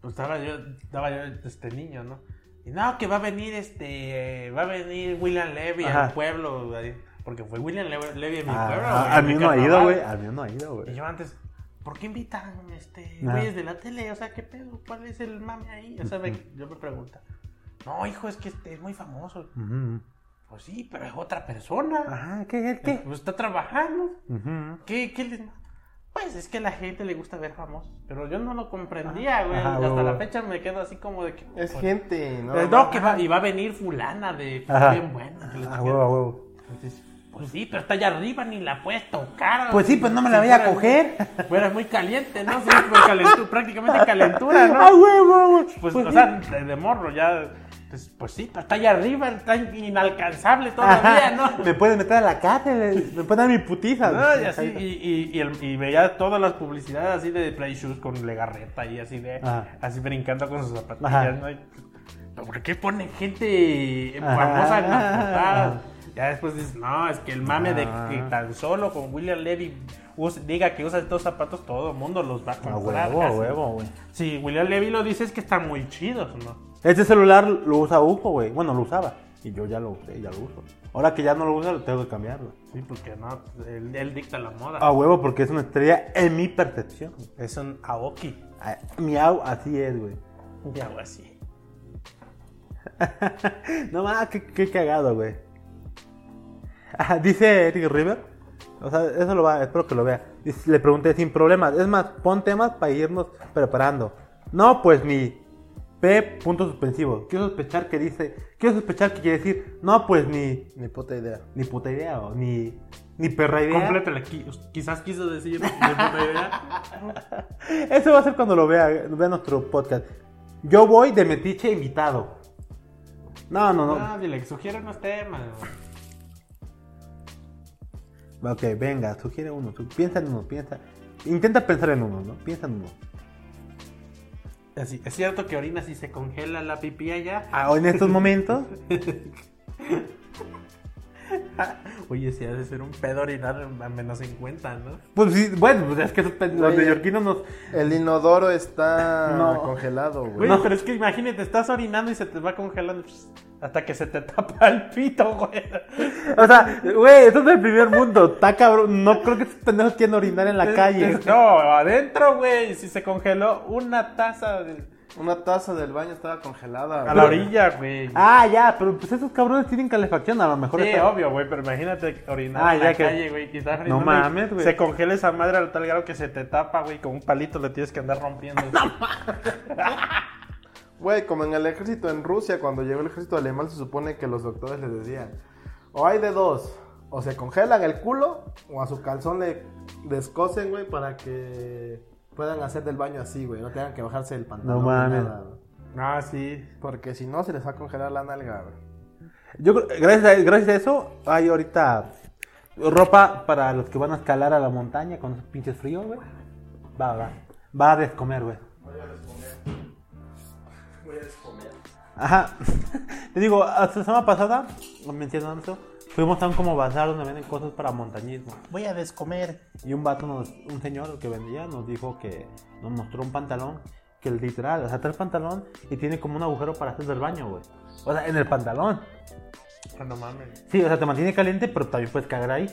S2: pues estaba yo, estaba yo este niño, ¿no? Y no, que va a venir este, va a venir William Levy al
S3: Ajá.
S2: pueblo, güey, porque fue William Le- Levy en mi
S3: Ah,
S2: pueblo.
S3: ah,
S2: güey,
S3: al
S2: en mi
S3: mío no ha ido,
S2: carnaval.
S3: güey. Al mío no ha ido,
S2: Y
S3: güey.
S2: yo antes, ¿por qué invitan este
S3: Ajá.
S2: güeyes de la tele? O sea, ¿qué pedo? ¿Cuál es el mame ahí? O sea, me- yo me pregunto, no, hijo, es que este es muy famoso.
S3: Ujú.
S2: Pues sí, pero es otra persona.
S3: Ajá, ¿qué? ¿Qué?
S2: Pues está trabajando.
S3: Ujú.
S2: ¿Qué, qué les- Pues es que a la gente le gusta ver famosos. Pero yo no lo comprendía, güey.
S3: Ajá,
S2: Hasta
S3: güey.
S2: la fecha me quedo así como de que.
S1: Es
S2: pues,
S1: gente, ¿no?
S2: eh, No, que va, y va a venir fulana de
S3: Ajá.
S2: bien buena. que les-
S3: A huevo, a huevo.
S2: Entonces, pues sí, pero está allá arriba, ni la puedes tocar.
S3: Pues sí, pues no me la
S2: Si
S3: voy a
S2: fuera-
S3: coger.
S2: Fuera muy caliente, ¿no? Sí, pues, calentu- prácticamente calentura, ¿no?
S3: A huevo, güey.
S2: Pues, o sea, de, de morro ya. Pues, pues sí, pero está allá arriba, está inalcanzable todavía,
S3: Ajá.
S2: ¿no?
S3: Me pueden meter a la cárcel, me pueden dar mi putiza.
S2: No, y así, y, y- y el- y veía todas las publicidades así de Play Shoes con Legarreta y así de,
S3: Ajá.
S2: así brincando con sus zapatillas,
S3: Ajá.
S2: ¿no? Y, "¿Pero ¿Por qué ponen gente
S3: Ajá.
S2: famosa en las portadas? Ya después dices, no, es que el mame de
S3: Ah.
S2: que tan solo con William Levy us- diga que usa estos zapatos, todo el mundo los va a
S3: A
S2: comprar.
S3: huevo, a
S2: casi.
S3: huevo, güey.
S2: Si William Levy lo dice es que están muy chidos, ¿no?
S3: Este celular lo usa Uco, güey. Bueno, lo usaba. Y yo ya lo usé, ya lo uso. Ahora que ya no lo uso, lo tengo que cambiar, güey.
S2: Sí, porque no, él, él dicta la moda.
S3: A huevo, porque es una estrella en mi percepción.
S2: Es un Aoki,
S3: A- Miau, así es, güey.
S2: de algo así.
S3: No más, qué, qué cagado, güey. Ah, Dice Eric River. O sea, eso lo va, espero que lo vea. Dice- Le pregunté sin problemas. Es más, pon temas para irnos preparando. No, pues ni P puntos suspensivos. Quiero sospechar que dice. Quiero sospechar que quiere decir. No, pues ni.
S1: Ni puta idea.
S3: Ni puta idea, o ni. Ni perra idea.
S2: Complétala, qui- quizás quiso decir de puta idea.
S3: Eso va a ser cuando lo vea, vea nuestro podcast. Yo voy de metiche invitado. No, no, no.
S1: Ah,
S2: No, Ah, dile, sugiere unos temas.
S3: Ok, venga, sugiere uno. tú piensa en uno, piensa. Intenta pensar en uno, ¿no? Piensa en uno.
S2: Así, es cierto que orinas y se congela la pipí allá.
S3: Ah, en estos momentos.
S2: Oye, si ha de ser un pedo orinar a menos 50, ¿no?
S3: Pues sí, bueno, pues es que esos pe- los
S1: Güey.
S3: neoyorquinos nos.
S1: El inodoro está
S3: No.
S1: congelado, güey.
S2: Güey, pero es que imagínate, estás orinando y se te va congelando pss, hasta que se te tapa el pito, güey.
S3: O sea, güey, esto es el primer mundo. Está cabrón. No creo que estos pendejos quieran orinar en la calle.
S2: No, adentro, güey. Si se congeló una taza de-
S1: Una taza del baño estaba congelada.
S2: A la orilla, güey.
S3: Ah, ya, pero pues esos cabrones tienen calefacción, a lo mejor.
S2: Sí,
S3: está-
S2: obvio, güey, pero imagínate orinar
S3: Ah,
S2: en
S3: ya
S2: la
S3: que-
S2: calle, güey, que está
S3: No
S2: orinando y
S3: mames, güey.
S2: Se congela esa madre al tal grado que se te tapa, güey, con un palito le tienes que andar rompiendo.
S1: Güey, como en el ejército en Rusia, cuando llegó el ejército alemán, se supone que los doctores les decían: o hay de dos, o se congelan el culo, o a su calzón le descosen, güey, para que puedan hacer del baño así, güey. No tengan que bajarse el pantalón.
S3: No
S1: ni
S3: mames.
S1: nada, güey.
S2: ah, sí.
S1: Porque si no, se les va a congelar la nalga, güey.
S3: Yo creo- gracias a, gracias a eso hay ahorita ropa para los que van a escalar a la montaña con esos pinches fríos, güey. Va, va. Va a descomer, güey. Ajá. Te digo, hasta la semana pasada, no me entiendo tanto, fuimos a un como bazar donde venden cosas para montañismo.
S2: Voy a descomer.
S3: Y un vato, nos- un señor que vendía, nos dijo que nos mostró un pantalón que literal, o sea, está el pantalón y tiene como un agujero para hacer del baño, güey. O sea, en el pantalón.
S2: no mames.
S3: Sí, o sea, te mantiene caliente, pero también puedes cagar ahí.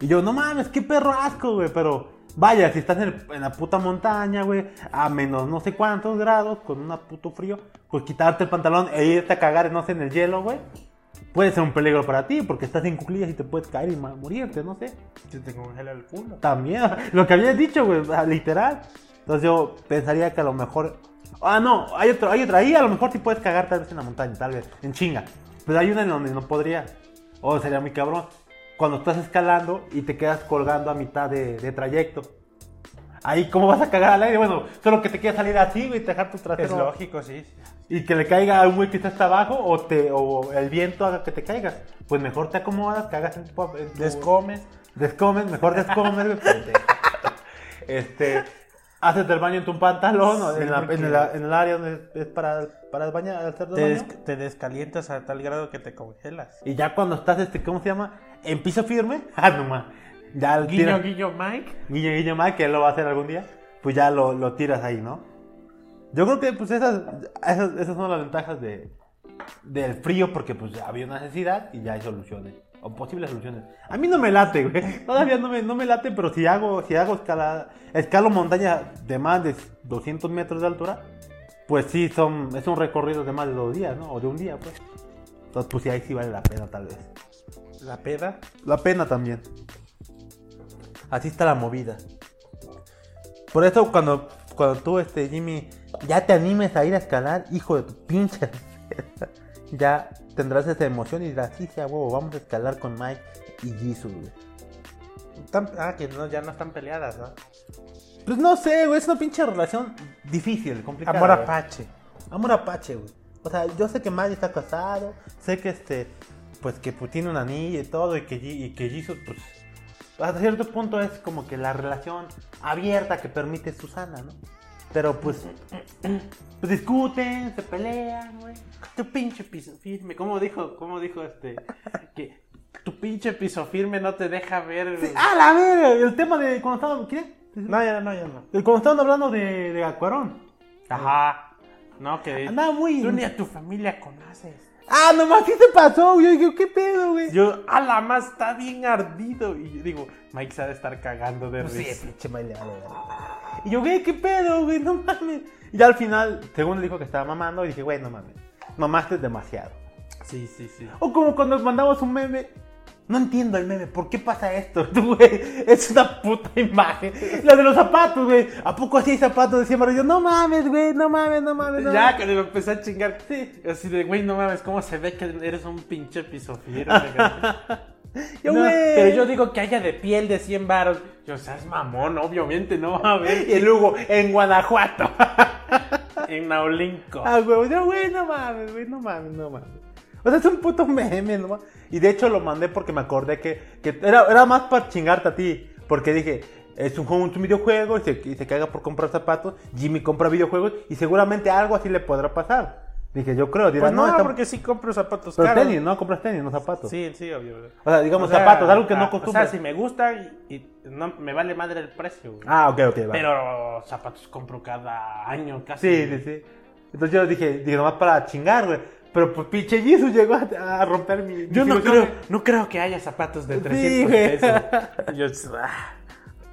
S3: Y yo, no mames, qué perro asco, güey, pero vaya, si estás en, el- en la puta montaña, güey, a menos no sé cuántos grados, con un puto frío, pues quitarte el pantalón e irte a cagar, no sé, en el hielo, güey, puede ser un peligro para ti, porque estás en cuclillas y te puedes caer y ma- morirte, no sé.
S2: Se te congela el culo.
S3: También, lo que habías dicho, güey, o sea, literal. Entonces yo pensaría que a lo mejor. Ah, no, hay otro, hay otra. Ahí a lo mejor sí puedes cagar tal vez en la montaña, tal vez, en chinga. Pero hay una en donde no podría. O sería muy cabrón. Cuando estás escalando y te quedas colgando a mitad de, de trayecto. Ahí, ¿cómo vas a cagar al aire? Bueno, solo que te quieras salir así, güey, y dejar tu trasero.
S2: Es lógico, sí.
S3: Y que le caiga a un güey que está hasta abajo o, te, o el viento haga que te caigas. Pues mejor te acomodas, cagas en tu, en tu-
S2: Descomes.
S3: Descomes, mejor descomes, güey, pendejo. Este, haces el baño en tu pantalón o
S2: Sí,
S3: en, la- en
S2: porque-
S3: el, en el área donde es para, para el baño, hacer del
S2: Te,
S3: baño.
S2: des- te descalientas a tal grado que te congelas.
S3: Y ya cuando estás, este, ¿cómo se llama? En piso firme, ah, no más. Ya el
S2: Guiño, guiño, Mike.
S3: guiño, guiño, más, que él lo va a hacer algún día, pues ya lo, lo tiras ahí, ¿no? Yo creo que, pues, esas, esas, esas son las ventajas de, del frío, porque, pues, había una necesidad y ya hay soluciones, o posibles soluciones. A mí no me late, güey, todavía no me, no me late, pero si hago, si hago escala, escalo montaña de más de 200 metros de altura, pues sí, son, es un recorrido de más de dos días, ¿no? O de un día, pues. Entonces, pues, sí, ahí sí vale la pena, tal vez.
S2: La peda.
S3: La pena también. Así está la movida. Por eso cuando, cuando tú, este, Jimmy, ya te animes a ir a escalar, hijo de tu pinche. ya tendrás esa emoción y dirás, sí, sí, a huevo, vamos a escalar con Mike y Jesus, güey.
S2: Tan- ah, que no, ya no están peleadas, ¿no?
S3: Pues no sé, güey, es una pinche relación difícil, complicada.
S2: Amor
S3: güey.
S2: apache.
S3: Amor apache, güey. O sea, yo sé que Mario está casado, sé que este, pues que pues, tiene una niña y todo, y que, Ji- y que Jesus, pues, hasta cierto punto es como que la relación abierta que permite Susana, ¿no? Pero pues, pues discuten, se pelean, güey.
S2: Tu pinche piso firme. ¿Cómo dijo, cómo dijo este? Que tu pinche piso firme no te deja ver. güey.
S3: Ah, la ver, el tema de cuando estaban, ¿quién?
S2: No, ya no, ya no.
S3: De Cuando estaban hablando de, de Acuarón.
S2: Ajá. No, que
S3: Andaba muy...
S2: tú ni a tu familia conoces.
S3: Ah, nomás, ¿qué se pasó? Yo dije, ¿qué pedo, güey?
S2: Yo, a la más está bien ardido. Y yo digo, Mike se ha de estar cagando de
S3: Pues Sí,
S2: risa.
S3: pinche Miley, a la verga. Y yo, güey, qué pedo, güey, no mames. Y ya al final, según le dijo que estaba mamando, y dije, güey, no mames, mamaste demasiado.
S2: Sí, sí, sí.
S3: O como cuando nos mandamos un meme. No entiendo el meme, ¿por qué pasa esto? Tú, güey, es una puta imagen. La de los zapatos, güey. ¿A poco así hay zapatos de siempre? Yo, no mames, güey, no mames, no mames, no
S2: Ya
S3: mames.
S2: que me empecé a chingar. Sí. Así de, güey, no mames, ¿cómo se ve que eres un pinche piso firme? güey?
S3: Yo,
S2: No,
S3: güey.
S2: pero yo digo que haya de piel de 100 varos. Yo, seas mamón, obviamente no va a haber
S3: Y el Hugo, en Guanajuato.
S2: en Naulinco.
S3: Ah, güey, yo, güey, no mames, güey, no mames, no mames. O sea, es un puto meme, no mames. Y de hecho lo mandé porque me acordé que, que era, era más para chingarte a ti. Porque dije, es un, juego, un videojuego y se, y se caga por comprar zapatos. Jimmy compra videojuegos y seguramente algo así le podrá pasar. Dije, yo creo, dirá,
S2: Pues no,
S3: no, está-
S2: porque sí compro zapatos
S3: Pero
S2: caros.
S3: tenis, ¿no? Compras tenis, no zapatos.
S2: Sí, sí, obvio.
S3: O sea, digamos
S2: O sea,
S3: zapatos, algo que no
S2: ah,
S3: acostumbras.
S2: O sea, si me gusta y, y no me vale madre el precio, güey.
S3: Ah, ok, ok, va.
S2: Pero zapatos compro cada año casi.
S3: Sí, sí, sí. Entonces yo dije, dije, nomás para chingar, güey. Pero pues pinche Jesus llegó a, a romper mi... mis
S2: Yo no
S3: ilusiones.
S2: creo, no creo que haya zapatos de
S3: Sí,
S2: 300
S3: güey.
S2: pesos. Yo, ah,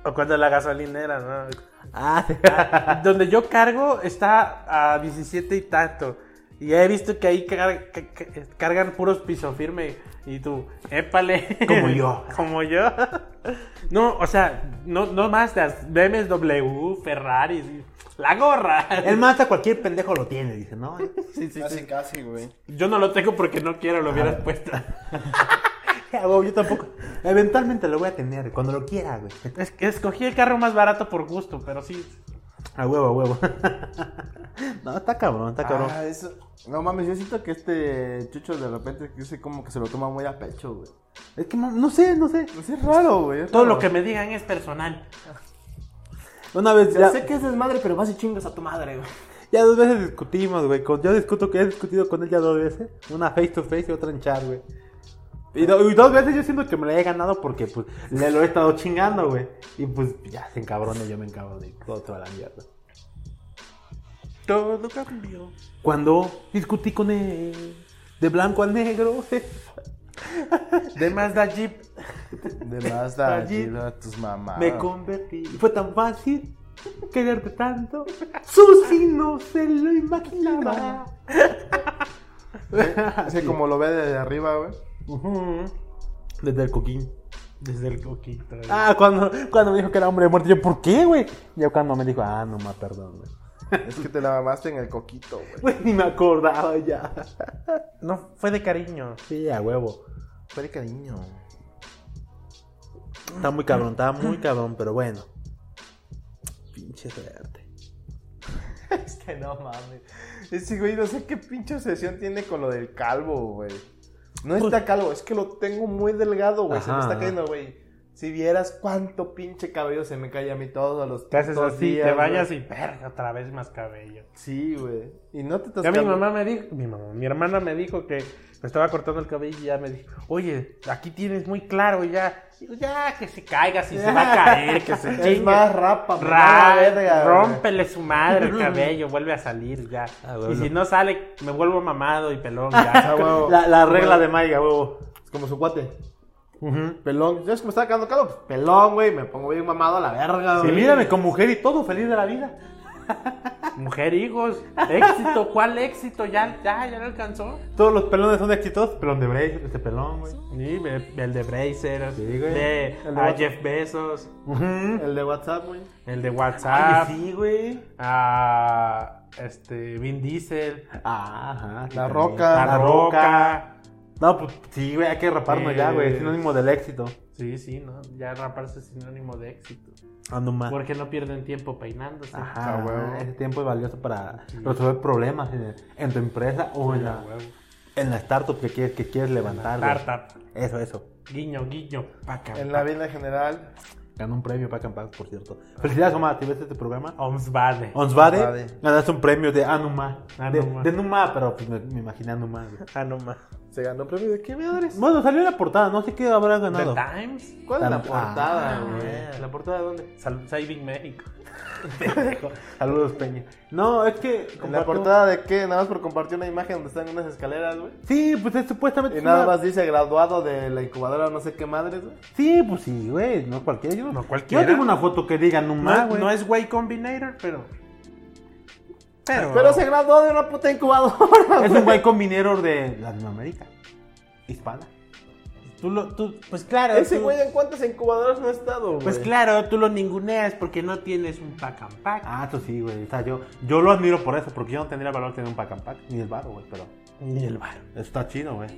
S2: O cuando la gasolinera, ¿no?
S3: Ah, sí.
S2: Donde yo cargo está a 17 y tanto. Y ya he visto que ahí car- ca- ca- cargan puros piso firme. Y tú, épale.
S3: Como yo.
S2: Como yo. No, o sea, no, no más las BMW, Ferraris, la gorra.
S3: El Mazda cualquier pendejo lo tiene, dice, ¿no?
S2: Sí, sí,
S1: Casi,
S2: sí.
S1: casi, güey.
S2: Yo no lo tengo porque no quiero, lo hubieras puesto.
S3: Ah, güey, Yo tampoco. Eventualmente lo voy a tener, cuando lo quiera, güey.
S2: Es que escogí el carro más barato por gusto, pero sí.
S3: A huevo, a huevo. No, está cabrón, está cabrón.
S1: Ah, eso. No mames, yo siento que este Chucho de repente dice como que se lo toma muy a pecho, güey.
S3: Es que no sé, no sé.
S1: Pues es raro, güey. es
S2: Todo
S1: raro.
S2: lo que me digan es personal.
S3: Una vez
S1: Ya
S3: ya,
S1: sé que es desmadre, pero vas y chingas a tu madre, güey.
S3: ya dos veces discutimos, güey. Con- Yo discuto que he discutido con él ya dos veces. Una face to face y otra en chat, güey. Y, do- y dos veces yo siento que me la he ganado porque pues le lo he estado chingando, güey. Y pues ya se encabrona, yo me encabroné. Todo se va a la mierda.
S2: Todo cambió.
S3: Cuando discutí con él de blanco a negro,
S2: De Mazda Jeep.
S1: De más da
S3: Allí
S1: ayuda a tus mamás.
S3: me convertí. Y fue tan fácil quererte tanto. Susi no se lo imaginaba.
S1: Es que como lo ve desde arriba, güey.
S3: Ujú. Desde el coquín.
S2: Desde el coquito.
S3: Ah, cuando, cuando me dijo que era hombre muerto, yo, ¿por qué, güey? Yo cuando me dijo, ah, no más, perdón, güey.
S1: Es que te la mamaste en el coquito, güey.
S3: Güey, ni me acordaba ya.
S2: No, fue de cariño.
S3: Sí, a huevo.
S1: Fue de cariño.
S3: Está muy cabrón, está muy cabrón, pero bueno. Pinche suerte.
S1: Es que no mames. Ese güey, no sé qué pinche obsesión tiene con lo del calvo, güey. No está calvo, es que lo tengo muy delgado, güey. Se me
S3: Ajá.
S1: está cayendo, güey. Si vieras cuánto pinche cabello se me cae a mí todos los
S2: Te haces
S1: todos
S2: así,
S1: días,
S2: te
S1: güey.
S2: vayas y verga, otra vez más cabello.
S1: Sí, güey. Y no te estás
S2: Ya mi mamá me dijo, mi mamá, mi hermana me dijo que me estaba cortando el cabello y ya me dijo, oye, aquí tienes muy claro ya, Digo, ya que se caiga, si se va a caer, que se chingue.
S1: Es más rapa, me da la
S2: Ra-
S1: verga, güey.
S2: rómpele su madre el cabello, vuelve a salir ya.
S3: Ah, bueno.
S2: Y si no sale, me vuelvo mamado y pelón ya.
S1: huevo.
S3: La, la regla de Maiga, huevo.
S1: Es como su cuate. Pelón. ¿Sabes cómo estaba quedando calvo? Pues, Pelón, güey. Me pongo bien mamado a la verga,
S3: Sí,
S1: güey.
S3: mírame con mujer y todo, feliz de la vida.
S2: Mujer, hijos, éxito, ¿cuál éxito? Ya, ya, ya lo alcanzó.
S3: Todos los pelones son exitosos. Pelón de Bracer, este pelón, güey.
S2: Sí, ve- el de Bracer,
S3: Sí, güey.
S2: de,
S1: El de
S2: a
S1: Whats-
S2: Jeff Bezos,
S1: El de WhatsApp, güey.
S2: el de WhatsApp,
S3: sí, güey.
S2: a este Vin Diesel,
S3: Ajá. sí,
S1: La
S3: también.
S1: Roca.
S2: La,
S3: La Roca.
S2: Roca.
S3: No, pues sí, güey, hay que raparnos
S2: Sí.
S3: ya, güey. Es sinónimo del éxito.
S2: Sí, sí, no, ya raparse es sinónimo de éxito.
S3: Ah, no más.
S2: Porque no pierden tiempo peinándose.
S3: Ajá,
S1: Ah, huevo.
S3: ese tiempo es valioso para resolver problemas en, en tu empresa o en la,
S2: Huevo.
S3: en la startup que quieres, que quieres levantar. güey.
S2: Startup.
S3: Eso, eso.
S2: Guiño, guiño. Paca.
S1: En la vida en general.
S3: Ganó un premio para Pack, por cierto. Felicidades, Omar, ¿te ves este programa?
S2: Omsbade.
S3: Onsvade,
S1: Onsvade.
S3: ganaste un premio de Anuma.
S2: Anuma.
S3: De, de Numa, pero pues, me, me imaginé Anuma. güey.
S2: Ah, no más.
S1: Se ganó un premio de qué madres.
S3: Bueno, salió la portada, no sé qué habrá
S2: The
S3: ganado.
S2: Times.
S1: ¿Cuál es la
S3: Ah,
S1: portada,
S2: ah,
S1: güey? ¿La portada de dónde?
S2: Salud Saving México.
S3: Saludos, Peña. No, es que.
S1: ¿La
S3: compartió-
S1: portada de qué? Nada más por compartir una imagen donde están unas escaleras, güey.
S3: Sí, pues es supuestamente.
S1: Y nada
S3: una-
S1: más dice graduado de la incubadora no sé qué madres, güey.
S3: Sí, pues sí, güey, no cualquiera. Yo,
S2: No cualquiera.
S3: Yo tengo una foto que diga Numa,
S2: No,
S3: güey.
S2: no es Way Combinator, pero. Pero.
S1: Pero se graduó de una puta incubadora.
S3: Es un güey combinero de Latinoamérica. Hispana.
S2: Tú lo, tú, pues claro.
S1: Ese
S2: tú-
S1: güey en cuántas incubadoras no ha estado, güey.
S2: Pues claro, tú lo ninguneas porque no tienes un pack and pack.
S3: Ah, tú sí, güey. O sea, yo, yo lo admiro por eso, porque yo no tendría el valor de tener un pack and pack, ni el barro, güey, pero
S2: Ni el bar.
S3: está chido, güey.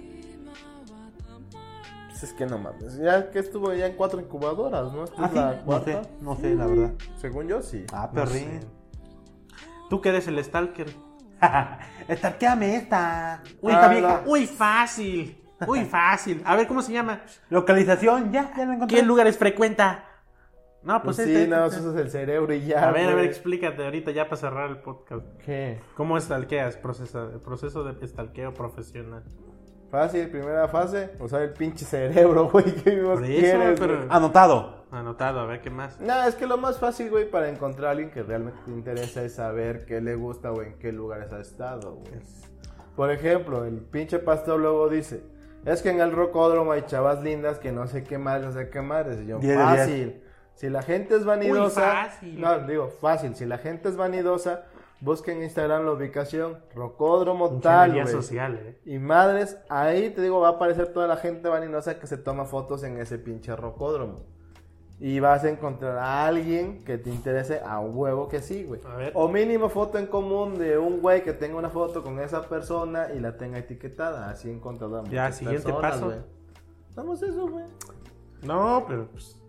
S1: Pues es que no mames. Ya que estuvo ya en cuatro incubadoras, ¿no? Esta
S3: Ah,
S1: es
S3: sí,
S1: la
S3: no
S1: cuarta.
S3: sé, no sé, la verdad.
S1: Según yo, sí.
S3: Ah,
S2: No
S3: perrín.
S2: sé. Tú que eres el stalker.
S3: Estarqueame esta. Uy,
S1: Ah,
S3: esta vieja.
S1: la-
S2: Uy, fácil. Uy, fácil. A ver, ¿cómo se llama?
S3: Localización, ya, ya la encontré.
S2: ¿Qué lugares frecuenta? No, pues
S1: Pues
S2: este.
S1: sí, nada más usas el cerebro y ya.
S2: A ver, a ver,
S1: güey.
S2: explícate ahorita ya para cerrar el podcast.
S1: ¿Qué?
S2: ¿Cómo stalkeas? Proceso, proceso de stalkeo profesional.
S1: Fácil, primera fase, usar el pinche cerebro, güey, que vimos
S2: Por eso,
S1: quieres.
S2: pero-
S1: güey?
S3: Anotado.
S2: Anotado, a ver qué más.
S1: No, es que lo más fácil, güey, para encontrar a alguien que realmente te interesa es saber qué le gusta o en qué lugares ha estado, güey. Por ejemplo, el pinche pastor luego dice, es que en el rocódromo hay chavas lindas que no sé qué madres, no sé qué madres. Y yo,
S3: Diez de diez.
S1: fácil. Si la gente es vanidosa.
S2: fácil.
S1: No, digo, fácil. Si la gente es vanidosa, busquen en Instagram la ubicación. Rocódromo tal.
S2: Ingeniería
S1: güey.
S2: social, eh.
S1: Y madres, ahí te digo, va a aparecer toda la gente vanidosa que se toma fotos en ese pinche rocódromo. Y vas a encontrar a alguien que te interese a un huevo que sí, güey.
S2: A ver.
S1: O mínimo foto en común de un güey que tenga una foto con esa persona y la tenga etiquetada. Así encontrará muchas
S2: siguiente
S1: personas,
S2: paso.
S1: güey. Vamos a eso, güey.
S2: No, pero pues,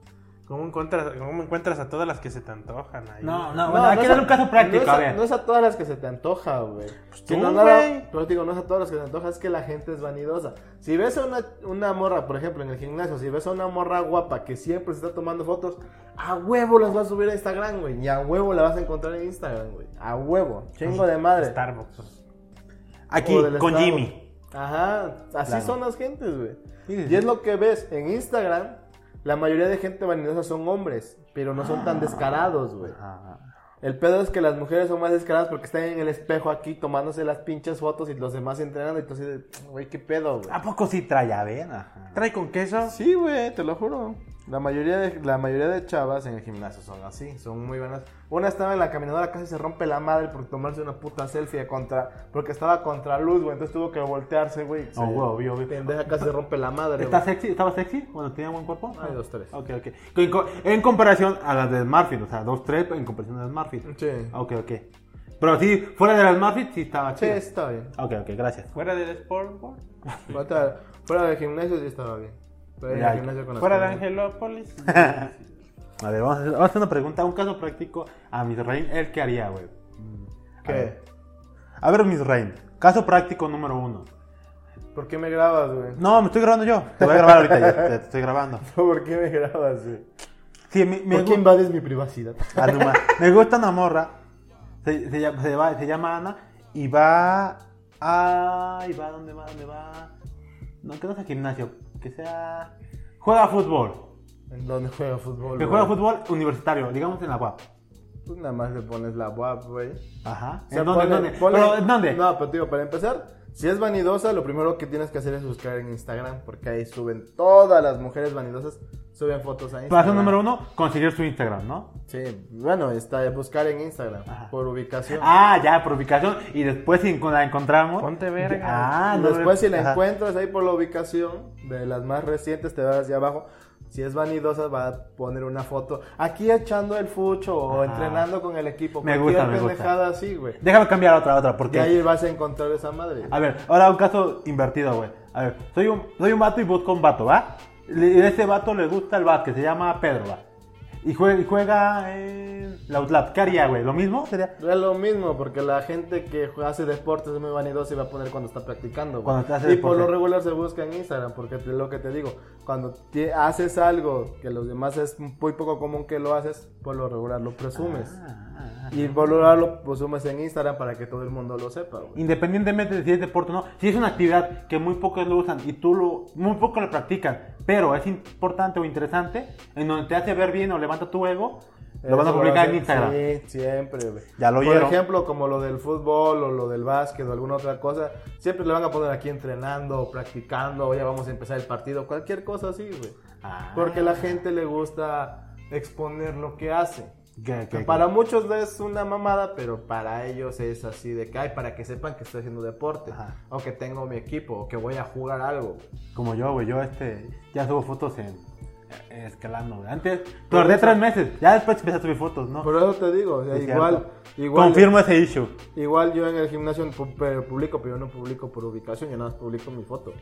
S2: ¿cómo encuentras, ¿cómo encuentras a todas las que se te antojan ahí?
S3: No, no, bueno, hay que
S1: es
S3: dar
S1: a-
S3: un caso
S1: no
S3: práctico,
S1: es a,
S3: a ver. Pues
S1: no es a todas las que se te antoja, güey. Si
S2: tú,
S1: no, no era-
S2: güey.
S1: pero digo, no es a todas las que se te antoja, es que la gente es vanidosa. Si ves a una, una morra, por ejemplo, en el gimnasio, si ves a una morra guapa que siempre se está tomando fotos, a huevo las vas a subir a Instagram, güey. Y a huevo la vas a encontrar en Instagram, güey. A huevo. Chingo de madre.
S2: Starbucks. pues.
S10: Aquí,
S1: O del
S10: con
S1: Starbucks.
S10: Jimmy.
S1: Ajá, así
S10: Claro.
S1: son las gentes, güey.
S3: Sí, sí,
S1: Y es lo que ves en Instagram. La mayoría de gente vanidosa son hombres, pero no son tan descarados, güey. Ah. El pedo es que las mujeres son más descaradas porque están en el espejo aquí tomándose las pinches fotos y los demás entrenando. Y tú así de, güey, qué pedo, güey.
S3: ¿A poco sí trae avena?
S2: ¿Trae con queso?
S1: Ah, Sí, güey, te lo juro. La mayoría, de, la mayoría de chavas en el gimnasio son así, son muy buenas. Una estaba en la caminadora, casi se rompe la madre por tomarse una puta selfie contra, porque estaba contra luz, güey. Entonces tuvo que voltearse, güey. Se-
S3: Oh, güey, obvio, obvio.
S1: Pendeja casi se rompe la madre,
S3: ¿Está
S1: güey.
S3: sexy? ¿Estaba sexy? Bueno, tenía buen cuerpo. Ah,
S1: Ay, dos, tres.
S3: Ok, ok. En, co- en comparación a las de Smurfit, o sea, dos, tres en comparación a las Smurfit.
S1: Sí.
S3: Ok, ok. Pero sí, fuera de las Smurfit sí estaba
S1: Sí,
S3: chido.
S1: está bien.
S3: Ok, ok, gracias.
S2: ¿Fuera del Sport Board?
S1: Fuera- Fuera del gimnasio sí estaba bien. Pero en
S3: Ya,
S1: el gimnasio con las
S2: ¿Fuera de
S1: piernas.
S2: Angelópolis?
S3: A ver, vamos a, hacer, vamos a hacer una pregunta, un caso práctico a Miss Rain. ¿Él qué haría, güey?
S1: ¿Qué?
S3: A ver, Miss Rain, caso práctico número uno.
S1: ¿Por qué me grabas, güey?
S3: No, me estoy grabando yo. Te voy a grabar ahorita, ya, te, te estoy grabando.
S1: ¿Por qué me grabas, güey?
S3: Sí, me, me
S1: ¿Por qué
S3: gu-
S1: invades mi privacidad?
S3: Ah, no más. Me gusta una morra. Se, se llama, se va- se llama Ana. Y va. Ay, va, ¿dónde va? ¿Dónde va? No, que no sea gimnasio. Que sea. Juega fútbol.
S1: ¿En dónde juega fútbol?
S3: Que
S1: güey?
S3: juega fútbol universitario, digamos en la UAP.
S1: Pues nada más le pones la guap, güey.
S3: Ajá.
S1: O sea,
S3: ¿En dónde?
S1: ponle-
S3: ¿En dónde?
S1: ponle-
S3: Pero, ¿en dónde?
S1: No, pero te digo, para empezar, si es vanidosa, lo primero que tienes que hacer es buscar en Instagram, porque ahí suben todas las mujeres vanidosas, suben fotos a Instagram.
S3: Paso número uno, conseguir su Instagram, ¿no?
S1: Sí, bueno, está buscar en Instagram,
S3: Ajá.
S1: por ubicación.
S3: Ah, ya, por ubicación. Y después si enco- la encontramos.
S2: Ponte verga.
S3: Ah,
S1: Y
S3: no,
S1: después si la
S3: ajá.
S1: encuentras ahí por la ubicación de las más recientes, te vas hacia abajo. Si es vanidosa, va a poner una foto aquí echando el fucho o
S3: Ajá.
S1: entrenando con el equipo.
S3: Me
S1: Cualquier
S3: gusta, me gusta.
S1: pendejada así, güey.
S3: Déjame cambiar a otra, a otra, porque.
S1: Y ahí vas a encontrar esa madre.
S3: A ver, ahora un caso invertido, güey. A ver, soy un, soy un vato y busco un vato, ¿va? Le- a ese vato le gusta el bat, que se llama Pedro, ¿va? Y juega, y juega en la Outlap. ¿Qué haría, güey? ¿Lo mismo? Sería
S1: Es lo mismo, porque la gente que hace deportes es muy vanidosa y va a poner cuando está practicando. güey.
S3: Cuando te hace
S1: y por
S3: deporte.
S1: lo regular se busca en Instagram, porque es lo que te digo, cuando te- haces algo que los demás es muy poco común que lo haces, por lo regular lo presumes.
S3: Ah,
S1: Y por lo regular lo presumes en Instagram para que todo el mundo lo sepa. güey.
S3: independientemente de si es deporte o no. Si es una actividad que muy pocos lo usan y tú lo... Muy pocos lo practican, pero es importante o interesante, en donde te hace ver bien o levanta tu ego, lo van a
S1: Eso
S3: publicar
S1: hacer-
S3: en Instagram.
S1: Sí, siempre, güey.
S3: Ya lo
S1: Por
S3: oyeron.
S1: ejemplo, como lo del fútbol o lo del básquet o alguna otra cosa, siempre le van a poner aquí entrenando, o practicando, o ya vamos a empezar el partido, cualquier cosa así, güey.
S3: Ah.
S1: Porque la gente le gusta exponer lo que hace.
S3: ¿Qué, qué,
S1: Que
S3: qué?
S1: para muchos es una mamada, pero para ellos es así de que, ay, para que sepan que estoy haciendo deporte,
S3: Ajá.
S1: o que tengo mi equipo, o que voy a jugar algo.
S3: Como yo, güey, yo este, ya subo fotos en, en escalando, güey. Antes tardé tres meses, ya después empecé a subir fotos, ¿no?
S1: Por eso te digo, o sea,
S3: Sí,
S1: igual,
S3: cierto.
S1: igual,
S3: Confirmo ese issue.
S1: igual yo en el gimnasio pu- pe- publico, pero yo no publico por ubicación, yo nada más publico mi foto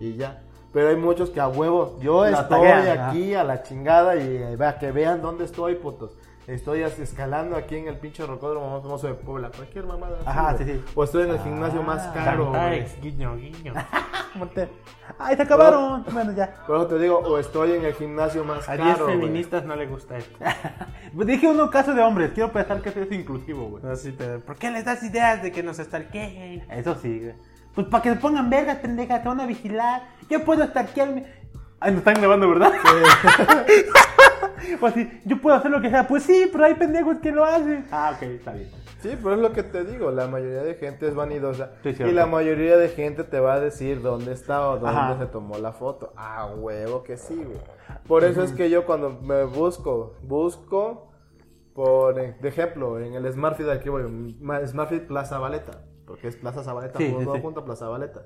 S1: y ya. Pero hay muchos que a huevo, yo
S3: La
S1: estoy
S3: taguean, ajá.
S1: aquí a la chingada y eh, vea, que vean dónde estoy, putos. Estoy as- escalando aquí en el pinche rocódromo más famoso de Puebla, cualquier mamada. así,
S3: Ajá,
S1: güey.
S3: sí, Ah, sí.
S1: O estoy en el gimnasio más caro. güey.
S2: Ay, guiño, guiño.
S3: Monte. Ay, se acabaron. Bueno, ya.
S1: Por eso te digo, o estoy en el gimnasio más
S2: A 10
S1: caro. güey.
S2: feministas no le gusta esto.
S3: Pues dije uno caso de hombres, quiero pensar que es inclusivo, güey.
S2: Así te- ¿Por qué les das ideas de que nos estalqueen?
S3: Eso sí, güey. Pues para que se pongan verga, pendeja, te van a vigilar. Yo puedo estar aquí al... Ay, nos están grabando, ¿verdad? O así, Pues yo puedo hacer lo que sea. Pues sí, pero hay pendejos que lo hacen.
S11: Ah, ok, está bien.
S1: Sí, pero es lo que te digo, la mayoría de gente es vanidosa.
S11: Sí, cierto.
S1: y la mayoría de gente te va a decir dónde está o dónde
S11: Ajá.
S1: se tomó la foto. Ah, huevo que sí, güey. Por eso es que yo cuando me busco, busco, por eh, de ejemplo, en el Smartfit aquí voy, ma- Smartfit Plaza Valeta, porque es Plaza Zabaleta,
S3: Sí,
S1: todo
S3: sí, sí.
S1: junto a Plaza Valeta.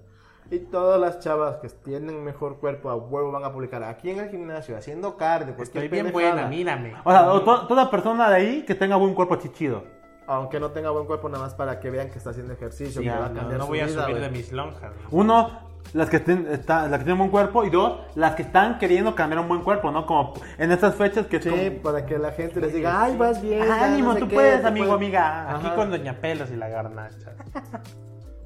S1: Y todas las chavas que tienen mejor cuerpo a huevo van a publicar aquí en el gimnasio, haciendo cardio, porque
S2: Estoy bien buena, mírame.
S3: O sea, o to- toda persona de ahí que tenga buen cuerpo chichido.
S1: Aunque no tenga buen cuerpo, nada más para que vean que está haciendo ejercicio.
S2: Sí,
S1: que va a
S2: no,
S1: cambiar
S2: no
S1: su
S2: voy a
S1: vida,
S2: subir
S1: güey.
S2: de mis lonjas.
S3: Uno, las que, estén, está- las que tienen buen cuerpo. Y dos, las que están queriendo cambiar un buen cuerpo, ¿no? Como en estas fechas que es
S1: Sí,
S3: como-
S1: para que la gente les diga, ay, vas bien. ya
S3: Ánimo,
S1: no sé
S3: tú
S1: qué,
S3: puedes,
S1: tú
S3: amigo,
S1: puedes".
S3: amiga.
S2: Aquí
S1: Ajá.
S2: con Doña Pelos y la garnacha.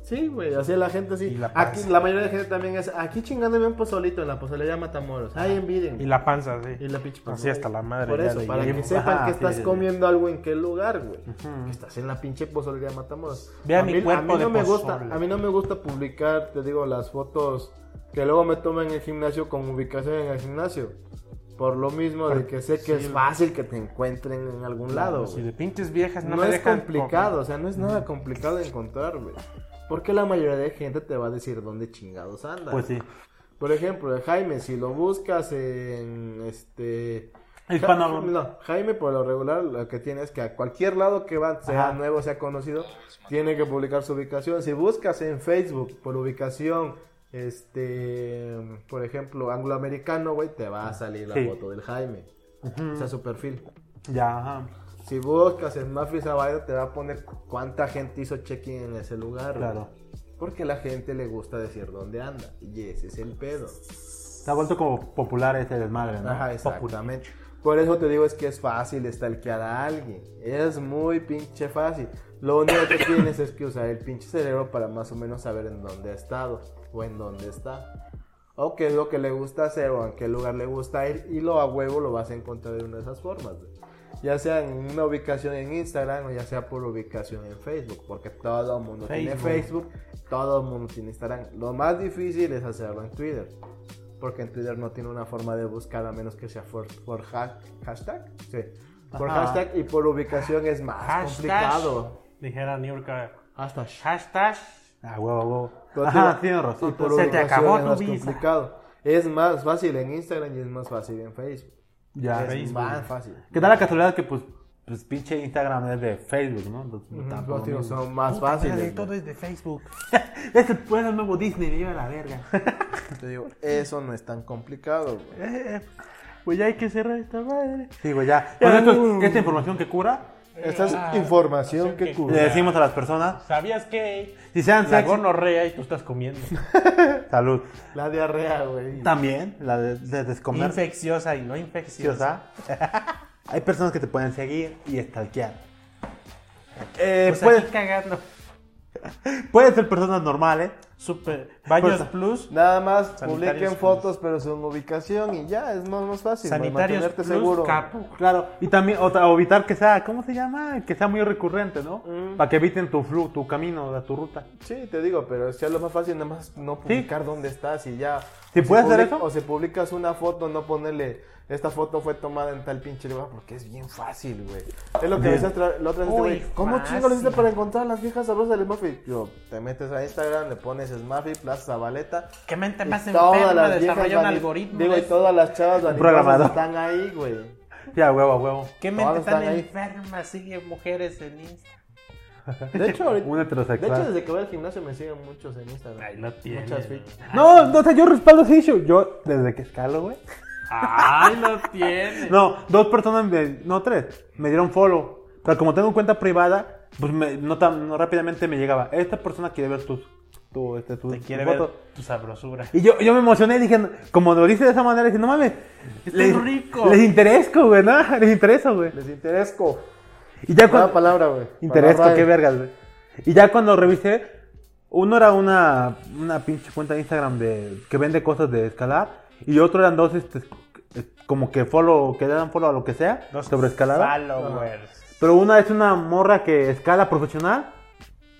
S1: Sí, güey, así la gente así.
S2: Y la panza.
S1: aquí, la mayoría de gente también es, aquí chingándome un pozolito en la pozolería Matamoros. Ay, envidien.
S2: Y la panza, sí.
S1: Y la pinche
S2: Así hasta la madre
S1: Por
S2: ya
S1: eso,
S2: de
S1: para que
S2: llevo.
S1: sepan
S3: Ajá,
S1: que
S3: sí,
S1: estás
S3: sí, sí.
S1: comiendo algo en qué lugar, güey. Que estás en la pinche pozolería Matamoros.
S2: Vea mi
S1: mí-
S2: cuerpo
S1: mí no
S2: de
S1: me gusta,
S2: pozole.
S1: A mí no me gusta publicar, te digo, las fotos que luego me toman en el gimnasio con ubicación en el gimnasio. Por lo mismo de que sé que es fácil que te encuentren en algún lado.
S2: Si
S1: güey.
S2: de pinches viejas no,
S1: No,
S2: me
S1: es
S2: dejan
S1: complicado, o sea, no es nada complicado de encontrar, güey. Porque la mayoría de gente te va a decir dónde chingados anda.
S3: Pues sí.
S1: Por ejemplo, el Jaime, si lo buscas en este.
S3: Hispano-
S1: Ja- No, Jaime, por lo regular, lo que tiene es que a cualquier lado que va, sea nuevo, sea conocido, tiene que publicar su ubicación. Si buscas en Facebook por ubicación, este. Por ejemplo, angloamericano, güey, te va a salir la
S3: Sí.
S1: foto del Jaime. O sea, su perfil.
S3: Ya, ajá.
S1: Si buscas en Mafia Zabaleta te va a poner cuánta gente hizo check-in en ese lugar. güey.
S3: Claro.
S1: Porque la gente le gusta decir dónde anda. Y ese es el pedo.
S3: Se ha vuelto como popular ese desmadre, ¿no?
S1: Ajá, exactamente. Por eso te digo es que es fácil stalkear a alguien. Es muy pinche fácil. Lo único que tienes es que usar el pinche cerebro para más o menos saber en dónde ha estado o en dónde está. O qué es lo que le gusta hacer o en qué lugar le gusta ir y lo a huevo lo vas a encontrar de una de esas formas. güey. Ya sea en una ubicación en Instagram o ya sea por ubicación en Facebook, porque todo el mundo tiene Facebook, todo el mundo tiene Instagram. Lo más difícil es hacerlo en Twitter. Porque en Twitter no tiene una forma de buscar a menos que sea por, por ha- hashtag. Sí. Por
S3: Ajá.
S1: hashtag y por ubicación es más complicado.
S2: Dijera Niurka.
S1: Hashtag.
S2: Hashtag.
S3: Ah, huevo, huevo.
S1: Pero
S3: Ajá,
S1: te-
S3: tienes
S1: y
S3: razón.
S1: por
S2: Se te
S1: ubicación
S2: acabó
S1: es
S2: tu
S1: más
S2: visa.
S1: complicado. Es más fácil en Instagram y es más fácil en Facebook.
S3: Ya.
S1: es más fácil.
S3: ¿Qué tal la casualidad que, pues, pues pinche Instagram es de Facebook, ¿no? Entonces,
S1: Los
S3: tampoco lo
S1: tíos
S3: mismo.
S1: son más fáciles. ¿no?
S2: es de Facebook.
S3: Ese fue el nuevo Disney, me lleva la verga.
S1: Te digo, eso no es tan complicado. güey.
S3: Eh,
S2: Pues ya hay que cerrar esta madre.
S3: Sí, güey, ya. Con
S2: Ya,
S3: esto-
S2: uh.
S3: esta información que cura,
S1: Esta es
S2: Ah,
S1: información que
S2: información que-
S3: le
S1: cubre.
S3: decimos a las personas,
S2: ¿Sabías que
S3: si sean
S2: La
S3: sexy,
S2: gonorrea y tú estás comiendo.
S3: salud.
S1: La diarrea, güey.
S3: También, la de, de descomer.
S2: infecciosa y no infecciosa.
S3: Hay personas que te pueden seguir y stalkear. Eh,
S2: Pues
S3: puede-
S2: aquí cagando.
S3: pueden ser personas normales.
S2: Super. Baños
S3: Pues-
S2: Plus.
S1: Nada más
S2: Sanitarios
S1: publiquen
S2: Plus.
S1: fotos, pero su ubicación y ya, es más, más fácil. güey,
S2: Sanitarios
S1: mantenerte
S2: Plus.
S1: seguro.
S2: Capu.
S3: Claro, y también o, o evitar que sea, ¿cómo se llama? Que sea muy recurrente, ¿no? Para que eviten tu flu, tu camino, la- tu ruta.
S1: Sí, te digo, pero es que lo más fácil nada más no publicar dónde estás y ya.
S3: ¿Sí
S1: O
S3: puedes hacer
S1: public-
S3: eso?
S1: O si publicas una foto, no ponerle, esta foto fue tomada en tal pinche lugar, porque es bien fácil, güey. Es lo que me decías tra- la otra vez, este
S2: Muy
S1: güey, ¿cómo
S2: fácil.
S1: chingo lo hiciste para encontrar a las viejas sabrosas del Smafi? Yo, te metes a Instagram, le pones Smafi, Plaza Zabaleta.
S2: ¿Qué mente
S1: y
S2: más
S1: todas
S2: enferma
S1: las viejas
S2: desarrolla un
S1: vani-
S2: algoritmo?
S1: Digo,
S2: de
S1: y todas las chavas vanidosas
S3: programador.
S1: están ahí, güey.
S3: Ya, huevo, a huevo.
S2: ¿Qué
S1: Todas
S2: mente
S1: están
S2: tan
S1: ahí.
S2: enferma sigue mujeres en Instagram?
S1: De hecho, ahorita-
S3: Un
S1: de
S3: heterosexual.
S1: hecho, desde que voy al gimnasio me siguen muchos en Instagram.
S2: Ahí lo tienen.
S1: Muchas fichas.
S3: No, no, o sea, yo respaldo ese issue. Yo, desde que escalo, güey.
S2: Ahí lo tienen.
S3: No, dos personas, me- no tres, me dieron follow. Pero como tengo cuenta privada, pues me- no tan no rápidamente me llegaba. Esta persona quiere ver tus, tu, este, tu,
S2: Te
S3: tu
S2: quiere ver
S3: foto".
S2: tu sabrosura.
S3: Y yo, yo me emocioné y dije, "No", como lo dice de esa manera, dije, no mames.
S2: Está rico.
S3: Les interesco, güey, ¿no? Les intereso, güey.
S1: Les interesco.
S3: Y ya
S1: Nueva
S3: cuando...
S1: palabra, güey.
S3: Interesco,
S1: Palabra,
S3: qué
S1: eh.
S3: vergas, güey. Y ya cuando revisé, uno era una, una pinche cuenta de Instagram de, que vende cosas de escalar. Y otro eran dos, este, como que follow, que le dan follow a lo que sea,
S2: Los
S3: sobre escalada.
S2: Followers.
S3: Pero una es una morra que escala profesional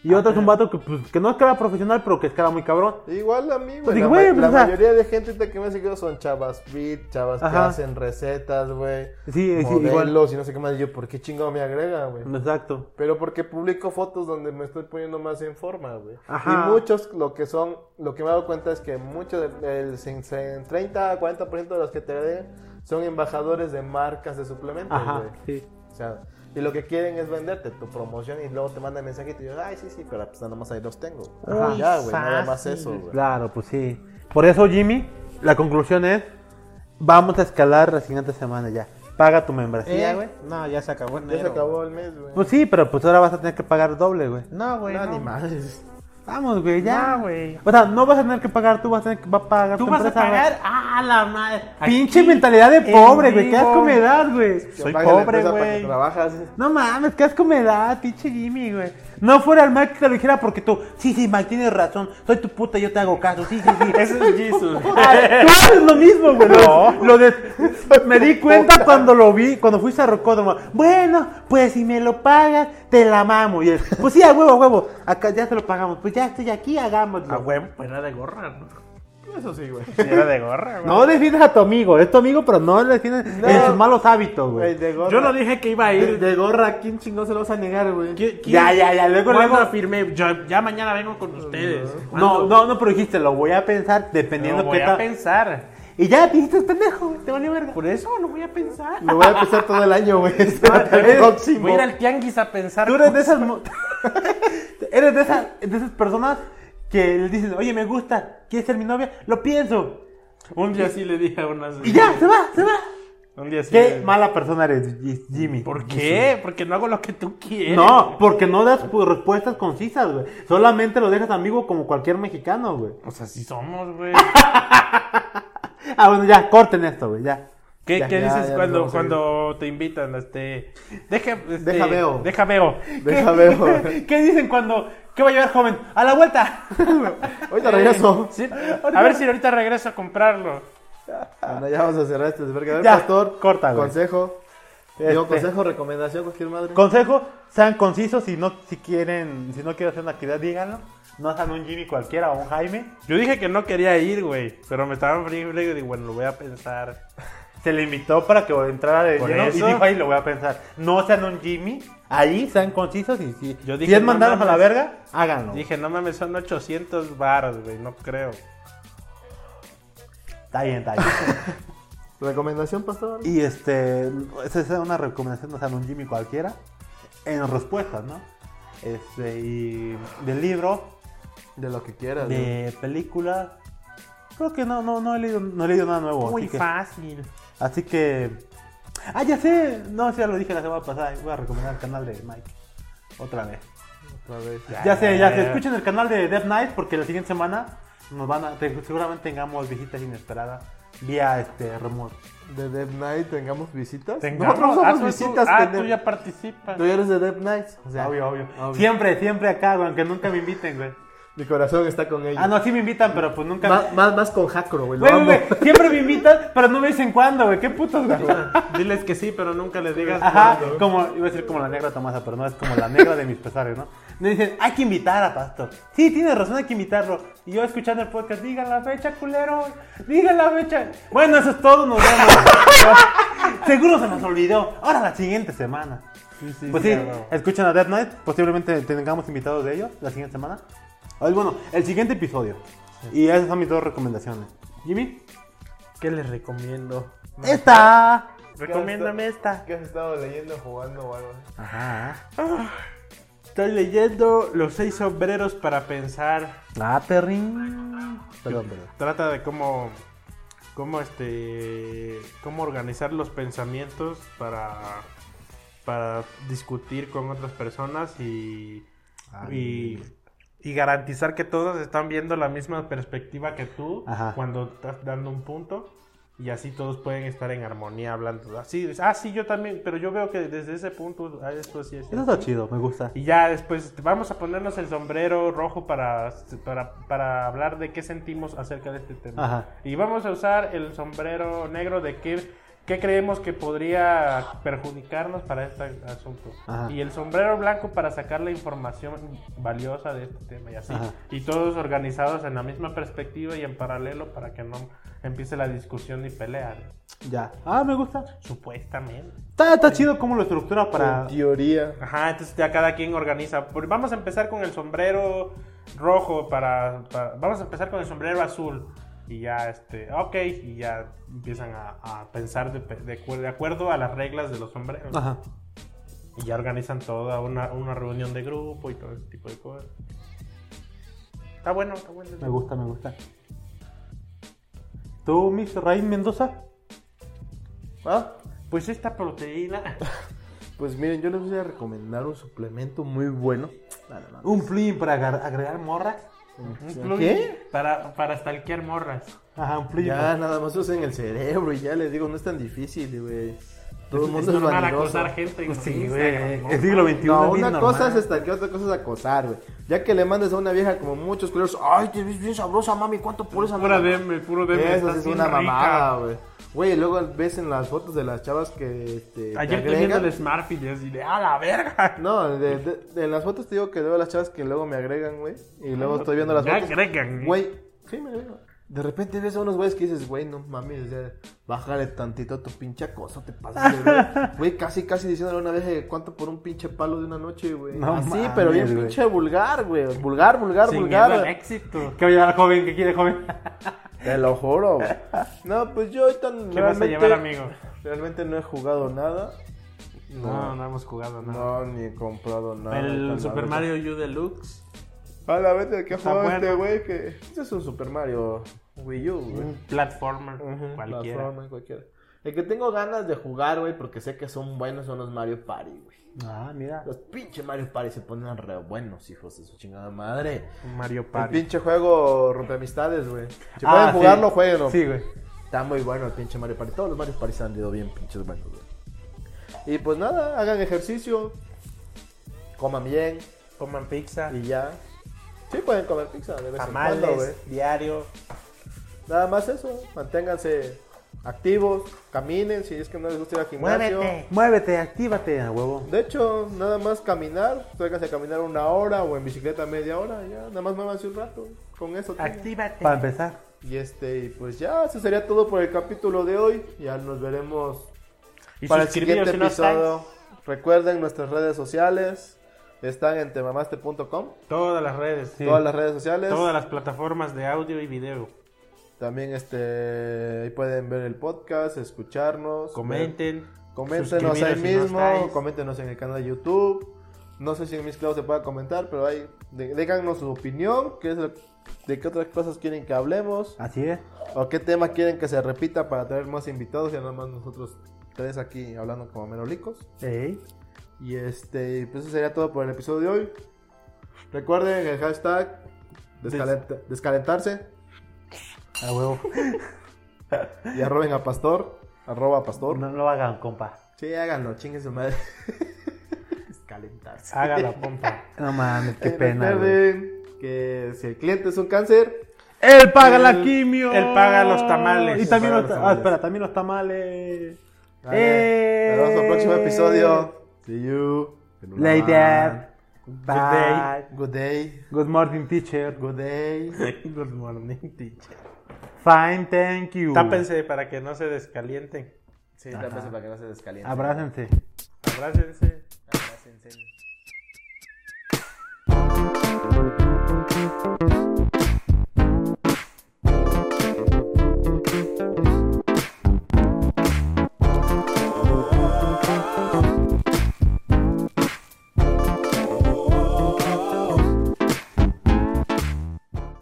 S3: Y otro es un vato que, pues, que no es que era profesional, pero que es que era muy cabrón.
S1: Igual a mí,
S3: Pues
S1: güey.
S3: digo,
S1: La,
S3: güey,
S1: ma-
S3: pues,
S1: la
S3: o sea-
S1: mayoría de gente ahorita que me ha seguido son chavas fit, chavas que
S3: Ajá.
S1: hacen recetas, güey.
S3: Sí, sí, igual.
S1: modelos y no sé qué más. Y yo, ¿por qué chingado me agrega, güey?
S3: Exacto.
S1: Pero porque publico fotos donde me estoy poniendo más en forma, güey.
S3: Ajá.
S1: Y muchos lo que son, lo que me he dado cuenta es que muchos del, del cin- cin- 30 a 40% de los que te agregan son embajadores de marcas de suplementos,
S3: Ajá,
S1: güey.
S3: sí.
S1: O sea, y lo que quieren es venderte tu promoción y luego te mandan mensajito y yo, ay, sí, sí, pero pues nada más ahí los tengo.
S3: Ajá.
S1: Ya, güey, nada más eso, güey.
S3: Claro, pues sí. Por eso, Jimmy, la conclusión es: vamos a escalar la siguiente semana ya. Paga tu membresía,
S4: Eh,
S3: güey.
S4: No, ya se acabó en
S1: Ya se
S4: enero.
S1: acabó el mes, güey.
S3: Pues sí, pero pues ahora vas a tener que pagar doble, güey.
S4: No, güey.
S1: No, ni
S4: No,
S1: madres.
S3: Vamos, güey, ya.
S4: No, güey.
S3: O sea, no vas a tener que pagar, tú vas a tener que va a pagar.
S2: Tú
S3: tu
S2: vas a
S3: empresa, güey.
S2: pagar. ¡Ah, la madre!
S3: Pinche
S2: Aquí,
S3: mentalidad de
S2: en
S3: pobre, güey. Qué
S2: vivo.
S3: asco me das, güey.
S1: Que
S2: Soy
S1: pague la
S2: pobre,
S1: empresa para que
S2: güey.
S1: Trabajas.
S3: No mames, qué asco me da, pinche Jimmy, güey. No fuera el Mike que te lo dijera porque tú, sí, sí, Mike, tienes razón, soy tu puta, yo te hago caso, sí, sí, sí.
S2: Ese es Jesus.
S3: Ay, Ah, claro, es lo mismo, güey. Lo- lo de- me di cuenta cuando lo vi, cuando fuiste a Rocódromo. Bueno, pues si me lo pagas, te la mamo. Y él, pues sí, a huevo, a huevo. Acá ya se lo pagamos. Pues ya estoy aquí, hagámoslo.
S2: A huevo, pues era de gorra, ¿no?
S1: Eso sí, güey.
S2: Sí, Era de gorra, güey.
S3: No defiendes a tu amigo, es tu amigo, pero no le defiendes en sus malos hábitos,
S1: Güey,
S3: güey.
S1: de gorra.
S2: Yo no dije que iba a
S1: de,
S2: ir.
S1: de gorra, ¿quién chingón se lo vas a negar, güey?
S2: ¿Qui- qui-
S3: Ya, ya, ya, luego,
S2: ¿Cuándo
S3: luego.
S2: afirmé? Yo- ya mañana vengo con ustedes.
S3: No, no, no, pero dijiste, lo voy a pensar dependiendo
S2: Lo voy
S3: qué
S2: a
S3: tal.
S2: pensar.
S3: Y ya, te dijiste, pendejo, güey, te valió verga.
S2: Por eso lo voy a pensar.
S1: Lo voy a empezar todo el año, güey. Este, Hasta el próximo.
S2: Voy a ir al tianguis a pensar.
S3: Tú eres de esas. mo- eres de esas, de esas personas que le dicen, oye, me gusta, ¿quieres ser mi novia? Lo pienso.
S2: Un día sí le dije a una.
S3: Y ya, se va, se va.
S2: Un día sí.
S3: Qué
S2: le-
S3: mala persona eres, Gi- Jimmy.
S2: ¿Por qué? Porque no hago lo que tú quieres.
S3: No, porque no das pues, respuestas concisas, güey. Solamente lo dejas amigo como cualquier mexicano, güey.
S2: O sea, sí Pues somos, güey.
S3: Ah, bueno, ya, corten esto, güey, ya.
S2: ¿Qué,
S3: Ya,
S2: qué
S1: ya,
S2: dices
S1: ya nos
S2: cuando,
S1: vamos a ir.
S2: cuando te invitan? Este, deja, este,
S1: Deja veo.
S2: Deja veo.
S1: Deja ver, güey.
S3: ¿Qué dicen cuando.? ¿Qué va a llevar, joven? ¡A la vuelta!
S1: Ahorita regreso.
S2: Eh, Sí, A ver si ahorita regreso a comprarlo.
S1: Bueno, ya vamos a cerrar este desvergue. A ver,
S3: Ya,
S1: pastor.
S3: corta, güey.
S1: Consejo. Digo,
S3: Este.
S1: consejo, recomendación, cualquier madre.
S3: Consejo, sean concisos si no si quieren, si no quieren hacer una actividad, díganlo. No sean un Jimmy cualquiera o un Jaime.
S2: Yo dije que no quería ir, güey. Pero me estaban frío y digo, bueno, lo voy a pensar.
S3: Se le invitó para que entrara de
S2: Por
S3: lleno y
S2: eso.
S3: dijo, ahí lo voy a pensar. No sean un Jimmy, ahí sean concisos y si,
S2: Yo
S3: si
S2: dije,
S3: es
S2: no
S3: mandarlos a la
S2: mames.
S3: verga, háganlo.
S2: Dije, no mames, son 800 baros, güey. No creo.
S3: Está bien, está bien.
S1: Recomendación, pastor.
S3: y este, esa es una recomendación, no sean un Jimmy cualquiera. En respuestas, ¿no? Este, y del libro,
S1: De lo que quieras. güey.
S3: de películas. Creo que no, no, no he leído, no he leído nada nuevo.
S2: Muy
S3: así que-
S2: fácil.
S3: Así que. Ah, ya sé. No, sí, ya lo dije la semana pasada. Voy a recomendar el canal de Mike. Otra vez.
S1: Otra vez.
S3: Ya sé, ya sé. Escuchen el canal de Death Knight porque la siguiente semana nos van a, te- seguramente tengamos visitas inesperadas vía este remoto.
S1: De Dev Night tengamos visitas.
S2: Tengamos-
S1: Nosotros
S2: ah,
S1: somos
S2: tú-
S1: visitas.
S2: Ah,
S1: pendejo.
S2: tú ya participas.
S1: Tú ya eres de Dev Night. O sea,
S3: obvio, obvio,
S1: obvio.
S3: Siempre, siempre acá, güey, aunque nunca me inviten, güey.
S1: Mi corazón está con ellos.
S3: Ah, no, sí me invitan, pero pues nunca.
S1: más, más, más con Jacro, güey. Lo
S3: Güey,
S1: amo.
S3: güey, güey, siempre me invitan, pero no me dicen cuándo, güey. Qué putos, güey.
S2: Diles que sí, pero nunca les digas.
S3: Ajá,
S2: cuándo.
S3: como, iba a decir como la negra Tomasa, pero no, es como la negra de mis pesares, ¿no? Me dicen, hay que invitar a Pastor. Sí, tienes razón, hay que invitarlo. Y yo escuchando el podcast, digan la fecha, culero, digan la fecha. Bueno, eso es todo, nos vemos. Seguro se nos olvidó. Ahora la siguiente semana. pues sí,
S2: sí, claro.
S3: escuchan a Dead Knight, posiblemente tengamos invitados de ellos la siguiente semana. Ay, Bueno, el siguiente episodio. Y esas son mis dos recomendaciones. Jimmy,
S2: ¿Qué les recomiendo?
S3: esta.
S2: Recomiéndame esta.
S1: ¿Qué has estado leyendo, jugando o algo?
S3: Ajá.
S2: Estoy leyendo Los seis obreros para pensar.
S3: La perrin. Perdón, perdón.
S2: Trata de cómo, cómo este, cómo organizar los pensamientos para, para discutir con otras personas y, y, y garantizar que todos están viendo la misma perspectiva que tú
S3: Ajá.
S2: cuando estás dando un punto. Y así todos pueden estar en armonía hablando. Así, ah, sí, yo también, pero yo veo que desde ese punto, ah, esto sí es.
S3: Eso está chido, me gusta.
S2: Y ya después este, vamos a ponernos el sombrero rojo para, para, para hablar de qué sentimos acerca de este tema.
S3: Ajá.
S2: Y vamos a usar el sombrero negro de qué, ¿Qué creemos que podría perjudicarnos para este asunto?
S3: Ajá.
S2: Y el sombrero blanco para sacar la información valiosa de este tema y así. Y todos organizados en la misma perspectiva y en paralelo para que no empiece la discusión y pelea. ¿no?
S3: Ya. Ah, me gusta.
S2: Supuestamente.
S3: Está, está chido cómo lo estructura para.
S1: Teoría.
S2: Ajá, entonces ya cada quien organiza. Por- Vamos a empezar con el sombrero rojo para, para- Vamos a empezar con el sombrero azul. Y ya, este, ok, y ya empiezan a, a pensar de, pe- de acuer- de acuerdo a las reglas de los sombreros.
S3: Ajá.
S2: Y ya organizan toda una, una reunión de grupo y todo ese tipo de cosas. Está bueno, está bueno.
S3: Me gusta, me gusta. ¿Tú, Miss Raín Mendoza?
S1: Ah,
S2: Pues esta proteína...
S1: pues miren, yo les voy a recomendar un suplemento muy bueno.
S3: Un plin para agar- agregar morras.
S1: ¿Qué?
S2: Para, para stalkear morras.
S3: Ajá, un plin.
S1: Ya, nada más usen el cerebro y ya les digo, no es tan difícil, güey. Todo el mundo es,
S2: normal
S1: vanidoso.
S2: acosar gente. en
S3: Sí,
S2: Instagram,
S3: güey.
S2: ¿no?
S3: El siglo XXI.
S1: No,
S3: es bien
S1: una cosa es
S3: normal.
S1: estalquear, otra cosa es acosar, güey. Ya que le mandes a una vieja como muchos culeros, ay, te ves bien sabrosa, mami, ¿cuánto por esa
S2: Pura
S1: mierda?"
S2: DM, puro DM.
S1: Eso
S2: estás
S1: sí es
S2: bien
S1: una
S2: rica.
S1: mamada, güey. Güey, luego ves en las fotos de las chavas que este, te
S2: Ayer estoy
S1: agregan.
S2: viendo el Smartfit y así de ¡a la verga!
S1: No, de, de- de- en las fotos te digo que veo las chavas que luego me agregan, güey. Y luego estoy viendo las
S2: Me
S1: fotos.
S2: agregan.
S1: Güey, sí, me agregan. De repente ves a unos güeyes que dices, güey, no mames, ya, bájale tantito a tu pinche acoso, te pasas de ver. Güey, casi, casi diciéndole a una vez eh, cuánto por un pinche palo de una noche, güey.
S3: No
S1: Así,
S3: mames,
S1: pero bien
S3: güey.
S1: pinche vulgar, güey. Vulgar, vulgar,
S2: Sin
S1: vulgar.
S2: miedo al
S1: güey.
S2: éxito.
S3: ¿Qué va a llevar joven? ¿Qué quiere joven?
S1: Te lo juro. güey. No, pues yo ahorita
S2: ¿Qué vas a
S1: realmente-
S2: llevar, amigo?
S1: Realmente no he jugado nada.
S2: No, Ah, no hemos jugado nada.
S1: No, ni he comprado nada.
S2: el
S1: Tan
S2: Super
S1: nada.
S2: Mario U Deluxe.
S1: A la vez de que
S2: Está
S1: jugaba
S2: bueno.
S1: este güey que... Este es un Super Mario Wii U, güey.
S2: Un platformer
S1: Ujú,
S2: cualquiera.
S1: plataforma, cualquiera. El que tengo ganas de jugar, güey, porque sé que son buenos son los Mario Party, güey.
S3: Ah, mira.
S1: Los pinches Mario Party se ponen re buenos, hijos de su chingada madre.
S2: Mario
S1: El
S2: Party.
S1: pinche juego rompe amistades, güey. Si
S3: Ah,
S1: pueden
S3: sí.
S1: jugarlo, jueguenlo.
S3: Sí, güey.
S1: Está muy bueno el pinche Mario Party. Todos los Mario Party se han ido bien pinches buenos, güey. Y pues nada, hagan ejercicio. Coman bien
S2: Coman pizza.
S1: y ya. Sí pueden comer pizza de vez en cuando, güey.
S2: Tamales. Diario.
S1: Nada más eso, manténganse activos, caminen si es que no les gusta ir al gimnasio.
S3: Muévete, actívate, a huevo.
S1: De hecho, nada más caminar, tráiganse a caminar una hora o en bicicleta media hora, ya, nada más muévanse un rato, con eso. tienen.
S2: Actívate.
S3: Para empezar.
S1: Y este, y pues ya, eso sería todo por el capítulo de hoy, ya nos veremos
S2: Y
S1: para el
S2: suscribiros
S1: siguiente
S2: si no estáis.
S1: episodio. Recuerden nuestras redes sociales, están en temamaste.com,
S2: Todas las redes.
S1: todas las redes sociales.
S2: Todas las plataformas de audio y video.
S1: También este, ahí pueden ver el podcast, escucharnos. ver-
S2: Comenten.
S1: Coméntenos ahí
S2: Suscribiros si no
S1: mismo,
S2: estáis.
S1: coméntenos en el canal de YouTube. No sé si en mis clavos se pueda comentar, pero ahí de- déganos su opinión, qué es lo- de qué otras cosas quieren que hablemos
S3: Así es.
S1: o qué tema quieren que se repita para traer más invitados y nada más nosotros tres aquí hablando como merolicos.
S3: Ey.
S1: Y este, pues eso sería todo por el episodio de hoy. Recuerden el hashtag descalenta- descalentarse
S3: A huevo.
S1: y arroben a pastor, arroba a pastor.
S3: No lo hagan, compa.
S1: Sí, háganlo, chingue su madre. descalentarse.
S2: Hágalo, compa.
S3: No mames, qué
S1: Eh,
S3: pena. güey.
S1: Recuerden que si el cliente es un cáncer,
S3: Él paga la quimio.
S2: él paga los tamales.
S3: Y
S2: Él
S3: también
S1: paga los
S3: los ta- Ah,
S1: tamales.
S3: espera, también los tamales.
S1: vale, nos vemos en el próximo episodio. See you.
S3: Later.
S2: day.
S3: Bye.
S1: Good day.
S3: Good morning, teacher.
S1: Good day.
S2: Good morning, teacher.
S3: Fine, thank you.
S2: Tápense para que no se descalienten.
S1: Sí, tápense para que no se descaliente.
S3: Abrácense.
S2: Abrácense.